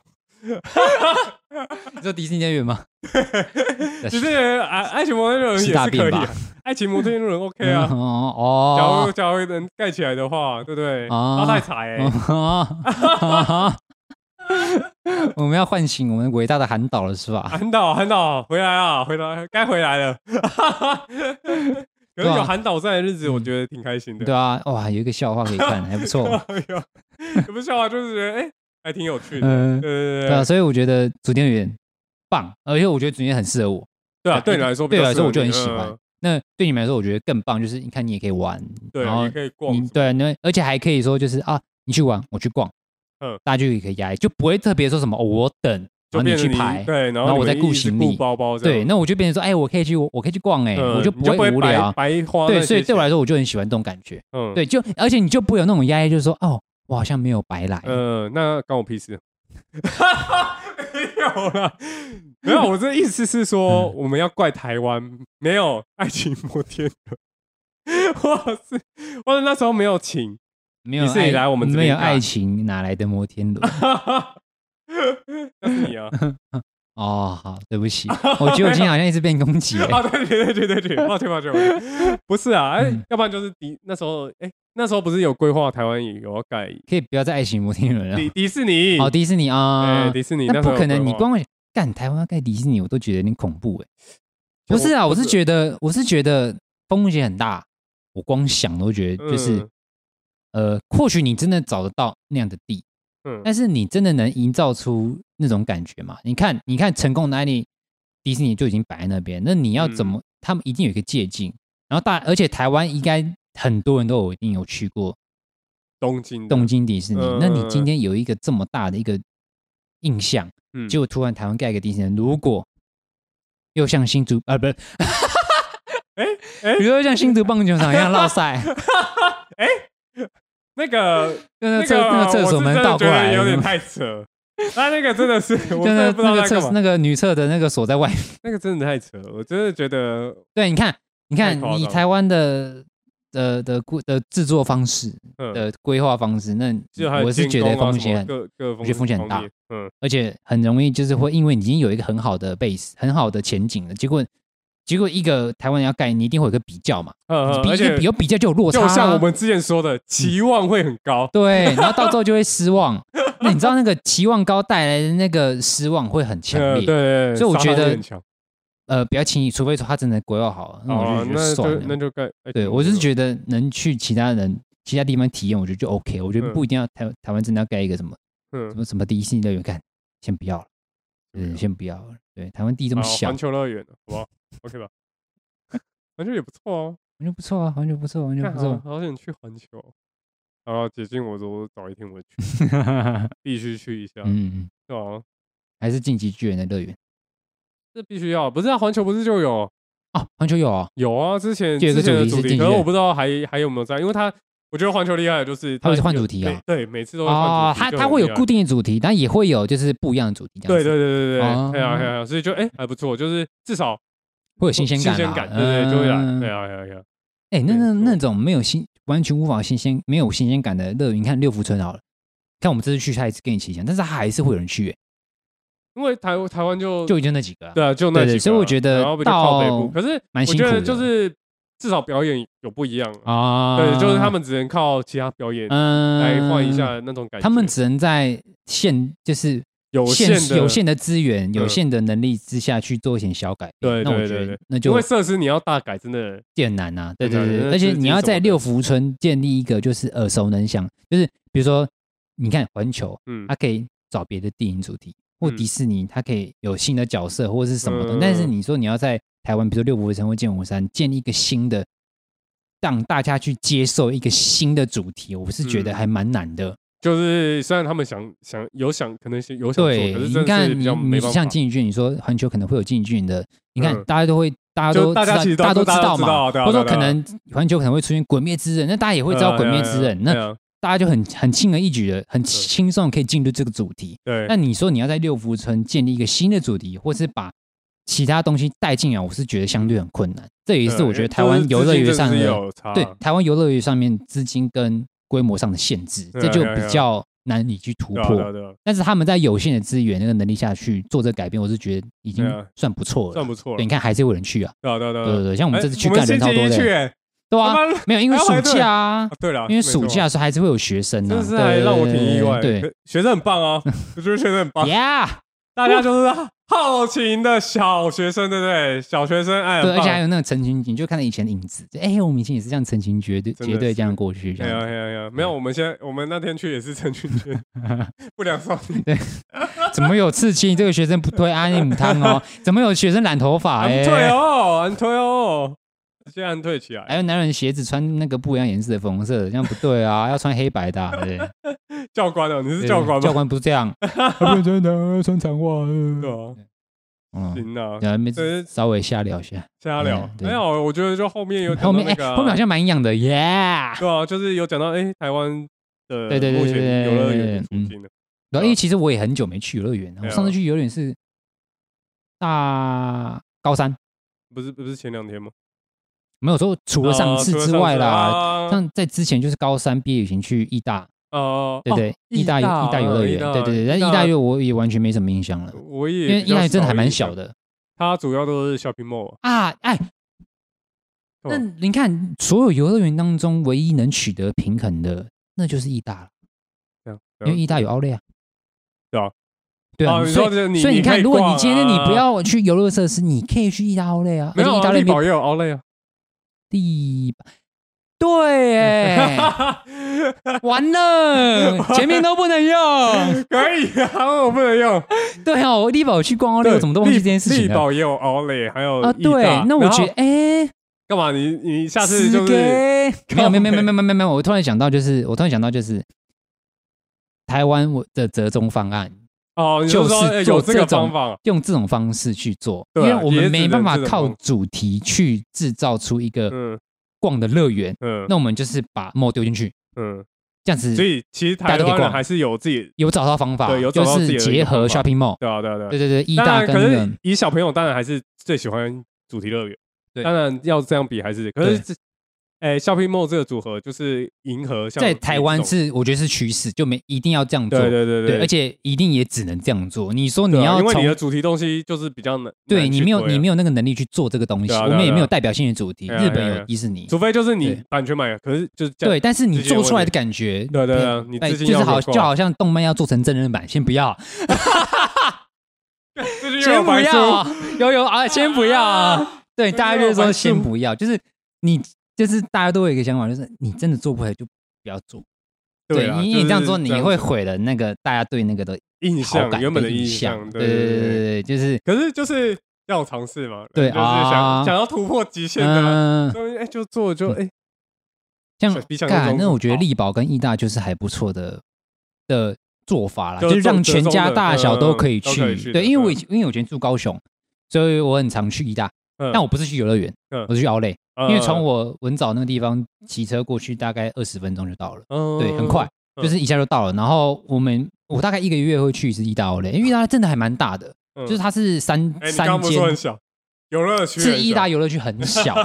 Speaker 2: 你说迪士尼乐园
Speaker 3: [laughs]
Speaker 2: 吗？ [laughs]
Speaker 3: 其实也啊，爱情摩天轮也
Speaker 2: 吃
Speaker 3: 是
Speaker 2: 大
Speaker 3: 可
Speaker 2: 便
Speaker 3: 以
Speaker 2: 吧
Speaker 3: 啊，爱情摩天轮 OK
Speaker 2: 嗯
Speaker 3: 啊。假
Speaker 2: [laughs]
Speaker 3: 如
Speaker 2: 哦
Speaker 3: 假如能盖起来的话，对不对？
Speaker 2: 啊
Speaker 3: 发大财欸！
Speaker 2: 哦， [laughs] 我们要唤醒我们伟大的韩导了，是吧？
Speaker 3: 韩导，韩导回来啊，回来，该回
Speaker 2: [laughs]
Speaker 3: 来了。可是
Speaker 2: 对啊
Speaker 3: 有韩导在的日子，
Speaker 2: 嗯
Speaker 3: 我觉得挺开心 [laughs] 的。
Speaker 2: 对啊，哇，有一个笑话可以
Speaker 3: [laughs]
Speaker 2: 看，还不错。
Speaker 3: 哎呦，也不是笑话，就是觉得哎，还挺有趣的。
Speaker 2: 嗯
Speaker 3: 对，对
Speaker 2: 对啊，所以我觉得主题乐园棒，呃而且我觉得主题乐园很适合我。
Speaker 3: 对啊，对你来说比
Speaker 2: 对
Speaker 3: 较
Speaker 2: 我来
Speaker 3: 适合
Speaker 2: 说
Speaker 3: 你，
Speaker 2: 我就很喜欢
Speaker 3: 嗯。
Speaker 2: 那对你们来说，我觉得更棒，就是你看你也可以玩，
Speaker 3: 对
Speaker 2: 然
Speaker 3: 啊，
Speaker 2: 后
Speaker 3: 也可以逛什
Speaker 2: 你
Speaker 3: 么。
Speaker 2: 对，那而且还可以说就是啊，你去玩，我去逛，
Speaker 3: 嗯
Speaker 2: 大家就也可以压抑，就不会特别说什么、哦、我等，
Speaker 3: 就
Speaker 2: 然后你
Speaker 3: 变成
Speaker 2: 去
Speaker 3: 你
Speaker 2: 排，
Speaker 3: 对，然
Speaker 2: 然后
Speaker 3: 后
Speaker 2: 我
Speaker 3: 你
Speaker 2: 在
Speaker 3: 们
Speaker 2: 顾
Speaker 3: 一直
Speaker 2: 行
Speaker 3: 顾
Speaker 2: 李
Speaker 3: 包包这
Speaker 2: 对，
Speaker 3: 样。
Speaker 2: 那我就变成说，哎、我可以去，我可以去逛、哎、
Speaker 3: 嗯
Speaker 2: 我就
Speaker 3: 你就
Speaker 2: 会无
Speaker 3: 白
Speaker 2: 聊。
Speaker 3: 白花那
Speaker 2: 对，
Speaker 3: 些
Speaker 2: 所以对我来
Speaker 3: 钱，
Speaker 2: 说，我就很喜欢这种感觉。
Speaker 3: 嗯，
Speaker 2: 对，就而且你就不会有那种压抑，就是说，哦，我好像没有白来。
Speaker 3: 呃，那关我
Speaker 2: [laughs]
Speaker 3: 屁事。没有啦，没有。我这意思是说，
Speaker 2: 嗯
Speaker 3: 我们要怪台湾没有爱情摩天轮，或是或者那时候没有请， [laughs]
Speaker 2: 没有
Speaker 3: 你是
Speaker 2: 爱
Speaker 3: 你来我们这边
Speaker 2: 没有
Speaker 3: 干
Speaker 2: 爱情，哪来的摩天
Speaker 3: [laughs]
Speaker 2: 轮？
Speaker 3: 那
Speaker 2: [laughs]
Speaker 3: 是你啊！
Speaker 2: 哦，好，对不起，我觉得我今天好像一直被你攻
Speaker 3: [laughs]
Speaker 2: 击、哎
Speaker 3: 啊，对对对对对，抱歉抱歉，抱歉不是啊，哎
Speaker 2: 嗯，
Speaker 3: 要不然就是迪那时候，哎，那时候不是有规划台湾也有要盖
Speaker 2: 可以不要再爱情摩天轮了。
Speaker 3: 迪迪士尼，
Speaker 2: 哦，迪士尼啊
Speaker 3: 哎，，迪士尼，
Speaker 2: 那
Speaker 3: 那时
Speaker 2: 不
Speaker 3: 候有
Speaker 2: 可能，
Speaker 3: 规
Speaker 2: 你
Speaker 3: 划
Speaker 2: 光干台湾要盖迪士尼，我都觉得有点恐怖哎。
Speaker 3: 就
Speaker 2: 不是啊，
Speaker 3: 我
Speaker 2: 我是
Speaker 3: 不是
Speaker 2: 觉得，我是觉得风险很大，我光想都觉得就是
Speaker 3: 嗯，
Speaker 2: 呃，或许你真的找得到那样的地，
Speaker 3: 嗯
Speaker 2: 但是你真的能营造出那种感觉吗？你看，你看成功的案例，迪士尼就已经摆在那边，那你要怎
Speaker 3: 嗯
Speaker 2: 么？他们一定有一个借鉴，然后大，而且台湾应该很多人都有一定有去过
Speaker 3: 东京的
Speaker 2: 东京迪士尼，那你今
Speaker 3: 嗯
Speaker 2: 天有一个这么大的一个印象，
Speaker 3: 嗯
Speaker 2: 结果突然台湾盖一个迪士尼，如果又像新竹啊，不是，
Speaker 3: 哎
Speaker 2: 比如说像新竹棒球场一样落赛，
Speaker 3: 那个
Speaker 2: 那
Speaker 3: [laughs] 那
Speaker 2: 个厕
Speaker 3: 个
Speaker 2: 那个厕所门倒过来，
Speaker 3: 我是真的觉得有点
Speaker 2: 就
Speaker 3: 太扯。 [laughs] 他那个真的是，
Speaker 2: [laughs]
Speaker 3: 我真的
Speaker 2: 那
Speaker 3: 不知道
Speaker 2: 那个
Speaker 3: 在干
Speaker 2: 厕
Speaker 3: 嘛。
Speaker 2: 那个女厕的那个锁在外面。
Speaker 3: 那个真的太扯，我真的觉得，
Speaker 2: 对，你看，你看
Speaker 3: 太夸张
Speaker 2: 你
Speaker 3: 了
Speaker 2: 台湾的的的规的制作方式
Speaker 3: 嗯，
Speaker 2: 的规划方式，那
Speaker 3: 就还有
Speaker 2: 呃我是觉得
Speaker 3: 监工啊
Speaker 2: 风险
Speaker 3: 什么
Speaker 2: 很，
Speaker 3: 各各
Speaker 2: 我觉得风险很大
Speaker 3: 方面。嗯，
Speaker 2: 而且很容易就是会因为你已经有一个很好的 base、很好的前景了，结果结果一个台湾人要盖，你一定会有一个比较嘛，
Speaker 3: 嗯嗯
Speaker 2: 比
Speaker 3: 而
Speaker 2: 一个
Speaker 3: 且
Speaker 2: 比有比较就有落差啊、嗯
Speaker 3: 就像我们之前说的，期望会很高。
Speaker 2: 对，然后到最后就会失望。 [laughs] 那你知道那个期望高带来的那个失望会很强
Speaker 3: 呃，
Speaker 2: 烈，
Speaker 3: 对对，对
Speaker 2: 所以我觉
Speaker 3: 杀伤力
Speaker 2: 得
Speaker 3: 很强。
Speaker 2: 呃，不要轻易，除非说他真的规划好了，那嗯我
Speaker 3: 哦
Speaker 2: 就觉
Speaker 3: 那
Speaker 2: 得算
Speaker 3: 就
Speaker 2: 了。
Speaker 3: 那就该，哎
Speaker 2: 对
Speaker 3: 怎么
Speaker 2: 我就是
Speaker 3: 了
Speaker 2: 觉得能去其他人其他地方体验，我觉得就 OK。我觉得
Speaker 3: 嗯
Speaker 2: 不一定要台台湾真的要盖一个什么什
Speaker 3: 嗯，
Speaker 2: 么什么迪士尼乐园，看先不要了，嗯，先不要了。对，台湾地这么
Speaker 3: 好
Speaker 2: 小
Speaker 3: 哦环，球乐园，好不好
Speaker 2: [laughs]
Speaker 3: ？OK 吧？环球也不错啊，
Speaker 2: 完全不错啊，完全不错，完全
Speaker 3: 干
Speaker 2: 不
Speaker 3: 好
Speaker 2: 错。
Speaker 3: 好想去环球。然后解禁我都早一天我去，必须去一下，
Speaker 2: 嗯，
Speaker 3: 对啊吧？
Speaker 2: 还是晋级巨人的乐园
Speaker 3: 这必须要，不是啊，环球不是就有
Speaker 2: 哦，环球有啊，
Speaker 3: 有啊？之前
Speaker 2: 就有一个
Speaker 3: 之前的
Speaker 2: 主题是
Speaker 3: 主
Speaker 2: 订
Speaker 3: 题，
Speaker 2: 阅
Speaker 3: 可是我不知道还还有没有在，因为它我觉得环球厉害的就是
Speaker 2: 它会换
Speaker 3: 有
Speaker 2: 主题啊
Speaker 3: 每对，每次都会换
Speaker 2: 哦，
Speaker 3: 主题
Speaker 2: 它
Speaker 3: 就
Speaker 2: 它
Speaker 3: 很
Speaker 2: 会
Speaker 3: 厉
Speaker 2: 有
Speaker 3: 害
Speaker 2: 固定的主题，但也会有就是不一样的主题，这样
Speaker 3: 对
Speaker 2: 子
Speaker 3: 对对对对，
Speaker 2: 哦
Speaker 3: 对啊对啊，所以就哎还不错，就是至少
Speaker 2: 会有新鲜感啊，
Speaker 3: 哦新鲜感，对对，就会来，对
Speaker 2: 啊。
Speaker 3: 啊对啊，
Speaker 2: 哎，那那
Speaker 3: 没错
Speaker 2: 那种没有新完全无法新鲜没有新鲜感的乐园，你看六福村好了，看我们这次去，下一次跟你一起讲，但是它还是会有人去，哎
Speaker 3: 因为台台湾就
Speaker 2: 就就那几个啊、
Speaker 3: 对啊，就
Speaker 2: 对
Speaker 3: 那几
Speaker 2: 对
Speaker 3: 个，
Speaker 2: 所以我觉得
Speaker 3: 然后比较靠北部，
Speaker 2: 到
Speaker 3: 可是
Speaker 2: 蛮
Speaker 3: 我
Speaker 2: 辛
Speaker 3: 觉
Speaker 2: 苦
Speaker 3: 得
Speaker 2: 的
Speaker 3: 就是至少表演有不一样啊，
Speaker 2: 啊，
Speaker 3: 对，就是他们只能靠其他表演
Speaker 2: 嗯
Speaker 3: 来换一，下那种感觉。
Speaker 2: 他们只能在现就是
Speaker 3: 有限的，
Speaker 2: 有限的资源、有
Speaker 3: 嗯
Speaker 2: 限的能力之下去做一些小改变。
Speaker 3: 对
Speaker 2: 那我
Speaker 3: 对
Speaker 2: 觉
Speaker 3: 对
Speaker 2: 得
Speaker 3: 对，
Speaker 2: 那
Speaker 3: 因
Speaker 2: 就
Speaker 3: 为设施你要大改，真的
Speaker 2: 很难啊。对
Speaker 3: 很
Speaker 2: 对对，对
Speaker 3: 难那
Speaker 2: 而且
Speaker 3: 资
Speaker 2: 你
Speaker 3: 金
Speaker 2: 要
Speaker 3: 什么
Speaker 2: 在
Speaker 3: 的
Speaker 2: 六福村建立一个就是耳熟能详，就是比如说你看环球，
Speaker 3: 嗯
Speaker 2: 它可以找别的电影主题，或
Speaker 3: 嗯
Speaker 2: 迪士尼它可以有新的角色或者是什么的。
Speaker 3: 嗯
Speaker 2: 但是你说你要在台湾，比如说六福村或剑湖山建立一个新的，让大家去接受一个新的主题，我是觉得
Speaker 3: 嗯
Speaker 2: 还蛮难的。
Speaker 3: 就是虽然他们想想有想可能是有想做，
Speaker 2: 对，
Speaker 3: 可是
Speaker 2: 你
Speaker 3: 真的
Speaker 2: 看
Speaker 3: 是
Speaker 2: 你
Speaker 3: 比较没
Speaker 2: 你
Speaker 3: 办
Speaker 2: 像
Speaker 3: 法。
Speaker 2: 金宇俊，你说环球可能会有金宇俊的，你看
Speaker 3: 嗯
Speaker 2: 大家都会，大家
Speaker 3: 就
Speaker 2: 都
Speaker 3: 大家
Speaker 2: 知道
Speaker 3: 其实都
Speaker 2: 大家都
Speaker 3: 大家都知道
Speaker 2: 嘛，
Speaker 3: 对啊
Speaker 2: 或者说
Speaker 3: 对
Speaker 2: 可
Speaker 3: 啊嗯对啊
Speaker 2: 能环球可能会出现《鬼灭之刃》，那大家也会知道《鬼灭之刃》，那
Speaker 3: 那
Speaker 2: 大家就很很轻而易举的，很轻松地可以进入这个主题。
Speaker 3: 对
Speaker 2: 那你说你要在六福村建立一个新的主题，或是把其他东西带进来，我是觉得相对很困难。这也
Speaker 3: 也
Speaker 2: 是我觉得台湾游乐园上的
Speaker 3: 有啊差，
Speaker 2: 对台湾游乐园上面资金跟规模上的限制，
Speaker 3: 对啊
Speaker 2: 这就
Speaker 3: 对啊对
Speaker 2: 比
Speaker 3: 啊
Speaker 2: 较难以去突
Speaker 3: 对啊对
Speaker 2: 破
Speaker 3: 啊。对啊，
Speaker 2: 但是他们在有限的资源那个能力下去做这个改变，我是觉得已经
Speaker 3: 对啊
Speaker 2: 算不错了。
Speaker 3: 算不错
Speaker 2: 对，
Speaker 3: 了
Speaker 2: 你。看还是有人去啊，
Speaker 3: 对啊对啊对啊
Speaker 2: 对对
Speaker 3: 对啊，
Speaker 2: 对，像我
Speaker 3: 我
Speaker 2: 们这次去干人
Speaker 3: 星
Speaker 2: 超
Speaker 3: 期
Speaker 2: 多
Speaker 3: 一
Speaker 2: 的
Speaker 3: 去
Speaker 2: 欸，
Speaker 3: 欸，
Speaker 2: 对
Speaker 3: 他
Speaker 2: 啊，
Speaker 3: 妈
Speaker 2: 没有因为
Speaker 3: 还要排
Speaker 2: 暑
Speaker 3: 队
Speaker 2: 假啊，
Speaker 3: 对了，
Speaker 2: 因为
Speaker 3: 没
Speaker 2: 暑
Speaker 3: 错
Speaker 2: 假的时候还是会有学生
Speaker 3: 真
Speaker 2: 啊，
Speaker 3: 的是还让我挺意外的。
Speaker 2: 对
Speaker 3: 可学生很棒啊，我觉得学生很棒，
Speaker 2: ，Yeah，
Speaker 3: 大家就是好奇的小学生，对不对？小学生哎，
Speaker 2: 对，
Speaker 3: 很
Speaker 2: 而且还
Speaker 3: 棒。
Speaker 2: 有那个成群，你就看到以前的影子，就哎，我们以前也是这样成群结队
Speaker 3: 真的
Speaker 2: 结队这样
Speaker 3: 是
Speaker 2: 过去，这
Speaker 3: 哎呀
Speaker 2: 样
Speaker 3: 哎呀哎呀！没有，我们现在我们那天去也是陈俊俊 [laughs] 不良少年，啊
Speaker 2: [laughs] 怎么有刺青？这个学生不推安利母汤哦，怎么有学生染头发？
Speaker 3: 安
Speaker 2: 哎，
Speaker 3: 退啊哦，安退哦，现在安退起来
Speaker 2: 还。有男人鞋子穿那个不一样颜色的粉红色的，这样不对啊，要穿黑白的啊，对不对。
Speaker 3: 教官哦，你是
Speaker 2: 对
Speaker 3: 教官吗？
Speaker 2: 教官不是这
Speaker 3: [laughs]
Speaker 2: 样，啊不真的穿长袜。
Speaker 3: 对啊，
Speaker 2: 嗯，
Speaker 3: 行啊，
Speaker 2: 然后没
Speaker 3: 对
Speaker 2: 稍微瞎聊一下，
Speaker 3: 瞎聊
Speaker 2: 嗯。对
Speaker 3: 没有，我觉得就后面有讲
Speaker 2: 后
Speaker 3: 到
Speaker 2: 面哎
Speaker 3: 那、个啊，
Speaker 2: 后面好像蛮痒的耶。
Speaker 3: 对啊，就是有讲到哎，台湾的
Speaker 2: 对对对
Speaker 3: 目
Speaker 2: 对对
Speaker 3: 前游乐
Speaker 2: 对对
Speaker 3: 园的
Speaker 2: 嗯
Speaker 3: 处境了。
Speaker 2: 然后因为其实我也很久没去游乐园了，我
Speaker 3: 啊对啊
Speaker 2: 上次去游乐园是大高三，
Speaker 3: 不是不是前两天吗？
Speaker 2: 没有说除了上
Speaker 3: 啊
Speaker 2: 次
Speaker 3: 除了
Speaker 2: 之
Speaker 3: 上
Speaker 2: 外啦，
Speaker 3: 啊
Speaker 2: 像在之前就是高三毕业旅行去义大，
Speaker 3: 哦，
Speaker 2: 对不对
Speaker 3: 哦，
Speaker 2: 义大游义大游乐园，对对对，但义大，游我也完全没什么印象了
Speaker 3: 啊，我也
Speaker 2: 因为
Speaker 3: 比
Speaker 2: 义
Speaker 3: 较
Speaker 2: 大真的还
Speaker 3: 少
Speaker 2: 蛮
Speaker 3: 印
Speaker 2: 小
Speaker 3: 象，
Speaker 2: 的
Speaker 3: 它主要都是 shopping mall 啊。
Speaker 2: 啊，哎。那
Speaker 3: 干嘛
Speaker 2: 您看，所有游乐园当中唯一能取得平衡的，那就是义大了，
Speaker 3: 这样这
Speaker 2: 因为
Speaker 3: 样
Speaker 2: 义大有奥莱啊。
Speaker 3: 对啊，
Speaker 2: 对啊
Speaker 3: 哦，你
Speaker 2: 所
Speaker 3: 说
Speaker 2: 以
Speaker 3: 这你
Speaker 2: 所以
Speaker 3: 你
Speaker 2: 你看，
Speaker 3: 可以
Speaker 2: 如果你
Speaker 3: 逛
Speaker 2: 今天你不
Speaker 3: 啊
Speaker 2: 要去游乐设施，你可以去义大奥莱啊，
Speaker 3: 没有
Speaker 2: 而且义大
Speaker 3: 啊，
Speaker 2: 那
Speaker 3: 力宝
Speaker 2: 边
Speaker 3: 也有 o l 啊。
Speaker 2: 地对哎
Speaker 3: [laughs]
Speaker 2: 耶，完了，前面都不能用。
Speaker 3: [laughs] 可以啊，我不能用。
Speaker 2: 对哦，我力宝去逛奥莱，
Speaker 3: 对
Speaker 2: 我怎么都忘记这件事
Speaker 3: 力
Speaker 2: 情
Speaker 3: 力
Speaker 2: 了
Speaker 3: 宝也有 o l 还有
Speaker 2: 啊？
Speaker 3: 义大
Speaker 2: 对，那我
Speaker 3: 然后
Speaker 2: 觉得，哎，
Speaker 3: 干嘛？你你下次就
Speaker 2: 死
Speaker 3: 是
Speaker 2: 给没有没有没有没有没有没有没有，我突然想到就是，我突然想到就是，台湾我的折中方案
Speaker 3: 哦，你
Speaker 2: 就是
Speaker 3: 说哎
Speaker 2: 做
Speaker 3: 有这个
Speaker 2: 这种
Speaker 3: 方法，
Speaker 2: 用这种方式去做，因
Speaker 3: 对啊
Speaker 2: 为我们
Speaker 3: 也
Speaker 2: 没
Speaker 3: 只
Speaker 2: 办
Speaker 3: 能
Speaker 2: 法
Speaker 3: 这种
Speaker 2: 靠
Speaker 3: 方式
Speaker 2: 主题去制造出一个
Speaker 3: 嗯
Speaker 2: 逛的乐园，
Speaker 3: 嗯
Speaker 2: 那我们就是把 mod 丢进去，
Speaker 3: 嗯。
Speaker 2: 这样子
Speaker 3: 所以其实
Speaker 2: 大
Speaker 3: 台
Speaker 2: 家都可以
Speaker 3: 湾人
Speaker 2: 逛
Speaker 3: 还是有自己，
Speaker 2: 有找到方法，
Speaker 3: 对有
Speaker 2: 就
Speaker 3: 找到自己
Speaker 2: 是
Speaker 3: 的一
Speaker 2: 结
Speaker 3: 个
Speaker 2: 合
Speaker 3: 方法
Speaker 2: shopping mall，
Speaker 3: 对啊对啊对啊
Speaker 2: 对。对对，一
Speaker 3: 当
Speaker 2: 大
Speaker 3: 然，
Speaker 2: 跟
Speaker 3: 可
Speaker 2: 那
Speaker 3: 是
Speaker 2: 个
Speaker 3: 以小朋友当然还是最喜欢主题乐园。
Speaker 2: 对
Speaker 3: 当然要这样比还是，可是
Speaker 2: 对
Speaker 3: 这，哎，shopping mall 这个组合就是迎合像
Speaker 2: 在
Speaker 3: 这
Speaker 2: 台湾
Speaker 3: 种，
Speaker 2: 是我觉得是趋势，就没一定要这样做，
Speaker 3: 对对对
Speaker 2: 对，而
Speaker 3: 且
Speaker 2: 且一定也只能这样做。你说你
Speaker 3: 啊
Speaker 2: 要
Speaker 3: 因为
Speaker 2: 从
Speaker 3: 你的主题东西就是比较难，啊
Speaker 2: 对你没有你没
Speaker 3: 有，
Speaker 2: 有那个能力去做这个东西，
Speaker 3: 对啊
Speaker 2: 我
Speaker 3: 对啊
Speaker 2: 们也
Speaker 3: 对啊
Speaker 2: 没有代表性的主题。
Speaker 3: 对啊
Speaker 2: 日本
Speaker 3: 对啊对
Speaker 2: 有
Speaker 3: 啊
Speaker 2: 迪士尼，
Speaker 3: 除非就是你
Speaker 2: 对
Speaker 3: 版权买了，可是就是这样
Speaker 2: 对，但是你
Speaker 3: 直接有
Speaker 2: 做出来
Speaker 3: 问
Speaker 2: 的
Speaker 3: 题
Speaker 2: 感觉，
Speaker 3: 对对对啊
Speaker 2: 不
Speaker 3: 你
Speaker 2: 对
Speaker 3: 资金
Speaker 2: 就是
Speaker 3: 要
Speaker 2: 好
Speaker 3: 够
Speaker 2: 就好像动漫要做成真人版，先不
Speaker 3: [laughs]
Speaker 2: 要，
Speaker 3: 这就
Speaker 2: 先
Speaker 3: 有
Speaker 2: 不
Speaker 3: 白
Speaker 2: 要
Speaker 3: 书，
Speaker 2: 啊，有有啊，先不要
Speaker 3: [laughs]
Speaker 2: 啊，对，
Speaker 3: 这就
Speaker 2: 大家就是
Speaker 3: 要
Speaker 2: 说
Speaker 3: 白
Speaker 2: 先
Speaker 3: 书
Speaker 2: 不要，就是你就是大家都有一个想法，就是你真的做不来就不要做，对，
Speaker 3: 啊
Speaker 2: 你
Speaker 3: 就
Speaker 2: 你
Speaker 3: 是
Speaker 2: 这样做你会
Speaker 3: 子
Speaker 2: 毁了那个大家对那个的
Speaker 3: 印
Speaker 2: 好
Speaker 3: 象
Speaker 2: 感
Speaker 3: 原本的
Speaker 2: 印
Speaker 3: 象，
Speaker 2: 对
Speaker 3: 对对
Speaker 2: 对对，
Speaker 3: 对。[laughs]
Speaker 2: 就是
Speaker 3: 可是就是要尝试嘛，
Speaker 2: 对
Speaker 3: 就是
Speaker 2: 啊
Speaker 3: 想想要突破极限的，
Speaker 2: 嗯。
Speaker 3: 所以哎就做就哎
Speaker 2: 像
Speaker 3: 想比想象
Speaker 2: 干，
Speaker 3: 中
Speaker 2: 那
Speaker 3: 更
Speaker 2: 我觉得
Speaker 3: 好
Speaker 2: 力宝跟义大就是还不错的的做法啦，
Speaker 3: 就
Speaker 2: 就是
Speaker 3: 中
Speaker 2: 让全
Speaker 3: 折中
Speaker 2: 家
Speaker 3: 的
Speaker 2: 大小
Speaker 3: 嗯
Speaker 2: 都
Speaker 3: 嗯
Speaker 2: 可以
Speaker 3: 都可以
Speaker 2: 去。
Speaker 3: 去
Speaker 2: 对，
Speaker 3: 的
Speaker 2: 因为我以
Speaker 3: 嗯
Speaker 2: 前因为我以前住高雄，所以我很常去义大，
Speaker 3: 嗯
Speaker 2: 但我不是去游乐园，
Speaker 3: 嗯
Speaker 2: 我是去奥莱，因为从
Speaker 3: 嗯
Speaker 2: 我文藻那个地方骑车过去大概二十分钟就到了，
Speaker 3: 嗯
Speaker 2: 对，很快，就是一下就到了。然后我们我大概一个月会去一次义大奥莱，因为义大真的还蛮大的，
Speaker 3: 嗯
Speaker 2: 就是它是三
Speaker 3: 哎，你刚
Speaker 2: 三
Speaker 3: 刚不是说
Speaker 2: 间
Speaker 3: 很，小，游乐区
Speaker 2: 是
Speaker 3: 很
Speaker 2: 义
Speaker 3: 小
Speaker 2: 大游乐区很小，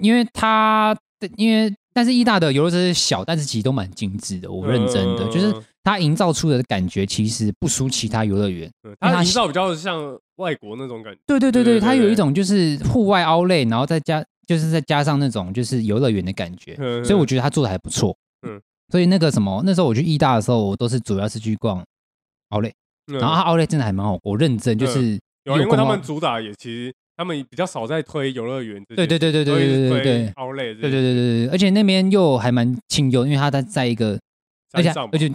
Speaker 2: 因为它的因为但是义大的游乐设施小，但是其实都蛮精致的。我认真的，就是
Speaker 3: 嗯
Speaker 2: 它营造出的感觉其实不输其他游乐园。
Speaker 3: 嗯
Speaker 2: 那
Speaker 3: 它
Speaker 2: 它
Speaker 3: 营造比较像外国那种感觉，
Speaker 2: 对对对
Speaker 3: 对
Speaker 2: 对，
Speaker 3: 对
Speaker 2: 它
Speaker 3: 对
Speaker 2: 有
Speaker 3: 对
Speaker 2: 一种就是户外 outlet，然后再加就是再加上那种就是游乐园的感觉，
Speaker 3: 嗯
Speaker 2: 所以我觉得它做的还不错。嗯
Speaker 3: 嗯，
Speaker 2: 所以那个什么，那时候我去义大的时候，我都是主要是去逛 outlet，
Speaker 3: 嗯
Speaker 2: 然后它 outlet 真的还蛮好，我认真就是
Speaker 3: 有啊
Speaker 2: 有
Speaker 3: 因为
Speaker 2: 逛
Speaker 3: 他
Speaker 2: 到
Speaker 3: 们主打也其实他们比较少在推游乐园这
Speaker 2: 对
Speaker 3: 些，
Speaker 2: 对对对对
Speaker 3: 都一
Speaker 2: 对
Speaker 3: 直
Speaker 2: 对对
Speaker 3: 推
Speaker 2: 对。
Speaker 3: 奥类这些，
Speaker 2: 对对对对对，而且那边又还蛮清幽，因为它在在一个，而且
Speaker 3: 山上嘛
Speaker 2: 而且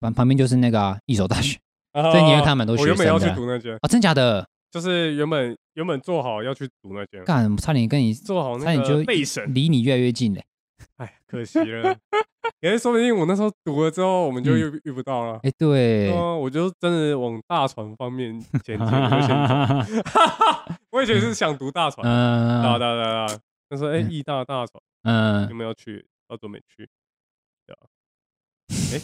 Speaker 2: 旁旁边就是那个啊一所大学
Speaker 3: 啊
Speaker 2: 所以你会看蛮多
Speaker 3: 我原
Speaker 2: 学
Speaker 3: 本要
Speaker 2: 生的
Speaker 3: 去
Speaker 2: 啊
Speaker 3: 读那间，
Speaker 2: 哦，真假的？
Speaker 3: 就是原本原本做好要去读那间，
Speaker 2: 干，差点跟你
Speaker 3: 做好
Speaker 2: 差
Speaker 3: 那
Speaker 2: 点就嗯
Speaker 3: 个备审，
Speaker 2: 离你越来越近嘞。
Speaker 3: 哎，可惜了。 [laughs] 也是说不定我那时候读了之后，我们就
Speaker 2: 嗯
Speaker 3: 遇遇不到了。
Speaker 2: 哎，对，
Speaker 3: 嗯，我就真的往大船方面前
Speaker 2: [laughs]
Speaker 3: 进，我就先走我以前是想读大船，大大
Speaker 2: 嗯
Speaker 3: 大大，他说哎，
Speaker 2: 嗯
Speaker 3: 义大大船有
Speaker 2: 嗯，
Speaker 3: 没有去？到准没去，对啊，哎，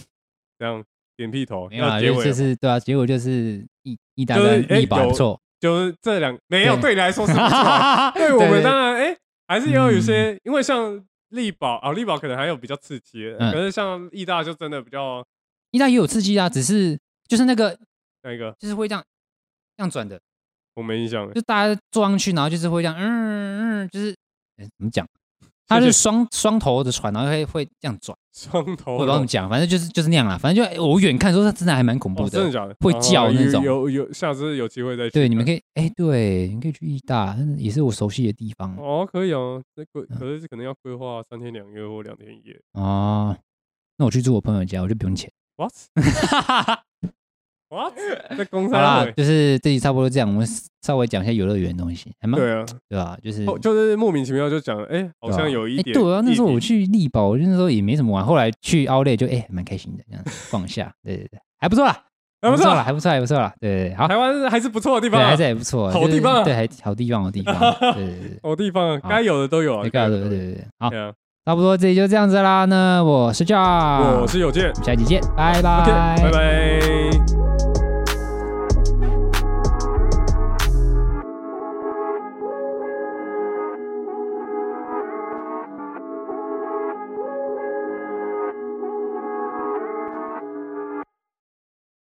Speaker 3: 这样点屁头，
Speaker 2: 没有
Speaker 3: 要
Speaker 2: 啊，
Speaker 3: 结
Speaker 2: 就
Speaker 3: 尾
Speaker 2: 就
Speaker 3: 了吗
Speaker 2: 是对啊，结果就是一一大
Speaker 3: 就是
Speaker 2: 跟
Speaker 3: 哎
Speaker 2: 一把
Speaker 3: 有
Speaker 2: 不错，
Speaker 3: 就是这两没有
Speaker 2: 对
Speaker 3: 对你来说是不错
Speaker 2: [laughs]
Speaker 3: 啊， [laughs] 对我们当
Speaker 2: 然
Speaker 3: 然哎、还是
Speaker 2: 嗯
Speaker 3: 要有一些，因为像力宝啊，力宝可能还有比较刺激的，
Speaker 2: 嗯
Speaker 3: 可是像义大就真的比较
Speaker 2: 一大也有刺激啊，只是就是那个
Speaker 3: 那个
Speaker 2: 就是会这样这样转的，
Speaker 3: 我没印象了，
Speaker 2: 就大家坐上去，然后就是会这样，嗯嗯，就是哎怎么讲？它是双双头的船，然后会会这样转，
Speaker 3: 双
Speaker 2: 我
Speaker 3: 头龙
Speaker 2: 不知道怎么讲，反正就是就是那样啦。反正就哎我远看说它真的还蛮恐怖
Speaker 3: 哦，真的
Speaker 2: 的。
Speaker 3: 假的？
Speaker 2: 会叫
Speaker 3: 哦
Speaker 2: 那种
Speaker 3: 有有有，下次有机会再去。
Speaker 2: 对，你们可以，哎，对，你可以去义大，也是我熟悉的地方
Speaker 3: 哦，可以哦，那规
Speaker 2: 嗯
Speaker 3: 可是可能要规划三天两夜或两天一夜。
Speaker 2: 哦。那我去住我朋友家，我就不用钱。 [laughs]
Speaker 3: What
Speaker 2: 哈哈哈。
Speaker 3: what？在公
Speaker 2: 好
Speaker 3: 山
Speaker 2: 啦，
Speaker 3: 会
Speaker 2: 就是这集差不多这样，我们稍微讲一下游乐园的东西，还蛮
Speaker 3: 对啊，
Speaker 2: 对吧？就是
Speaker 3: 哦，就是莫名其妙就讲，哎，好像有一
Speaker 2: 哎
Speaker 3: 点。
Speaker 2: 对啊，那时候我，去力宝，我那时候也没怎么玩，后来去 Outlet 就哎、还蛮开心的，这样子逛一下，对对对，还不错啦，
Speaker 3: 还不错
Speaker 2: 啦，
Speaker 3: 啊，
Speaker 2: 还不错，还不错啦，对对对，好，
Speaker 3: 台湾还是不错的地
Speaker 2: 对，
Speaker 3: 方啊，
Speaker 2: 还是还不错，
Speaker 3: 好
Speaker 2: 就是
Speaker 3: 地方啊
Speaker 2: 对，还好地方，好地方，对对
Speaker 3: [laughs]
Speaker 2: 对对
Speaker 3: 好地方啊，
Speaker 2: 好
Speaker 3: 该有的都有啊，
Speaker 2: 对，
Speaker 3: 该
Speaker 2: 对
Speaker 3: 有的
Speaker 2: 对
Speaker 3: 都有
Speaker 2: 对对对，好，
Speaker 3: 对啊，
Speaker 2: 差不多这集就这样子啦，那我是 j o
Speaker 3: 我是有健。
Speaker 2: 下期见，拜
Speaker 3: OK，
Speaker 2: 拜
Speaker 3: 拜。拜。